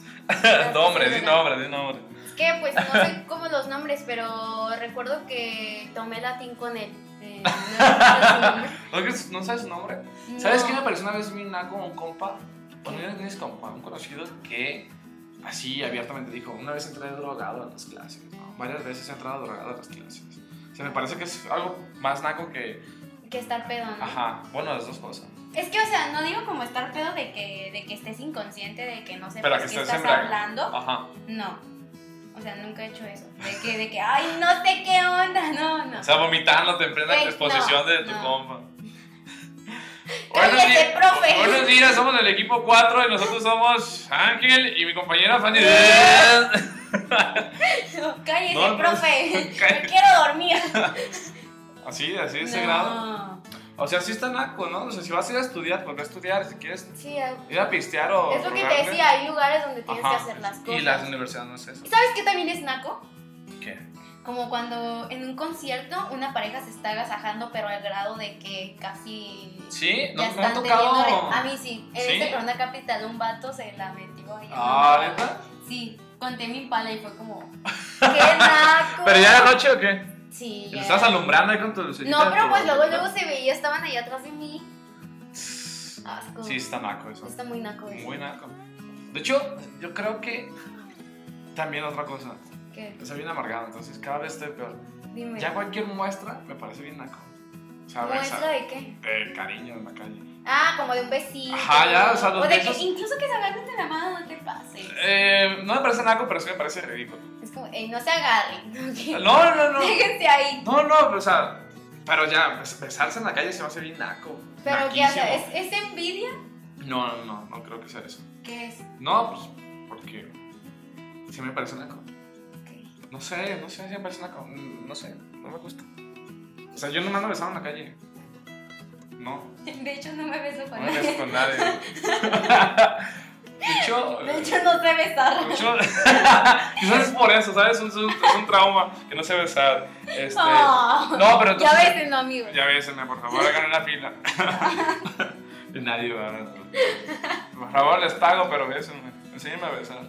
Speaker 1: nombre, di nombre, di nombre.
Speaker 2: Es que, pues, no sé cómo los nombres, pero recuerdo que tomé latín con él. Eh, no recuerdo su nombre.
Speaker 1: ¿No, que- no sabes su nombre? ¿Sabes
Speaker 2: No.
Speaker 1: qué me pareció una vez muy naco un compa? Bueno, no tienes compa, un conocido que así abiertamente dijo, una vez entré drogado a las clases, ¿no? Varias veces he entrado drogado a las clases. O sea, me parece que es algo más naco que,
Speaker 2: Que estar pedo, ¿no?
Speaker 1: ajá, bueno, las dos cosas.
Speaker 2: Es que, o sea, no digo como estar pedo de que, de que estés inconsciente, de que no sepas
Speaker 1: Pero que
Speaker 2: qué
Speaker 1: estés Ah.
Speaker 2: estás
Speaker 1: embriagado.
Speaker 2: hablando.
Speaker 1: Ajá.
Speaker 2: No. O sea, nunca he hecho eso. De que, de que, ay, no sé qué onda. No, no.
Speaker 1: O sea, vomitándote en plena
Speaker 2: Ey, no,
Speaker 1: exposición de tu
Speaker 2: Eh, no.
Speaker 1: compa. Buenos
Speaker 2: Cállate,
Speaker 1: días,
Speaker 2: profe.
Speaker 1: buenos días, somos el equipo 4 y nosotros somos Ángel y mi compañera Fanny.
Speaker 2: No, Cállese,
Speaker 1: No, no.
Speaker 2: profe.
Speaker 1: Cállate.
Speaker 2: Me quiero dormir.
Speaker 1: Así, así de ese
Speaker 2: No.
Speaker 1: grado. O sea, sí está naco, ¿no? O sea, si vas a ir a estudiar, pues ve a estudiar, si quieres
Speaker 2: Sí, es
Speaker 1: ir a pistear o...
Speaker 2: lo que te
Speaker 1: drogarte.
Speaker 2: decía, hay lugares donde tienes
Speaker 1: Ajá.
Speaker 2: que hacer las cosas.
Speaker 3: Y las universidades no es eso.
Speaker 2: ¿Sabes qué también es naco?
Speaker 3: ¿Qué?
Speaker 2: Como cuando en un concierto una pareja se está agasajando, pero al grado de que casi
Speaker 1: Sí, no,
Speaker 2: ya
Speaker 1: no ha
Speaker 2: están
Speaker 1: tocado.
Speaker 2: teniendo- A mí sí. En
Speaker 1: ¿Sí?
Speaker 2: este Corona Capital un vato se la metió ahí.
Speaker 1: Ah, ¿neta?
Speaker 2: Sí, conté mi pala y fue como. ¡Qué naco!
Speaker 1: ¿Pero ya era noche o qué?
Speaker 2: Sí.
Speaker 1: ¿Lo
Speaker 2: ya
Speaker 1: estás
Speaker 2: era-
Speaker 1: alumbrando ahí con tu lucecita?
Speaker 2: No, pero
Speaker 1: tu-
Speaker 2: pues luego, luego se veía, estaban ahí atrás de mí. Asco.
Speaker 1: Sí, está naco eso.
Speaker 2: Está muy naco eso.
Speaker 1: Muy naco. De hecho, yo creo que también otra cosa.
Speaker 2: ¿Qué?
Speaker 1: Soy bien amargado, entonces cada vez estoy peor.
Speaker 2: Dime.
Speaker 1: Ya cualquier muestra me parece bien naco. O sea,
Speaker 2: ¿Muestra
Speaker 1: esa-
Speaker 2: de qué?
Speaker 1: de cariño en la calle.
Speaker 2: Ah, como de un besito.
Speaker 1: Ajá, ya, o sea, los
Speaker 2: de
Speaker 1: besos-
Speaker 2: que incluso que se agarren de la mano, no te pases.
Speaker 1: Eh, no me parece naco, pero sí me parece ridículo.
Speaker 2: Es como, ey, no se agarren.
Speaker 1: No,
Speaker 2: ¿ok?
Speaker 1: no, no.
Speaker 2: Déjense ahí.
Speaker 1: No, no, o sea, pero ya, bes- besarse en la calle se me hace bien naco.
Speaker 2: Pero ¿qué
Speaker 1: naquísimo.
Speaker 2: hace? ¿Es, ¿Es envidia?
Speaker 1: No, no, no, no creo que sea eso.
Speaker 2: ¿Qué es?
Speaker 1: No, pues, porque sí me parece naco.
Speaker 2: Ok.
Speaker 1: No sé, no sé, sí me parece naco. Mm, No sé, no me gusta. O sea, yo no me ando besando en la calle. No,
Speaker 2: De hecho, no me beso
Speaker 1: no
Speaker 2: con
Speaker 1: me beso
Speaker 2: nadie.
Speaker 1: con nadie. De hecho,
Speaker 2: De hecho, no sé besar.
Speaker 1: Yo- Quizás es por eso, ¿sabes? Es un, es un trauma que no sé besar. Este,
Speaker 2: Oh.
Speaker 1: No, pero entonces.
Speaker 2: Ya ves, no, amigo.
Speaker 1: Ya bésenme, por favor, hagan una fila. Y Nadie va a ver. Por favor, les pago, pero bésenme. Enséñenme a besar.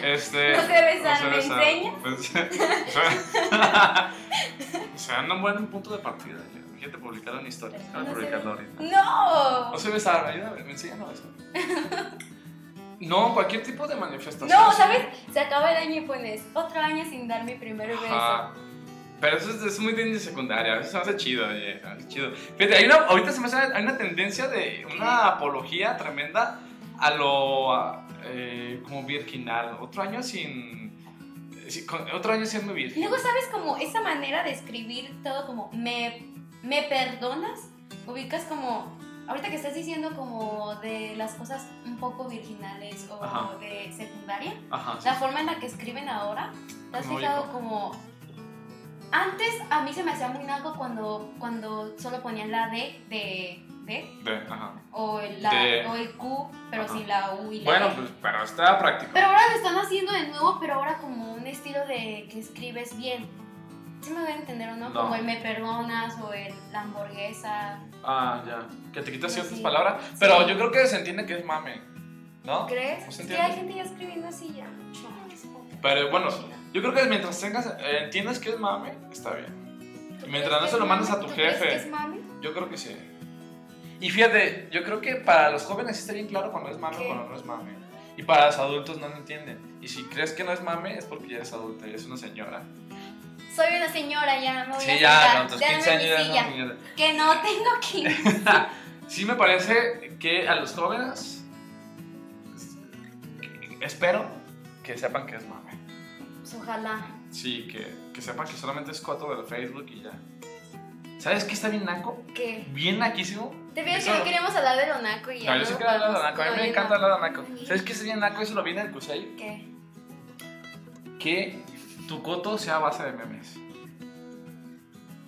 Speaker 1: Este,
Speaker 2: No sé besar, ¿me enseñas?
Speaker 1: Pues, enseñas? O sea, o sea, anda un buen punto de partida. ya. Imagínate publicarlo en historia.
Speaker 2: No
Speaker 1: Déjame
Speaker 2: sé.
Speaker 1: publicarlo ahorita.
Speaker 2: No.
Speaker 1: No sé besar, ayúdame, me enseñan a besar. No, cualquier tipo de manifestación.
Speaker 2: No, ¿sabes? Se acaba el año y pones otro año sin dar mi primer beso.
Speaker 1: Ajá. Pero eso es, es muy de secundaria, eso se me hace chido, oye, se me hace chido. Fíjate, hay una, ahorita se me hace, hay una tendencia de una apología tremenda a lo a, eh, como virginal. Otro año sin, sin- con- otro año siendo
Speaker 2: Y
Speaker 1: virgen.
Speaker 2: luego, ¿sabes? Como esa manera de escribir todo como, ¿me, me perdonas? Ubicas como, ahorita que estás diciendo como de las cosas un poco virginales o
Speaker 1: Ajá.
Speaker 2: de secundaria,
Speaker 1: Ajá. sí.
Speaker 2: la forma en la que escriben ahora, ¿te has
Speaker 1: Como
Speaker 2: fijado
Speaker 1: hijo.
Speaker 2: como... Antes a mí se me hacía muy naco cuando, cuando solo ponían la D de... de
Speaker 1: De- ajá.
Speaker 2: o, el- la,
Speaker 1: De-
Speaker 2: o el Q, pero
Speaker 1: Ajá.
Speaker 2: sin la U y la
Speaker 1: Bueno,
Speaker 2: E.
Speaker 1: pues, pero está práctico.
Speaker 2: Pero ahora lo están haciendo de nuevo, pero ahora como un estilo de que escribes bien. ¿Sí me voy a entender o no?
Speaker 1: No.
Speaker 2: Como el me perdonas o el la hamburguesa.
Speaker 1: Ah, ya. Que te quitas
Speaker 2: Sí,
Speaker 1: ciertas
Speaker 2: sí.
Speaker 1: palabras, pero
Speaker 2: Sí.
Speaker 1: yo creo que se entiende que es mame, ¿no?
Speaker 2: ¿Crees?
Speaker 1: Pues
Speaker 2: Es que
Speaker 1: entiendo.
Speaker 2: hay gente ya escribiendo así ya. chores, porque-
Speaker 1: Pero bueno, Yo creo que mientras tengas, eh, entiendas que es mame, está bien.
Speaker 2: ¿Tú
Speaker 1: mientras
Speaker 2: crees
Speaker 1: no
Speaker 2: que
Speaker 1: se lo
Speaker 2: es
Speaker 1: mandes
Speaker 2: mami?
Speaker 1: a tu
Speaker 2: ¿Tú crees
Speaker 1: jefe.
Speaker 2: que es mami?
Speaker 1: Yo creo que sí. Y fíjate, yo creo que para los jóvenes sí está bien claro cuando es mame o
Speaker 2: ¿Qué?
Speaker 1: cuando no es mame. Y para los adultos no lo entienden. Y si crees que no es mame, es porque ya eres adulta, ya es una señora.
Speaker 2: Soy una señora ya, me voy a
Speaker 1: sí, ya,
Speaker 2: sentar,
Speaker 1: no, tus
Speaker 2: dame
Speaker 1: 15 años
Speaker 2: mi
Speaker 1: ya eres una
Speaker 2: silla,
Speaker 1: señora.
Speaker 2: Que no tengo 15.
Speaker 1: Sí me parece que a los jóvenes espero que sepan que es mame.
Speaker 2: Pues, Ojalá.
Speaker 1: Sí, que, que sepan que solamente es coto del Facebook y ya. ¿Sabes qué está bien naco?
Speaker 2: ¿Qué?
Speaker 1: Bien naquísimo.
Speaker 2: Te pido que
Speaker 1: Eso-
Speaker 2: no queríamos hablar de lo naco y ya.
Speaker 1: No, yo sé que era lado naco, a mí me
Speaker 2: Oye,
Speaker 1: encanta el lado naco.
Speaker 2: Ay,
Speaker 1: ¿Sabes qué es bien naco? Eso lo viene el Kusei.
Speaker 2: ¿Qué?
Speaker 1: que tu coto sea a base de memes.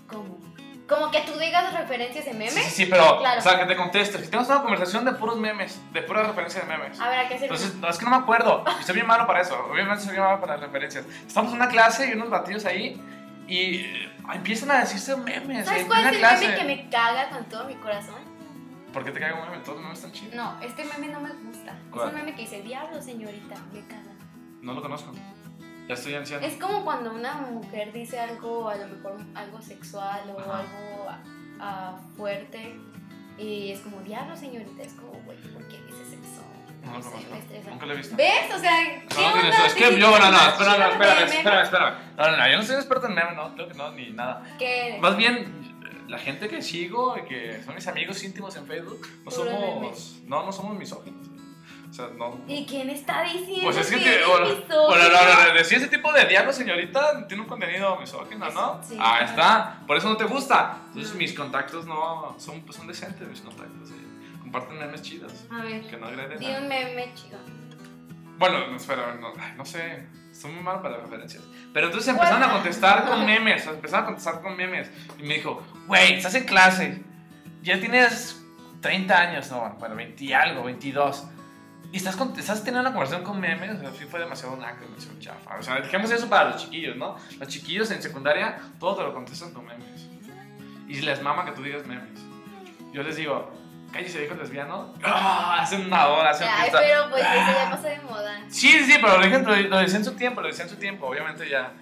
Speaker 2: ¿Cómo? Como que tú digas referencias de memes.
Speaker 1: Sí, sí, sí, pero,
Speaker 2: Claro.
Speaker 1: o sea, que te contestes. Si tenemos una conversación de puros memes, de pura referencia de memes.
Speaker 2: A ver, ¿a qué se
Speaker 1: Entonces, no, es que no me acuerdo. y Soy bien malo para eso. Obviamente soy bien malo para las referencias. Estamos en una clase y unos batidos ahí y eh, empiezan a decirse memes.
Speaker 2: ¿Sabes
Speaker 1: en
Speaker 2: cuál
Speaker 1: una
Speaker 2: es el
Speaker 1: clase.
Speaker 2: meme que me caga con todo mi corazón?
Speaker 1: ¿Por qué te caigo un meme? Todos los memes están chidos.
Speaker 2: No, este meme no me gusta.
Speaker 1: ¿Cuál?
Speaker 2: Es un meme que dice, diablo señorita, me caga.
Speaker 1: No lo conozco. Ya estoy anciano.
Speaker 2: Es como cuando una mujer dice algo, a lo mejor algo sexual o
Speaker 1: Ajá.
Speaker 2: algo ah, fuerte. Y es como, diablo señorita, es como, güey, ¿por qué dices eso?
Speaker 1: No lo
Speaker 2: sé,
Speaker 1: conozco.
Speaker 2: me estresa.
Speaker 1: Nunca lo he visto.
Speaker 2: ¿Ves? O sea, ¿qué
Speaker 1: No, no,
Speaker 2: onda?
Speaker 1: no, es que
Speaker 2: Sí,
Speaker 1: yo, no, no,
Speaker 2: más
Speaker 1: espérame,
Speaker 2: chido
Speaker 1: espérame,
Speaker 2: meme.
Speaker 1: espérame, espérame. No, no, no, yo no soy experto en memes, no, creo que no, ni nada.
Speaker 2: ¿Qué?
Speaker 1: Más bien, la gente que sigo, y que son mis amigos íntimos en Facebook, no
Speaker 2: Puro
Speaker 1: somos, no, no somos misóginos. O sea, no.
Speaker 2: ¿Y quién está diciendo
Speaker 1: Pues es que,
Speaker 2: que
Speaker 1: te-
Speaker 2: es
Speaker 1: bueno,
Speaker 2: misógino?
Speaker 1: bueno, no, no, no, si ese tipo de diablo, señorita, tiene un contenido misógino, ¿no?
Speaker 2: Sí.
Speaker 1: ah, está, por eso no te gusta. Entonces
Speaker 2: Mm.
Speaker 1: mis contactos no, son, pues, son decentes mis contactos, eh. comparten memes chidos,
Speaker 2: A ver,
Speaker 1: que no agreden
Speaker 2: di
Speaker 1: a-
Speaker 2: un meme chido.
Speaker 1: Bueno, no, espera, no, ay, no sé, estoy muy mal para las referencias. Pero entonces empezaron a contestar con memes, empezaron a contestar con memes. Y me dijo, güey, estás en clase, ya tienes 30 años, no, bueno, 20 y algo, 22. Y estás, con- estás teniendo una conversación con memes, o sea, sí fue demasiado naco, demasiado chafa. O sea, dejemos eso para los chiquillos, ¿no? Los chiquillos en secundaria, todo te lo contestan con memes. Y les mama que tú digas memes. Yo les digo, cállese, dijo lesbiano. ¡Ah! Hacen una hora, hacen
Speaker 2: Ay,
Speaker 1: fiesta. Ah.
Speaker 2: pero pues eso ya pasa de moda.
Speaker 1: Sí, sí, sí, pero lo dije, lo, lo decía en su tiempo, lo decía en su tiempo. Obviamente ya.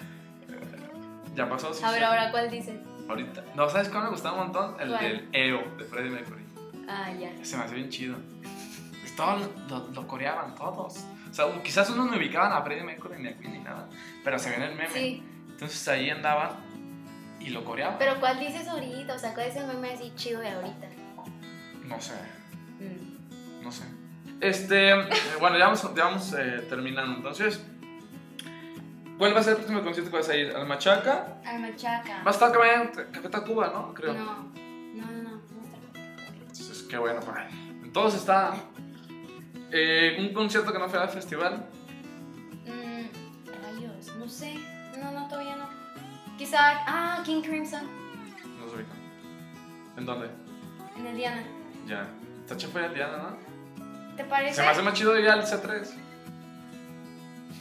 Speaker 1: eh, Ya pasó. sí,
Speaker 2: A ver,
Speaker 1: sí.
Speaker 2: ahora, ¿cuál dices?
Speaker 1: Ahorita. No, ¿sabes cuál me gustaba un montón? El
Speaker 2: ¿Cuál?
Speaker 1: del EO, de Freddie Mercury.
Speaker 2: Ah, ya.
Speaker 1: Se me hacía bien chido. Pues Todos lo, lo coreaban, todos. O sea, quizás unos no ubicaban a Freddie Mercury ni a Queen ni nada, pero se ven el meme.
Speaker 2: Sí,
Speaker 1: Entonces ahí andaban y lo coreaban.
Speaker 2: pero ¿cuál dices ahorita? O sea, ¿cuál es el meme así chido de ahorita?
Speaker 1: No sé,
Speaker 2: Mm.
Speaker 1: no sé. Este, eh, bueno, ya vamos, ya vamos eh, terminando. Entonces, ¿cuál va a ser el próximo concierto que vas a ir? ¿Al Machaca?
Speaker 2: Al Ah, machaca.
Speaker 1: Va a estar Café Café Tacuba, ¿no? Creo.
Speaker 2: No, no, no, no. no.
Speaker 1: Entonces, qué bueno. pa. Entonces está eh, un concierto que no fue al festival.
Speaker 2: Mm, rayos, no sé. No, no, todavía no. Quizá. Ah, King Crimson.
Speaker 1: No se ubica. ¿En dónde?
Speaker 2: En el Diana.
Speaker 1: Ya. Está chafa ir al Diana, ¿no?
Speaker 2: ¿Te parece?
Speaker 1: Se me hace más chido ir al C3.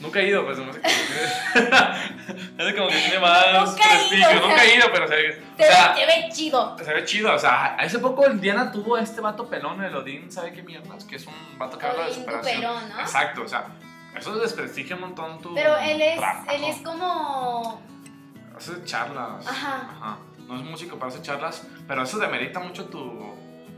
Speaker 1: Nunca he ido, pues se me hace como que. es como que tiene más
Speaker 2: Nunca he ido,
Speaker 1: prestigio.
Speaker 2: o sea,
Speaker 1: Nunca he ido, pero se ve.
Speaker 2: Te,
Speaker 1: O sea,
Speaker 2: te ve chido.
Speaker 1: se ve chido. O sea, hace poco el Diana tuvo este vato pelón, el Odín, ¿sabe qué mierdas? Que es un vato que habla de
Speaker 2: Odín
Speaker 1: superación.
Speaker 2: Duperón, ¿no?
Speaker 1: Exacto, o sea, eso desprestigia un montón tu.
Speaker 2: Pero él es,
Speaker 1: trabajo.
Speaker 2: él es como.
Speaker 1: Hace charlas.
Speaker 2: Ajá.
Speaker 1: Ajá. No es músico para hacer charlas, pero eso demerita mucho tu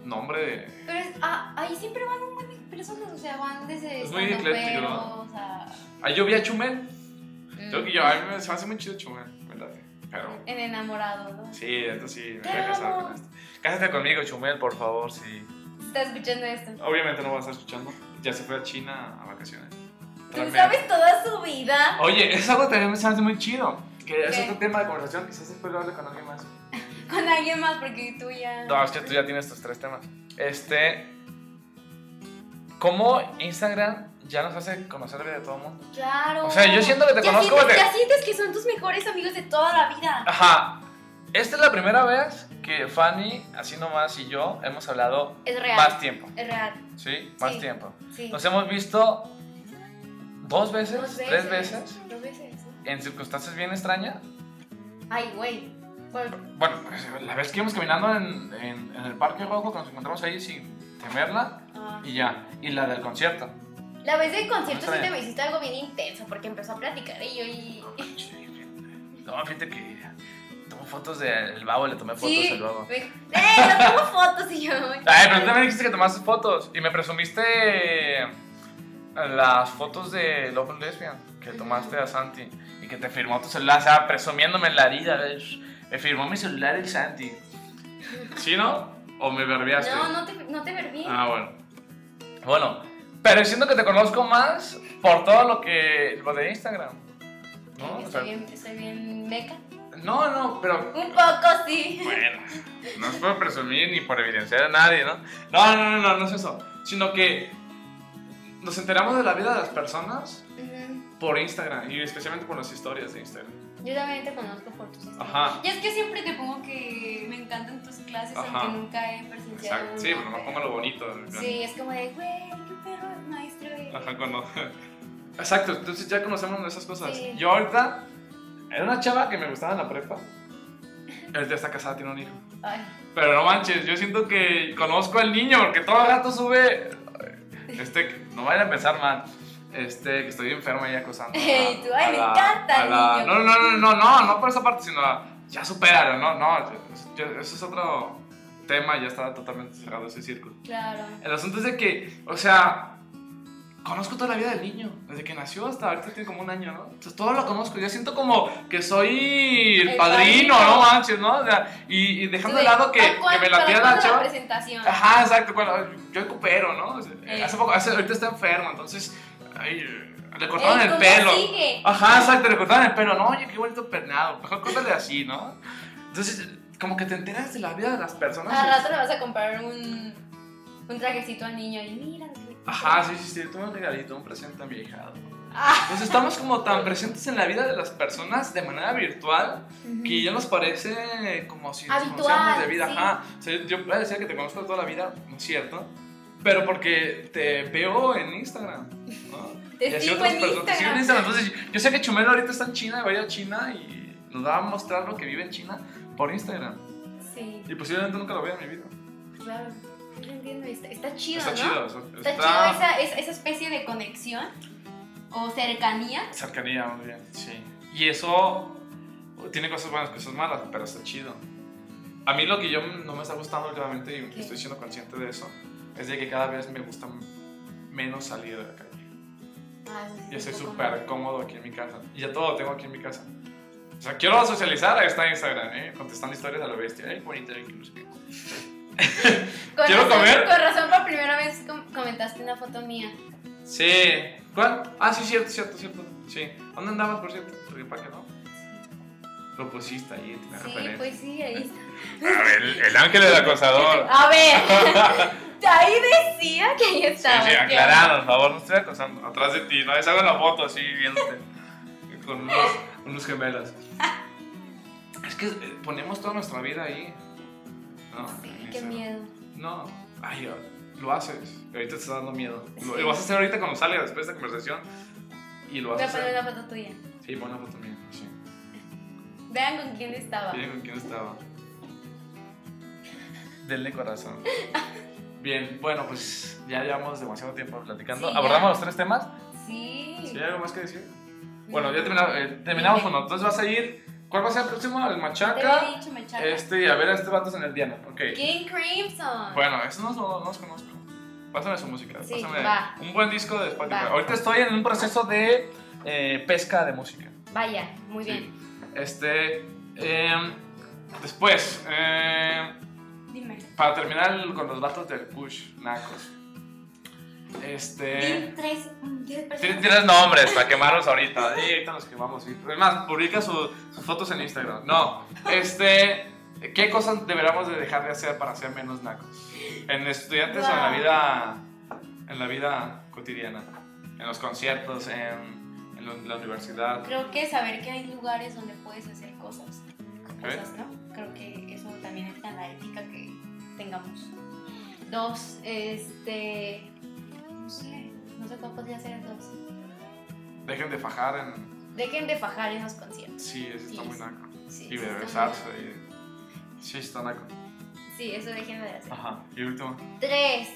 Speaker 1: nombre de.
Speaker 2: Pero es, ah, ahí siempre van un buen de personas, o sea, van desde.
Speaker 1: Es muy
Speaker 2: estandoperos
Speaker 1: ecléctico, ¿no?
Speaker 2: a-
Speaker 1: Ah, yo vi a Chumel.
Speaker 2: mm,
Speaker 1: Yo, yo, a mí me- se me hace muy chido Chumel, ¿verdad? Pero.
Speaker 2: En enamorado, ¿no?
Speaker 1: Sí, esto sí, me voy
Speaker 2: Te
Speaker 1: a casar
Speaker 2: amo.
Speaker 1: con esto. Cásate conmigo, Chumel, por favor, sí.
Speaker 2: Está escuchando esto.
Speaker 1: Obviamente no vas a estar escuchando. Ya se fue a China a vacaciones.
Speaker 2: Tú
Speaker 1: Tramea.
Speaker 2: sabes toda su vida.
Speaker 1: Oye, es algo que también se me hace muy chido. Que es
Speaker 2: ¿Qué?
Speaker 1: otro tema de conversación, quizás después lo hable con alguien más.
Speaker 2: Con alguien más, porque tú ya.
Speaker 1: No, es que tú ya tienes tus tres temas. Este. ¿Cómo Instagram ya nos hace conocer la vida de todo el mundo?
Speaker 2: Claro.
Speaker 1: O sea, yo siento que te
Speaker 2: Ya
Speaker 1: conozco
Speaker 2: sientes-
Speaker 1: desde-
Speaker 2: Ya sientes que son tus mejores amigos de toda la vida.
Speaker 1: Ajá. Esta es la primera vez que Fanny, así nomás, y yo hemos hablado
Speaker 2: Es real.
Speaker 1: más tiempo.
Speaker 2: Es real.
Speaker 1: ¿Sí? Más
Speaker 2: Sí.
Speaker 1: tiempo.
Speaker 2: Sí.
Speaker 1: Nos hemos visto dos veces,
Speaker 2: Dos
Speaker 1: tres veces,
Speaker 2: Dos veces. ¿no?
Speaker 1: en circunstancias bien extrañas.
Speaker 2: Ay, güey. Bueno,
Speaker 1: Bueno, pues, la vez que íbamos caminando en, en- en el Parque Rojo, que nos encontramos ahí sin temerla,
Speaker 2: ah.
Speaker 1: y ya. Y la del concierto.
Speaker 2: La vez del concierto sí
Speaker 1: Otra vez.
Speaker 2: te me hiciste algo bien intenso porque empezó a platicar y yo y.
Speaker 1: No, fíjate que tomo fotos del babo, le tomé fotos
Speaker 2: Sí,
Speaker 1: al babo.
Speaker 2: me dijo, ¡eh! No tengo fotos y yo.
Speaker 1: Ay, pero tú también dijiste que tomaste fotos y me presumiste las fotos de Love and Lesbian que tomaste a Santi y que te firmó tu celular, o sea, presumiéndome la herida, ¿ves? Me firmó mi celular el Santi. ¿Sí, no? ¿O me verbiaste?
Speaker 2: No, no te, no te ver bien.
Speaker 1: ¿eh? Ah, bueno. Bueno, pero siento que te conozco más por todo lo que lo de Instagram. ¿No? O sea,
Speaker 2: estoy, bien, estoy bien meca.
Speaker 1: no, no, pero
Speaker 2: Un poco sí.
Speaker 1: Bueno, no es por presumir ni por evidenciar a nadie, ¿no? No, no, no, no, no es eso. Sino que nos enteramos de la vida de las personas
Speaker 2: Ujú.
Speaker 1: por Instagram y especialmente por las historias de Instagram.
Speaker 2: Yo también te conozco por tus historias.
Speaker 1: Ajá.
Speaker 2: Y es que siempre te pongo que me encantan tus clases,
Speaker 1: Ajá.
Speaker 2: aunque nunca he presenciado.
Speaker 1: Exacto. Sí,
Speaker 2: una,
Speaker 1: pero no como lo bonito. en plan.
Speaker 2: Sí, es como de, güey, qué perro el maestro. eh".
Speaker 1: Ajá, cuando. Exacto, entonces ya conocemos esas cosas.
Speaker 2: Sí.
Speaker 1: Yo ahorita era una chava que me gustaba en la prepa. Ahorita está casada, tiene un hijo.
Speaker 2: Ay,
Speaker 1: Pero no manches, yo siento que conozco al niño porque todo el rato sube. Este, no vayan a pensar mal. Este, que estoy enferma y acosando. a-
Speaker 2: Ey, tú, ay,
Speaker 1: a
Speaker 2: me
Speaker 1: la-
Speaker 2: encanta
Speaker 1: a
Speaker 2: el
Speaker 1: la-
Speaker 2: niño.
Speaker 1: No, no, no, no, no, no por esa parte, sino a- ya supéralo, no, no. yo- yo- eso es otro tema, ya estaba totalmente cerrado ese círculo.
Speaker 2: claro.
Speaker 1: El asunto es de que, o sea, conozco toda la vida del niño. Desde que nació hasta ahorita tiene como un año, ¿no? Entonces todo lo conozco. Yo siento como que soy el,
Speaker 2: El
Speaker 1: padrino,
Speaker 2: padrino.
Speaker 1: ¿no manches, no? O sea, y, y dejando de
Speaker 2: Tú de,
Speaker 1: lado que,
Speaker 2: "¿Para cuándo-
Speaker 1: que me
Speaker 2: para
Speaker 1: latía la
Speaker 2: cuándo
Speaker 1: chava.
Speaker 2: presentación.
Speaker 1: Ajá, exacto. Cuando yo recupero, ¿no? O sea,
Speaker 2: Eh.
Speaker 1: Hace poco, hace- ahorita está enfermo, entonces. ay, le cortaron
Speaker 2: Ey,
Speaker 1: el
Speaker 2: ¿cómo
Speaker 1: pelo.
Speaker 2: sigue?
Speaker 1: Ajá, exacto, le cortaron el pelo. No, oye, qué bonito peinado. Mejor córtale así, ¿no? Entonces, como que te enteras de la vida de las personas.
Speaker 2: Al rato le vas a comprar un, un trajecito al niño y mira.
Speaker 1: Ajá, sí, sí, sí, tú un regalito, un presente a mi hijado.
Speaker 2: Ah.
Speaker 1: Entonces estamos como tan presentes en la vida de las personas de manera virtual que ya nos parece como si nos
Speaker 2: Habitual,
Speaker 1: conociéramos de vida.
Speaker 2: sí.
Speaker 1: Ajá, o sea, yo puedo decir que te conozco de toda la vida, ¿no es cierto? Pero porque te veo en Instagram, ¿no?
Speaker 2: Te
Speaker 1: Y así
Speaker 2: sigo
Speaker 1: otras
Speaker 2: en
Speaker 1: personas- te sigo en Instagram.
Speaker 2: Instagram.
Speaker 1: Entonces, yo sé que Chumelo ahorita está en China, va a ir a China y nos va a mostrar lo que vive en China por Instagram.
Speaker 2: Sí,
Speaker 1: Y posiblemente nunca lo vea en mi vida.
Speaker 2: claro. Yo entiendo, está, está chido,
Speaker 1: Está
Speaker 2: ¿no?
Speaker 1: chido. o sea,
Speaker 2: Está, chido
Speaker 1: está
Speaker 2: esa, esa, esa especie de conexión o cercanía.
Speaker 1: cercanía, muy bien. Sí. Y eso tiene cosas buenas, cosas malas, pero está chido. A mí lo que yo no me está gustando últimamente y
Speaker 2: ¿Qué?
Speaker 1: estoy siendo consciente de eso es de que cada vez me gusta menos salir de la calle.
Speaker 2: Ah, eso sí
Speaker 1: Yo
Speaker 2: es
Speaker 1: estoy
Speaker 2: un poco
Speaker 1: súper cómodo aquí en mi casa. Y ya todo lo tengo aquí en mi casa. O sea, quiero socializar, ahí está Instagram, ¿eh? Contestando historias a lo bestia. ¿eh? Ay, qué bonito, ay, qué no sé qué.
Speaker 2: mal. Con
Speaker 1: ¿Quiero
Speaker 2: razón-
Speaker 1: comer?
Speaker 2: Con razón, por primera vez com- comentaste una foto mía.
Speaker 1: Sí. ¿Cuál? Ah, sí, cierto, cierto, cierto. Sí. ¿Dónde andabas, por cierto? Porque para qué no. Lo pusiste ahí, te me
Speaker 2: Sí,
Speaker 1: referencia.
Speaker 2: pues sí, ahí está.
Speaker 1: A ver, el, el ángel del acosador.
Speaker 2: A ver, ahí decía que ahí
Speaker 1: Sí,
Speaker 2: estaba.
Speaker 1: sí,
Speaker 2: ¿qué?
Speaker 1: aclarado, por favor, no estoy acosando. Atrás de ti, ¿no? Es hago la foto así, viéndote. con unos, unos gemelos. Es que eh, ponemos toda nuestra vida ahí. No,
Speaker 2: Sí,
Speaker 1: en
Speaker 2: qué
Speaker 1: Instagram.
Speaker 2: miedo.
Speaker 1: No, ay, oh, lo haces. Y ahorita te está dando miedo. Lo,
Speaker 2: Sí.
Speaker 1: lo vas a hacer ahorita cuando salga después de esta conversación. Y lo
Speaker 2: Voy
Speaker 1: vas a
Speaker 2: a poner
Speaker 1: hacer.
Speaker 2: una foto tuya.
Speaker 1: Sí, pon la foto mía. Sí.
Speaker 2: Vean con quién estaba.
Speaker 1: Dile con quién estaba. Denle corazón. Bien, bueno, pues ya llevamos demasiado tiempo platicando.
Speaker 2: Sí, ya.
Speaker 1: ¿Abordamos los tres temas?
Speaker 2: Sí.
Speaker 1: ¿Sí hay algo más que decir? Bueno, ya terminamos, eh, terminamos
Speaker 2: Dime.
Speaker 1: uno. Entonces vas a ir. ¿Cuál va a ser el próximo? El
Speaker 2: Te lo
Speaker 1: machaca.
Speaker 2: había dicho, machaca.
Speaker 1: Este, y a ver a este vato en el Diana. Ok.
Speaker 2: King Crimson.
Speaker 1: Bueno, eso no, no, no los conozco. Pásame su música.
Speaker 2: Sí,
Speaker 1: pásame
Speaker 2: va.
Speaker 1: un buen disco de Spotify.
Speaker 2: Va.
Speaker 1: Ahorita estoy en un proceso de eh, pesca de música.
Speaker 2: Vaya, muy
Speaker 1: Sí.
Speaker 2: bien.
Speaker 1: Este. em, después, em,
Speaker 2: Dime.
Speaker 1: para terminar el- con los vatos del Push, Nacos. Este.
Speaker 2: Dime tres, mm, diez
Speaker 1: Tienes
Speaker 2: personas.
Speaker 1: tienes nombres para quemarlos ahorita. Sí, ahorita los quemamos. sí. Es más, publica su- sus fotos en Instagram. No. Este. ¿Qué cosas deberíamos de dejar de hacer para ser menos nacos? ¿En estudiantes o en la
Speaker 2: Wow.
Speaker 1: vida. En la vida cotidiana? En los conciertos, en, en la- la universidad.
Speaker 2: Creo que saber que hay lugares donde puedes hacer cosas. Cosas,
Speaker 1: Ok.
Speaker 2: ¿no? Creo que eso también está en la ética que tengamos. Dos, este. No sé. No sé cuál podría ser el dos.
Speaker 1: Dejen de fajar en.
Speaker 2: Dejen de fajar en los conciertos.
Speaker 1: Sí, eso está
Speaker 2: Sí,
Speaker 1: muy
Speaker 2: sí.
Speaker 1: naco.
Speaker 2: Sí,
Speaker 1: Y de
Speaker 2: eso está muy-
Speaker 1: besarse. Y, sí, está naco.
Speaker 2: Sí, eso déjenlo de hacer.
Speaker 1: Ajá. Y último.
Speaker 2: Tres,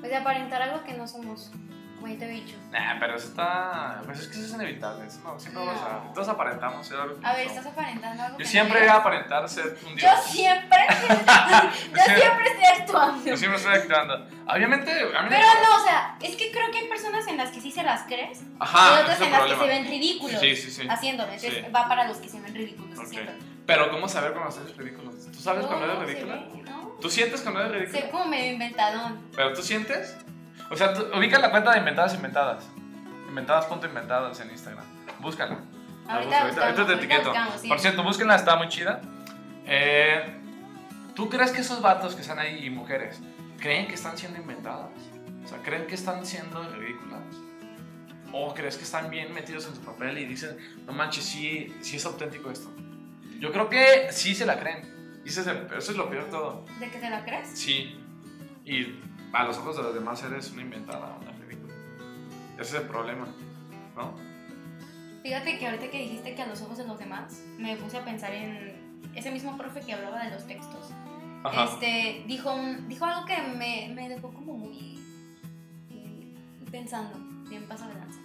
Speaker 2: pues de aparentar algo que no somos. Como ya te he dicho.
Speaker 1: Nah, pero eso está. Pues es que eso es inevitable. eso No, siempre vamos a. Todos aparentamos ser algo que
Speaker 2: A ver,
Speaker 1: no somos.
Speaker 2: estás aparentando algo.
Speaker 1: Yo
Speaker 2: que no
Speaker 1: siempre voy
Speaker 2: eres.
Speaker 1: a aparentar ser un
Speaker 2: Yo
Speaker 1: dios.
Speaker 2: siempre. yo
Speaker 1: Sí.
Speaker 2: siempre estoy actuando.
Speaker 1: Yo siempre estoy actuando. Obviamente, a mí
Speaker 2: Pero no, o sea, es que creo que hay personas en las que sí se las crees y
Speaker 1: Ajá,
Speaker 2: otras
Speaker 1: ese es el
Speaker 2: en las que se
Speaker 1: problema.
Speaker 2: ven ridículos
Speaker 1: Sí, sí, sí.
Speaker 2: haciéndolo. Entonces
Speaker 1: Sí.
Speaker 2: va para los que se ven ridículos
Speaker 1: Ok.
Speaker 2: haciéndolo.
Speaker 1: Pero ¿cómo saber cuando haces ridículo? ¿Tú sabes cuando
Speaker 2: No,
Speaker 1: eres
Speaker 2: se
Speaker 1: ridícula?
Speaker 2: ve, ¿no?
Speaker 1: ¿Tú sientes cuando eres
Speaker 2: Se ve
Speaker 1: ridícula?
Speaker 2: como medio inventadón.
Speaker 1: ¿Pero tú sientes? O sea, tú ubicas la cuenta de inventadas inventadas. Inventadas.inventadas en Instagram. Búscala. La busco, Ah,
Speaker 2: Ahorita,
Speaker 1: pues ahorita
Speaker 2: buscamos,
Speaker 1: te
Speaker 2: ahorita
Speaker 1: etiqueto.
Speaker 2: buscamos, sí.
Speaker 1: Por cierto, búsquenla, está muy chida. Eh, ¿Tú crees que esos vatos que están ahí y mujeres creen que están siendo inventadas? O sea, ¿creen que están siendo ridículas? ¿O crees que están bien metidos en su papel y dicen, no manches, sí, sí es auténtico esto? Yo creo que sí se la creen. Y ese es el- eso es lo peor de todo.
Speaker 2: ¿De que te la crees?
Speaker 1: Sí. Y a los ojos de los demás eres una inventada, una ridícula. Ese es el problema, ¿no?
Speaker 2: Fíjate que ahorita que dijiste que a los ojos de los demás, me puse a pensar en ese mismo profe que hablaba de los textos. Este, dijo, un- dijo algo que me, me dejó como muy mm, pensando, bien paso de lanza.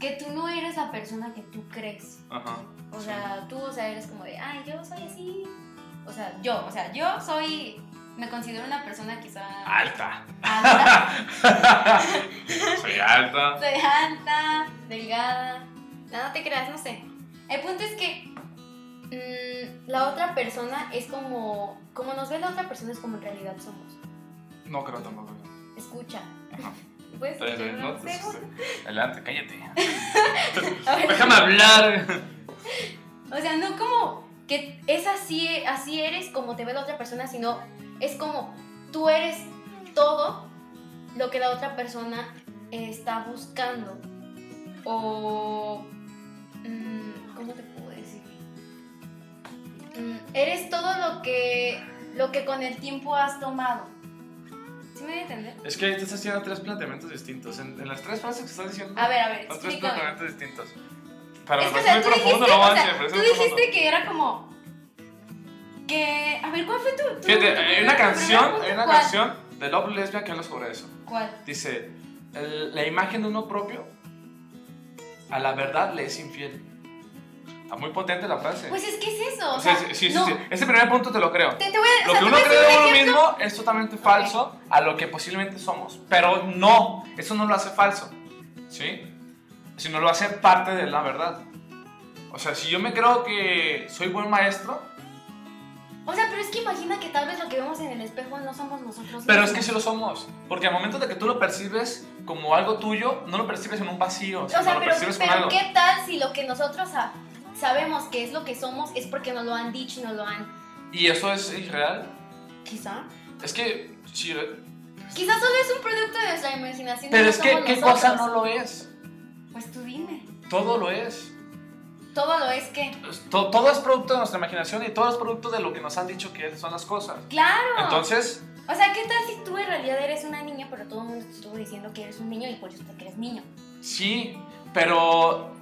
Speaker 2: Que tú no eres la persona que tú crees.
Speaker 1: Ajá.
Speaker 2: O
Speaker 1: Sí.
Speaker 2: sea, tú, o sea, eres como de, ay, yo soy así. O sea, yo, o sea, yo soy, me considero una persona quizá
Speaker 1: Alta.
Speaker 2: alta,
Speaker 1: Soy alta.
Speaker 2: soy alta, delgada. No, no te creas, no sé. El punto es que mm, la otra persona es como, como nos ve la otra persona es como en realidad somos.
Speaker 1: No creo tampoco.
Speaker 2: Escucha.
Speaker 1: Ajá.
Speaker 2: Pues,
Speaker 1: Está bien,
Speaker 2: yo
Speaker 1: ¿no? este,
Speaker 2: no sé.
Speaker 1: Adelante, cállate.
Speaker 2: A ver,
Speaker 1: Déjame hablar.
Speaker 2: O sea, no como que es así, así eres como te ve la otra persona, sino es como tú eres todo lo que la otra persona está buscando. O... mm, ¿Cómo te puedo decir? Mm, Eres todo lo que, lo que con el tiempo has tomado. ¿Sí me voy a entender?
Speaker 1: Es que ahí te estás haciendo tres planteamientos distintos. En, en las tres frases que estás diciendo,
Speaker 2: A ver, a
Speaker 1: son
Speaker 2: ver,
Speaker 1: tres
Speaker 2: explícame.
Speaker 1: planteamientos distintos. Para
Speaker 2: Es
Speaker 1: me
Speaker 2: que,
Speaker 1: parece
Speaker 2: o sea,
Speaker 1: muy
Speaker 2: tú
Speaker 1: profundo,
Speaker 2: dijiste,
Speaker 1: no
Speaker 2: o
Speaker 1: manches,
Speaker 2: sea,
Speaker 1: me parece
Speaker 2: tú
Speaker 1: muy profundo.
Speaker 2: dijiste que era como... Que... A ver, ¿cuál fue tu... tu-
Speaker 1: Fíjate,
Speaker 2: tu
Speaker 1: hay
Speaker 2: primer-
Speaker 1: una
Speaker 2: tu primer
Speaker 1: canción,
Speaker 2: punto?
Speaker 1: hay una
Speaker 2: ¿Cuál?
Speaker 1: canción de Love Lesbian que habla sobre eso.
Speaker 2: ¿Cuál?
Speaker 1: Dice, "El- la imagen de uno propio a la verdad le es infiel. Está muy potente la frase.
Speaker 2: Pues es que es eso, o
Speaker 1: O sea,
Speaker 2: sea...
Speaker 1: sí, sí, sí,
Speaker 2: no,
Speaker 1: sí. Ese primer punto te lo creo.
Speaker 2: Te, te voy a... o
Speaker 1: Lo que
Speaker 2: sea, te
Speaker 1: uno
Speaker 2: voy a
Speaker 1: cree
Speaker 2: decir
Speaker 1: de
Speaker 2: un
Speaker 1: uno
Speaker 2: ejemplo.
Speaker 1: mismo es totalmente falso a lo que posiblemente somos. Pero no, eso no lo hace falso. ¿Sí? Sino lo hace parte de la verdad. O sea, si yo me creo que soy buen maestro,
Speaker 2: O sea, pero es que imagina que tal vez lo que vemos en el espejo no somos nosotros
Speaker 1: pero es
Speaker 2: mismos.
Speaker 1: que sí lo somos. Porque al momento de que tú lo percibes como algo tuyo, no lo percibes en un vacío,
Speaker 2: O
Speaker 1: sino
Speaker 2: sea,
Speaker 1: lo
Speaker 2: pero,
Speaker 1: percibes
Speaker 2: pero
Speaker 1: con algo.
Speaker 2: ¿qué tal si lo que nosotros sa- sabemos que es lo que somos es porque nos lo han dicho y nos lo han...
Speaker 1: Y eso es irreal.
Speaker 2: Quizá.
Speaker 1: Es que, sí,
Speaker 2: Quizá solo es un producto de nuestra imaginación. y
Speaker 1: pero
Speaker 2: no
Speaker 1: es que,
Speaker 2: somos
Speaker 1: ¿qué
Speaker 2: nosotros.
Speaker 1: cosa no lo es?
Speaker 2: Pues tú dime.
Speaker 1: Todo lo es.
Speaker 2: Todo lo es que...
Speaker 1: To- todo es producto de nuestra imaginación y todo es producto de lo que nos han dicho que son las cosas.
Speaker 2: Claro.
Speaker 1: Entonces,
Speaker 2: o sea, ¿qué tal si tú en realidad eres una niña, pero todo el mundo te estuvo diciendo que eres un niño y por eso te crees niño?
Speaker 1: sí, pero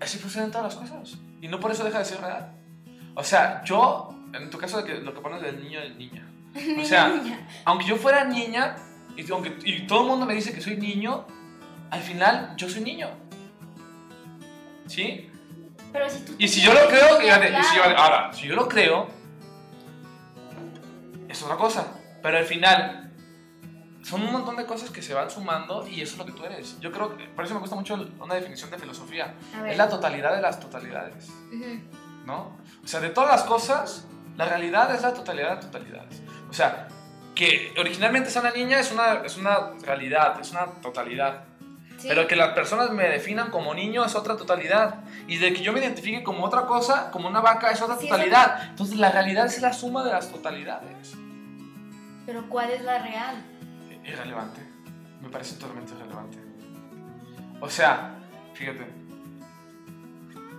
Speaker 1: así funcionan todas las cosas. Y no por eso deja de ser real. O sea, yo, en tu caso, de que- lo que pones del niño y niña. O sea,
Speaker 2: Niña.
Speaker 1: aunque yo fuera niña y, aunque, y todo el mundo me dice que soy niño, al final yo soy niño. ¿Sí?
Speaker 2: Pero si tú...
Speaker 1: Y si yo lo creo,
Speaker 2: Niña,
Speaker 1: fíjate, y si yo-
Speaker 2: claro.
Speaker 1: ahora, si yo lo creo, es otra cosa. Pero al final, son un montón de cosas que se van sumando y eso es lo que tú eres. Yo creo que, por eso me gusta mucho una definición de filosofía.
Speaker 2: A ver.
Speaker 1: Es la totalidad de las totalidades,
Speaker 2: Ujú.
Speaker 1: ¿no? O sea, de todas las cosas, la realidad es la totalidad de las totalidades. O sea, que originalmente sea una niña es una, es una realidad, es una totalidad.
Speaker 2: Sí.
Speaker 1: Pero que las personas me definan como niño es otra totalidad. Y de que yo me identifique como otra cosa, como una vaca, es otra
Speaker 2: Sí, es
Speaker 1: totalidad. Entonces la realidad es la suma de las totalidades. E-,
Speaker 2: Pero ¿cuál es la real?
Speaker 1: Irrelevante. Me parece totalmente irrelevante. O sea, fíjate.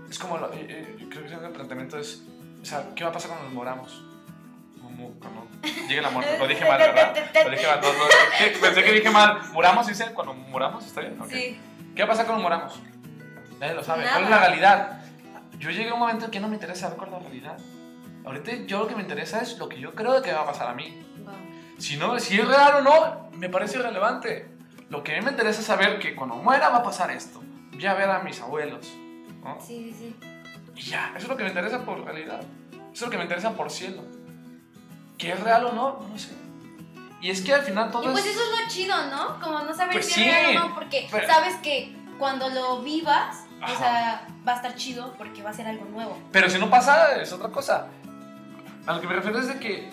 Speaker 1: Es como... lo- eh, eh, yo creo que el planteamiento es... O sea, ¿qué va a pasar cuando nos moramos? Como Cuando llegue la muerte. Lo dije mal, ¿verdad? Lo dije mal. no, no, ¿qué? pensé que dije mal. ¿Muramos? ¿Dice? ¿Cuando muramos? ¿Está bien? Ok.
Speaker 2: Sí.
Speaker 1: ¿Qué va a pasar cuando moramos? Nadie lo sabe.
Speaker 2: Nada.
Speaker 1: ¿Cuál es la realidad? Yo llegué a un momento en que no me interesa ver cuál es la realidad. Ahorita yo lo que me interesa es lo que yo creo de que va a pasar a mí.
Speaker 2: Wow.
Speaker 1: Si, no, si es real o no, me parece irrelevante. Lo que a mí me interesa es saber que cuando muera va a pasar esto. Ya ver a mis abuelos. ¿no?
Speaker 2: Sí, sí, sí.
Speaker 1: Y ya, eso es lo que me interesa por realidad. Eso es lo que me interesa por cielo. ¿Que es real o no? No lo sé. Y es que al final todo
Speaker 2: Y pues
Speaker 1: es...
Speaker 2: eso es lo chido, ¿no? Como no saber
Speaker 1: Pues
Speaker 2: si
Speaker 1: sí,
Speaker 2: es real o no, porque
Speaker 1: pero-
Speaker 2: sabes que cuando lo vivas,
Speaker 1: Ajá.
Speaker 2: o sea, va a estar chido porque va a ser algo nuevo.
Speaker 1: Pero si no pasa, es otra cosa. A lo que me refiero es de que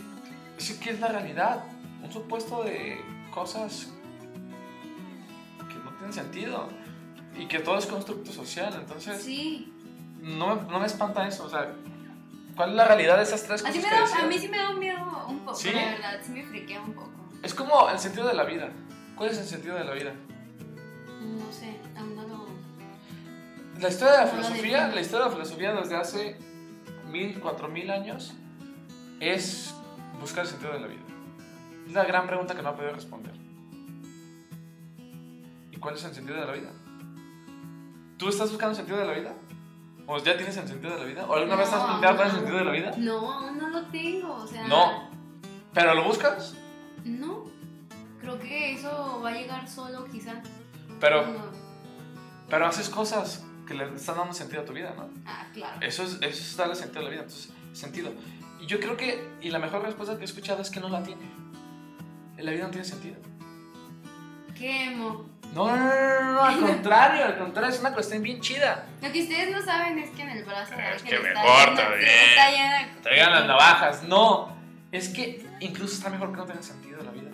Speaker 1: es que es la realidad, un supuesto de cosas que no tienen sentido y que todo es constructo social, entonces
Speaker 2: Sí.
Speaker 1: no, me- no me espanta eso, o sea, ¿cuál es la realidad de esas tres cosas?
Speaker 2: Así me
Speaker 1: que
Speaker 2: da-
Speaker 1: decía?
Speaker 2: a mí sí me da un miedo un poco,
Speaker 1: ¿Sí?
Speaker 2: la verdad. Sí me friquea un poco.
Speaker 1: Es como el sentido de la vida. ¿Cuál es el sentido de la vida?
Speaker 2: No sé, aún no lo.
Speaker 1: La historia de la
Speaker 2: No lo
Speaker 1: filosofía,
Speaker 2: define.
Speaker 1: la historia de la filosofía desde hace mil, cuatro mil años es buscar el sentido de la vida. Es la gran pregunta que no ha podido responder. ¿Y cuál es el sentido de la vida? ¿Tú estás buscando el sentido de la vida? ¿O ya tienes el sentido de la vida? ¿O alguna vez has
Speaker 2: No,
Speaker 1: planteado cuál es el
Speaker 2: no.
Speaker 1: sentido de la vida?
Speaker 2: No, aún no lo tengo, o sea.
Speaker 1: No. ¿Pero lo buscas?
Speaker 2: No. Creo que eso va a llegar solo, quizá.
Speaker 1: Pero,
Speaker 2: No.
Speaker 1: pero haces cosas que le están dando sentido a tu vida, ¿no?
Speaker 2: Ah, claro.
Speaker 1: Eso es, eso es darle sentido a la vida, entonces, sentido. Y yo creo que, y la mejor respuesta que he escuchado es que no la tiene. La vida no tiene sentido.
Speaker 2: Quemo.
Speaker 1: No, no, no, no, no, no, al contrario, al contrario, es una cuestión bien chida.
Speaker 2: Lo que ustedes no saben es que en el brazo de
Speaker 1: Es
Speaker 2: Ángel
Speaker 1: que me
Speaker 2: está
Speaker 1: corta,
Speaker 2: llena- sí,
Speaker 1: bien.
Speaker 2: está llena-
Speaker 1: Traigan las navajas, no. Es que incluso está mejor que no tenga sentido la vida.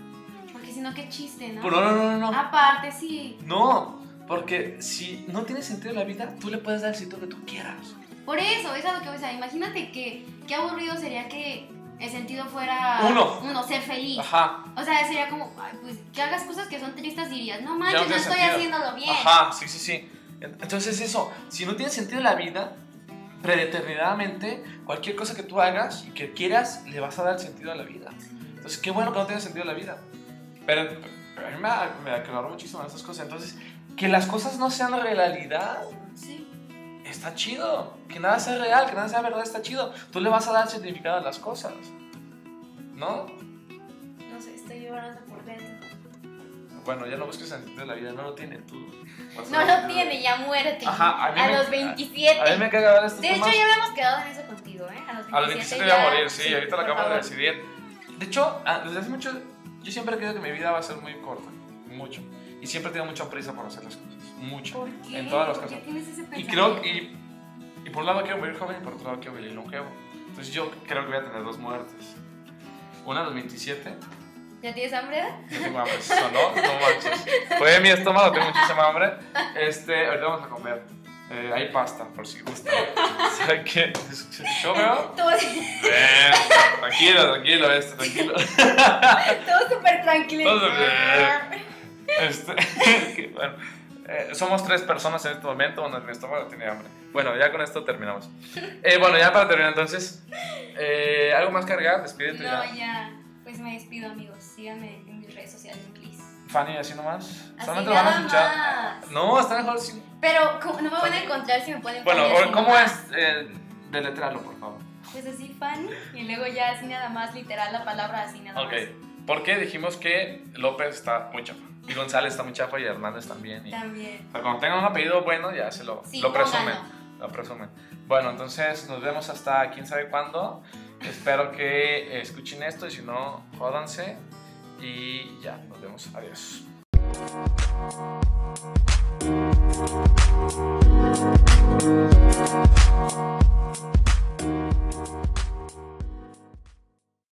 Speaker 2: Porque si no, qué chiste, ¿no? Ah.
Speaker 1: No, no, no, no, no.
Speaker 2: Aparte, sí.
Speaker 1: No, porque si no tiene sentido la vida, tú le puedes dar el sentido que tú quieras.
Speaker 2: Por eso, es a lo que voy a decir. Imagínate que qué aburrido sería que el sentido fuera
Speaker 1: Uno.
Speaker 2: uno ser feliz.
Speaker 1: Ajá,
Speaker 2: O sea, sería como, ay, pues que hagas cosas que son tristes dirías, no
Speaker 1: Ya
Speaker 2: manches,
Speaker 1: no
Speaker 2: no,
Speaker 1: tiene
Speaker 2: estoy
Speaker 1: sentido.
Speaker 2: haciéndolo bien.
Speaker 1: Ajá, sí, sí, sí. Entonces eso, si no tiene sentido la vida, predeterminadamente, cualquier cosa que tú hagas y que quieras, le vas a dar sentido a la vida. Entonces, qué bueno que no tenga sentido la vida. Pero, pero a mí me, me aclaró muchísimo esas cosas. Entonces, que las cosas no sean realidad
Speaker 2: Sí.
Speaker 1: está chido. Que nada sea real, que nada sea verdad está chido. Tú le vas a dar significado a las cosas. ¿No?
Speaker 2: No sé, estoy llorando por dentro.
Speaker 1: Bueno, ya no busques sentido de la vida, no lo tiene. Tú vas a
Speaker 2: No
Speaker 1: ver
Speaker 2: lo
Speaker 1: sentido.
Speaker 2: tiene, ya muérete.
Speaker 1: Ajá, a mí me-
Speaker 2: los 27.
Speaker 1: A mí me caga ver estos
Speaker 2: de hecho,
Speaker 1: temas.
Speaker 2: ya habíamos quedado en eso contigo, ¿eh? A los 27,
Speaker 1: A los 27 voy
Speaker 2: ya-
Speaker 1: a morir, sí, ahorita lo
Speaker 2: por
Speaker 1: acabo de
Speaker 2: favor.
Speaker 1: decidir. De hecho, ah, desde hace mucho, yo siempre he creído que mi vida va a ser muy corta, mucho. Y siempre he tenido mucha prisa por hacer las cosas, mucho.
Speaker 2: ¿Por qué?
Speaker 1: En todas las
Speaker 2: ¿Por qué
Speaker 1: cosas.
Speaker 2: tienes ese
Speaker 1: Y
Speaker 2: pensamiento?
Speaker 1: creo que, y, y por un lado quiero morir joven y por otro lado quiero morir longevo. Entonces yo creo que voy a tener dos muertes. Una a los 27,
Speaker 2: ¿Ya tienes hambre? Edad?
Speaker 1: yo tengo hambre, eso no, no manches. Fue mi estómago, tengo muchísima hambre. Este, ahorita vamos a comer. Eh, hay pasta, por si gusta. O sea que, yo veo...
Speaker 2: Todo, todo
Speaker 1: Bien, tranquilo, tranquilo, este, tranquilo.
Speaker 2: súper tranquilo.
Speaker 1: Todo bien. Este, que, bueno, eh, somos tres personas en este momento, bueno, mi estómago tiene hambre. Bueno, ya con esto terminamos. Eh, bueno, ya para terminar entonces, eh, ¿algo más cargar? Despídete
Speaker 2: No,
Speaker 1: ya.
Speaker 2: ya. Pues me despido, amigos. Síganme en mis redes sociales, please.
Speaker 1: Fanny, así nomás.
Speaker 2: Así
Speaker 1: Solamente
Speaker 2: nada
Speaker 1: van a escuchar.
Speaker 2: más.
Speaker 1: No, está mejor sin...
Speaker 2: Pero ¿cómo- no me van a encontrar si me ponen
Speaker 1: Bueno,
Speaker 2: Fanny así
Speaker 1: ¿cómo
Speaker 2: nomás?
Speaker 1: es? Eh, deletrarlo, por favor.
Speaker 2: Pues así, Fanny. Y luego ya así nada más, literal, la palabra así nada
Speaker 1: Ok,
Speaker 2: más.
Speaker 1: porque dijimos que López está muy chafa. Y González está muy chafa y Hernández también. y-
Speaker 2: También.
Speaker 1: Pero cuando tengan un apellido bueno, ya se lo,
Speaker 2: Sí,
Speaker 1: lo presumen.
Speaker 2: pónganlo.
Speaker 1: Lo presumen. Bueno, entonces nos vemos hasta quién sabe cuándo. Espero que eh, escuchen esto y si no, jódanse. Y ya, nos vemos. Adiós.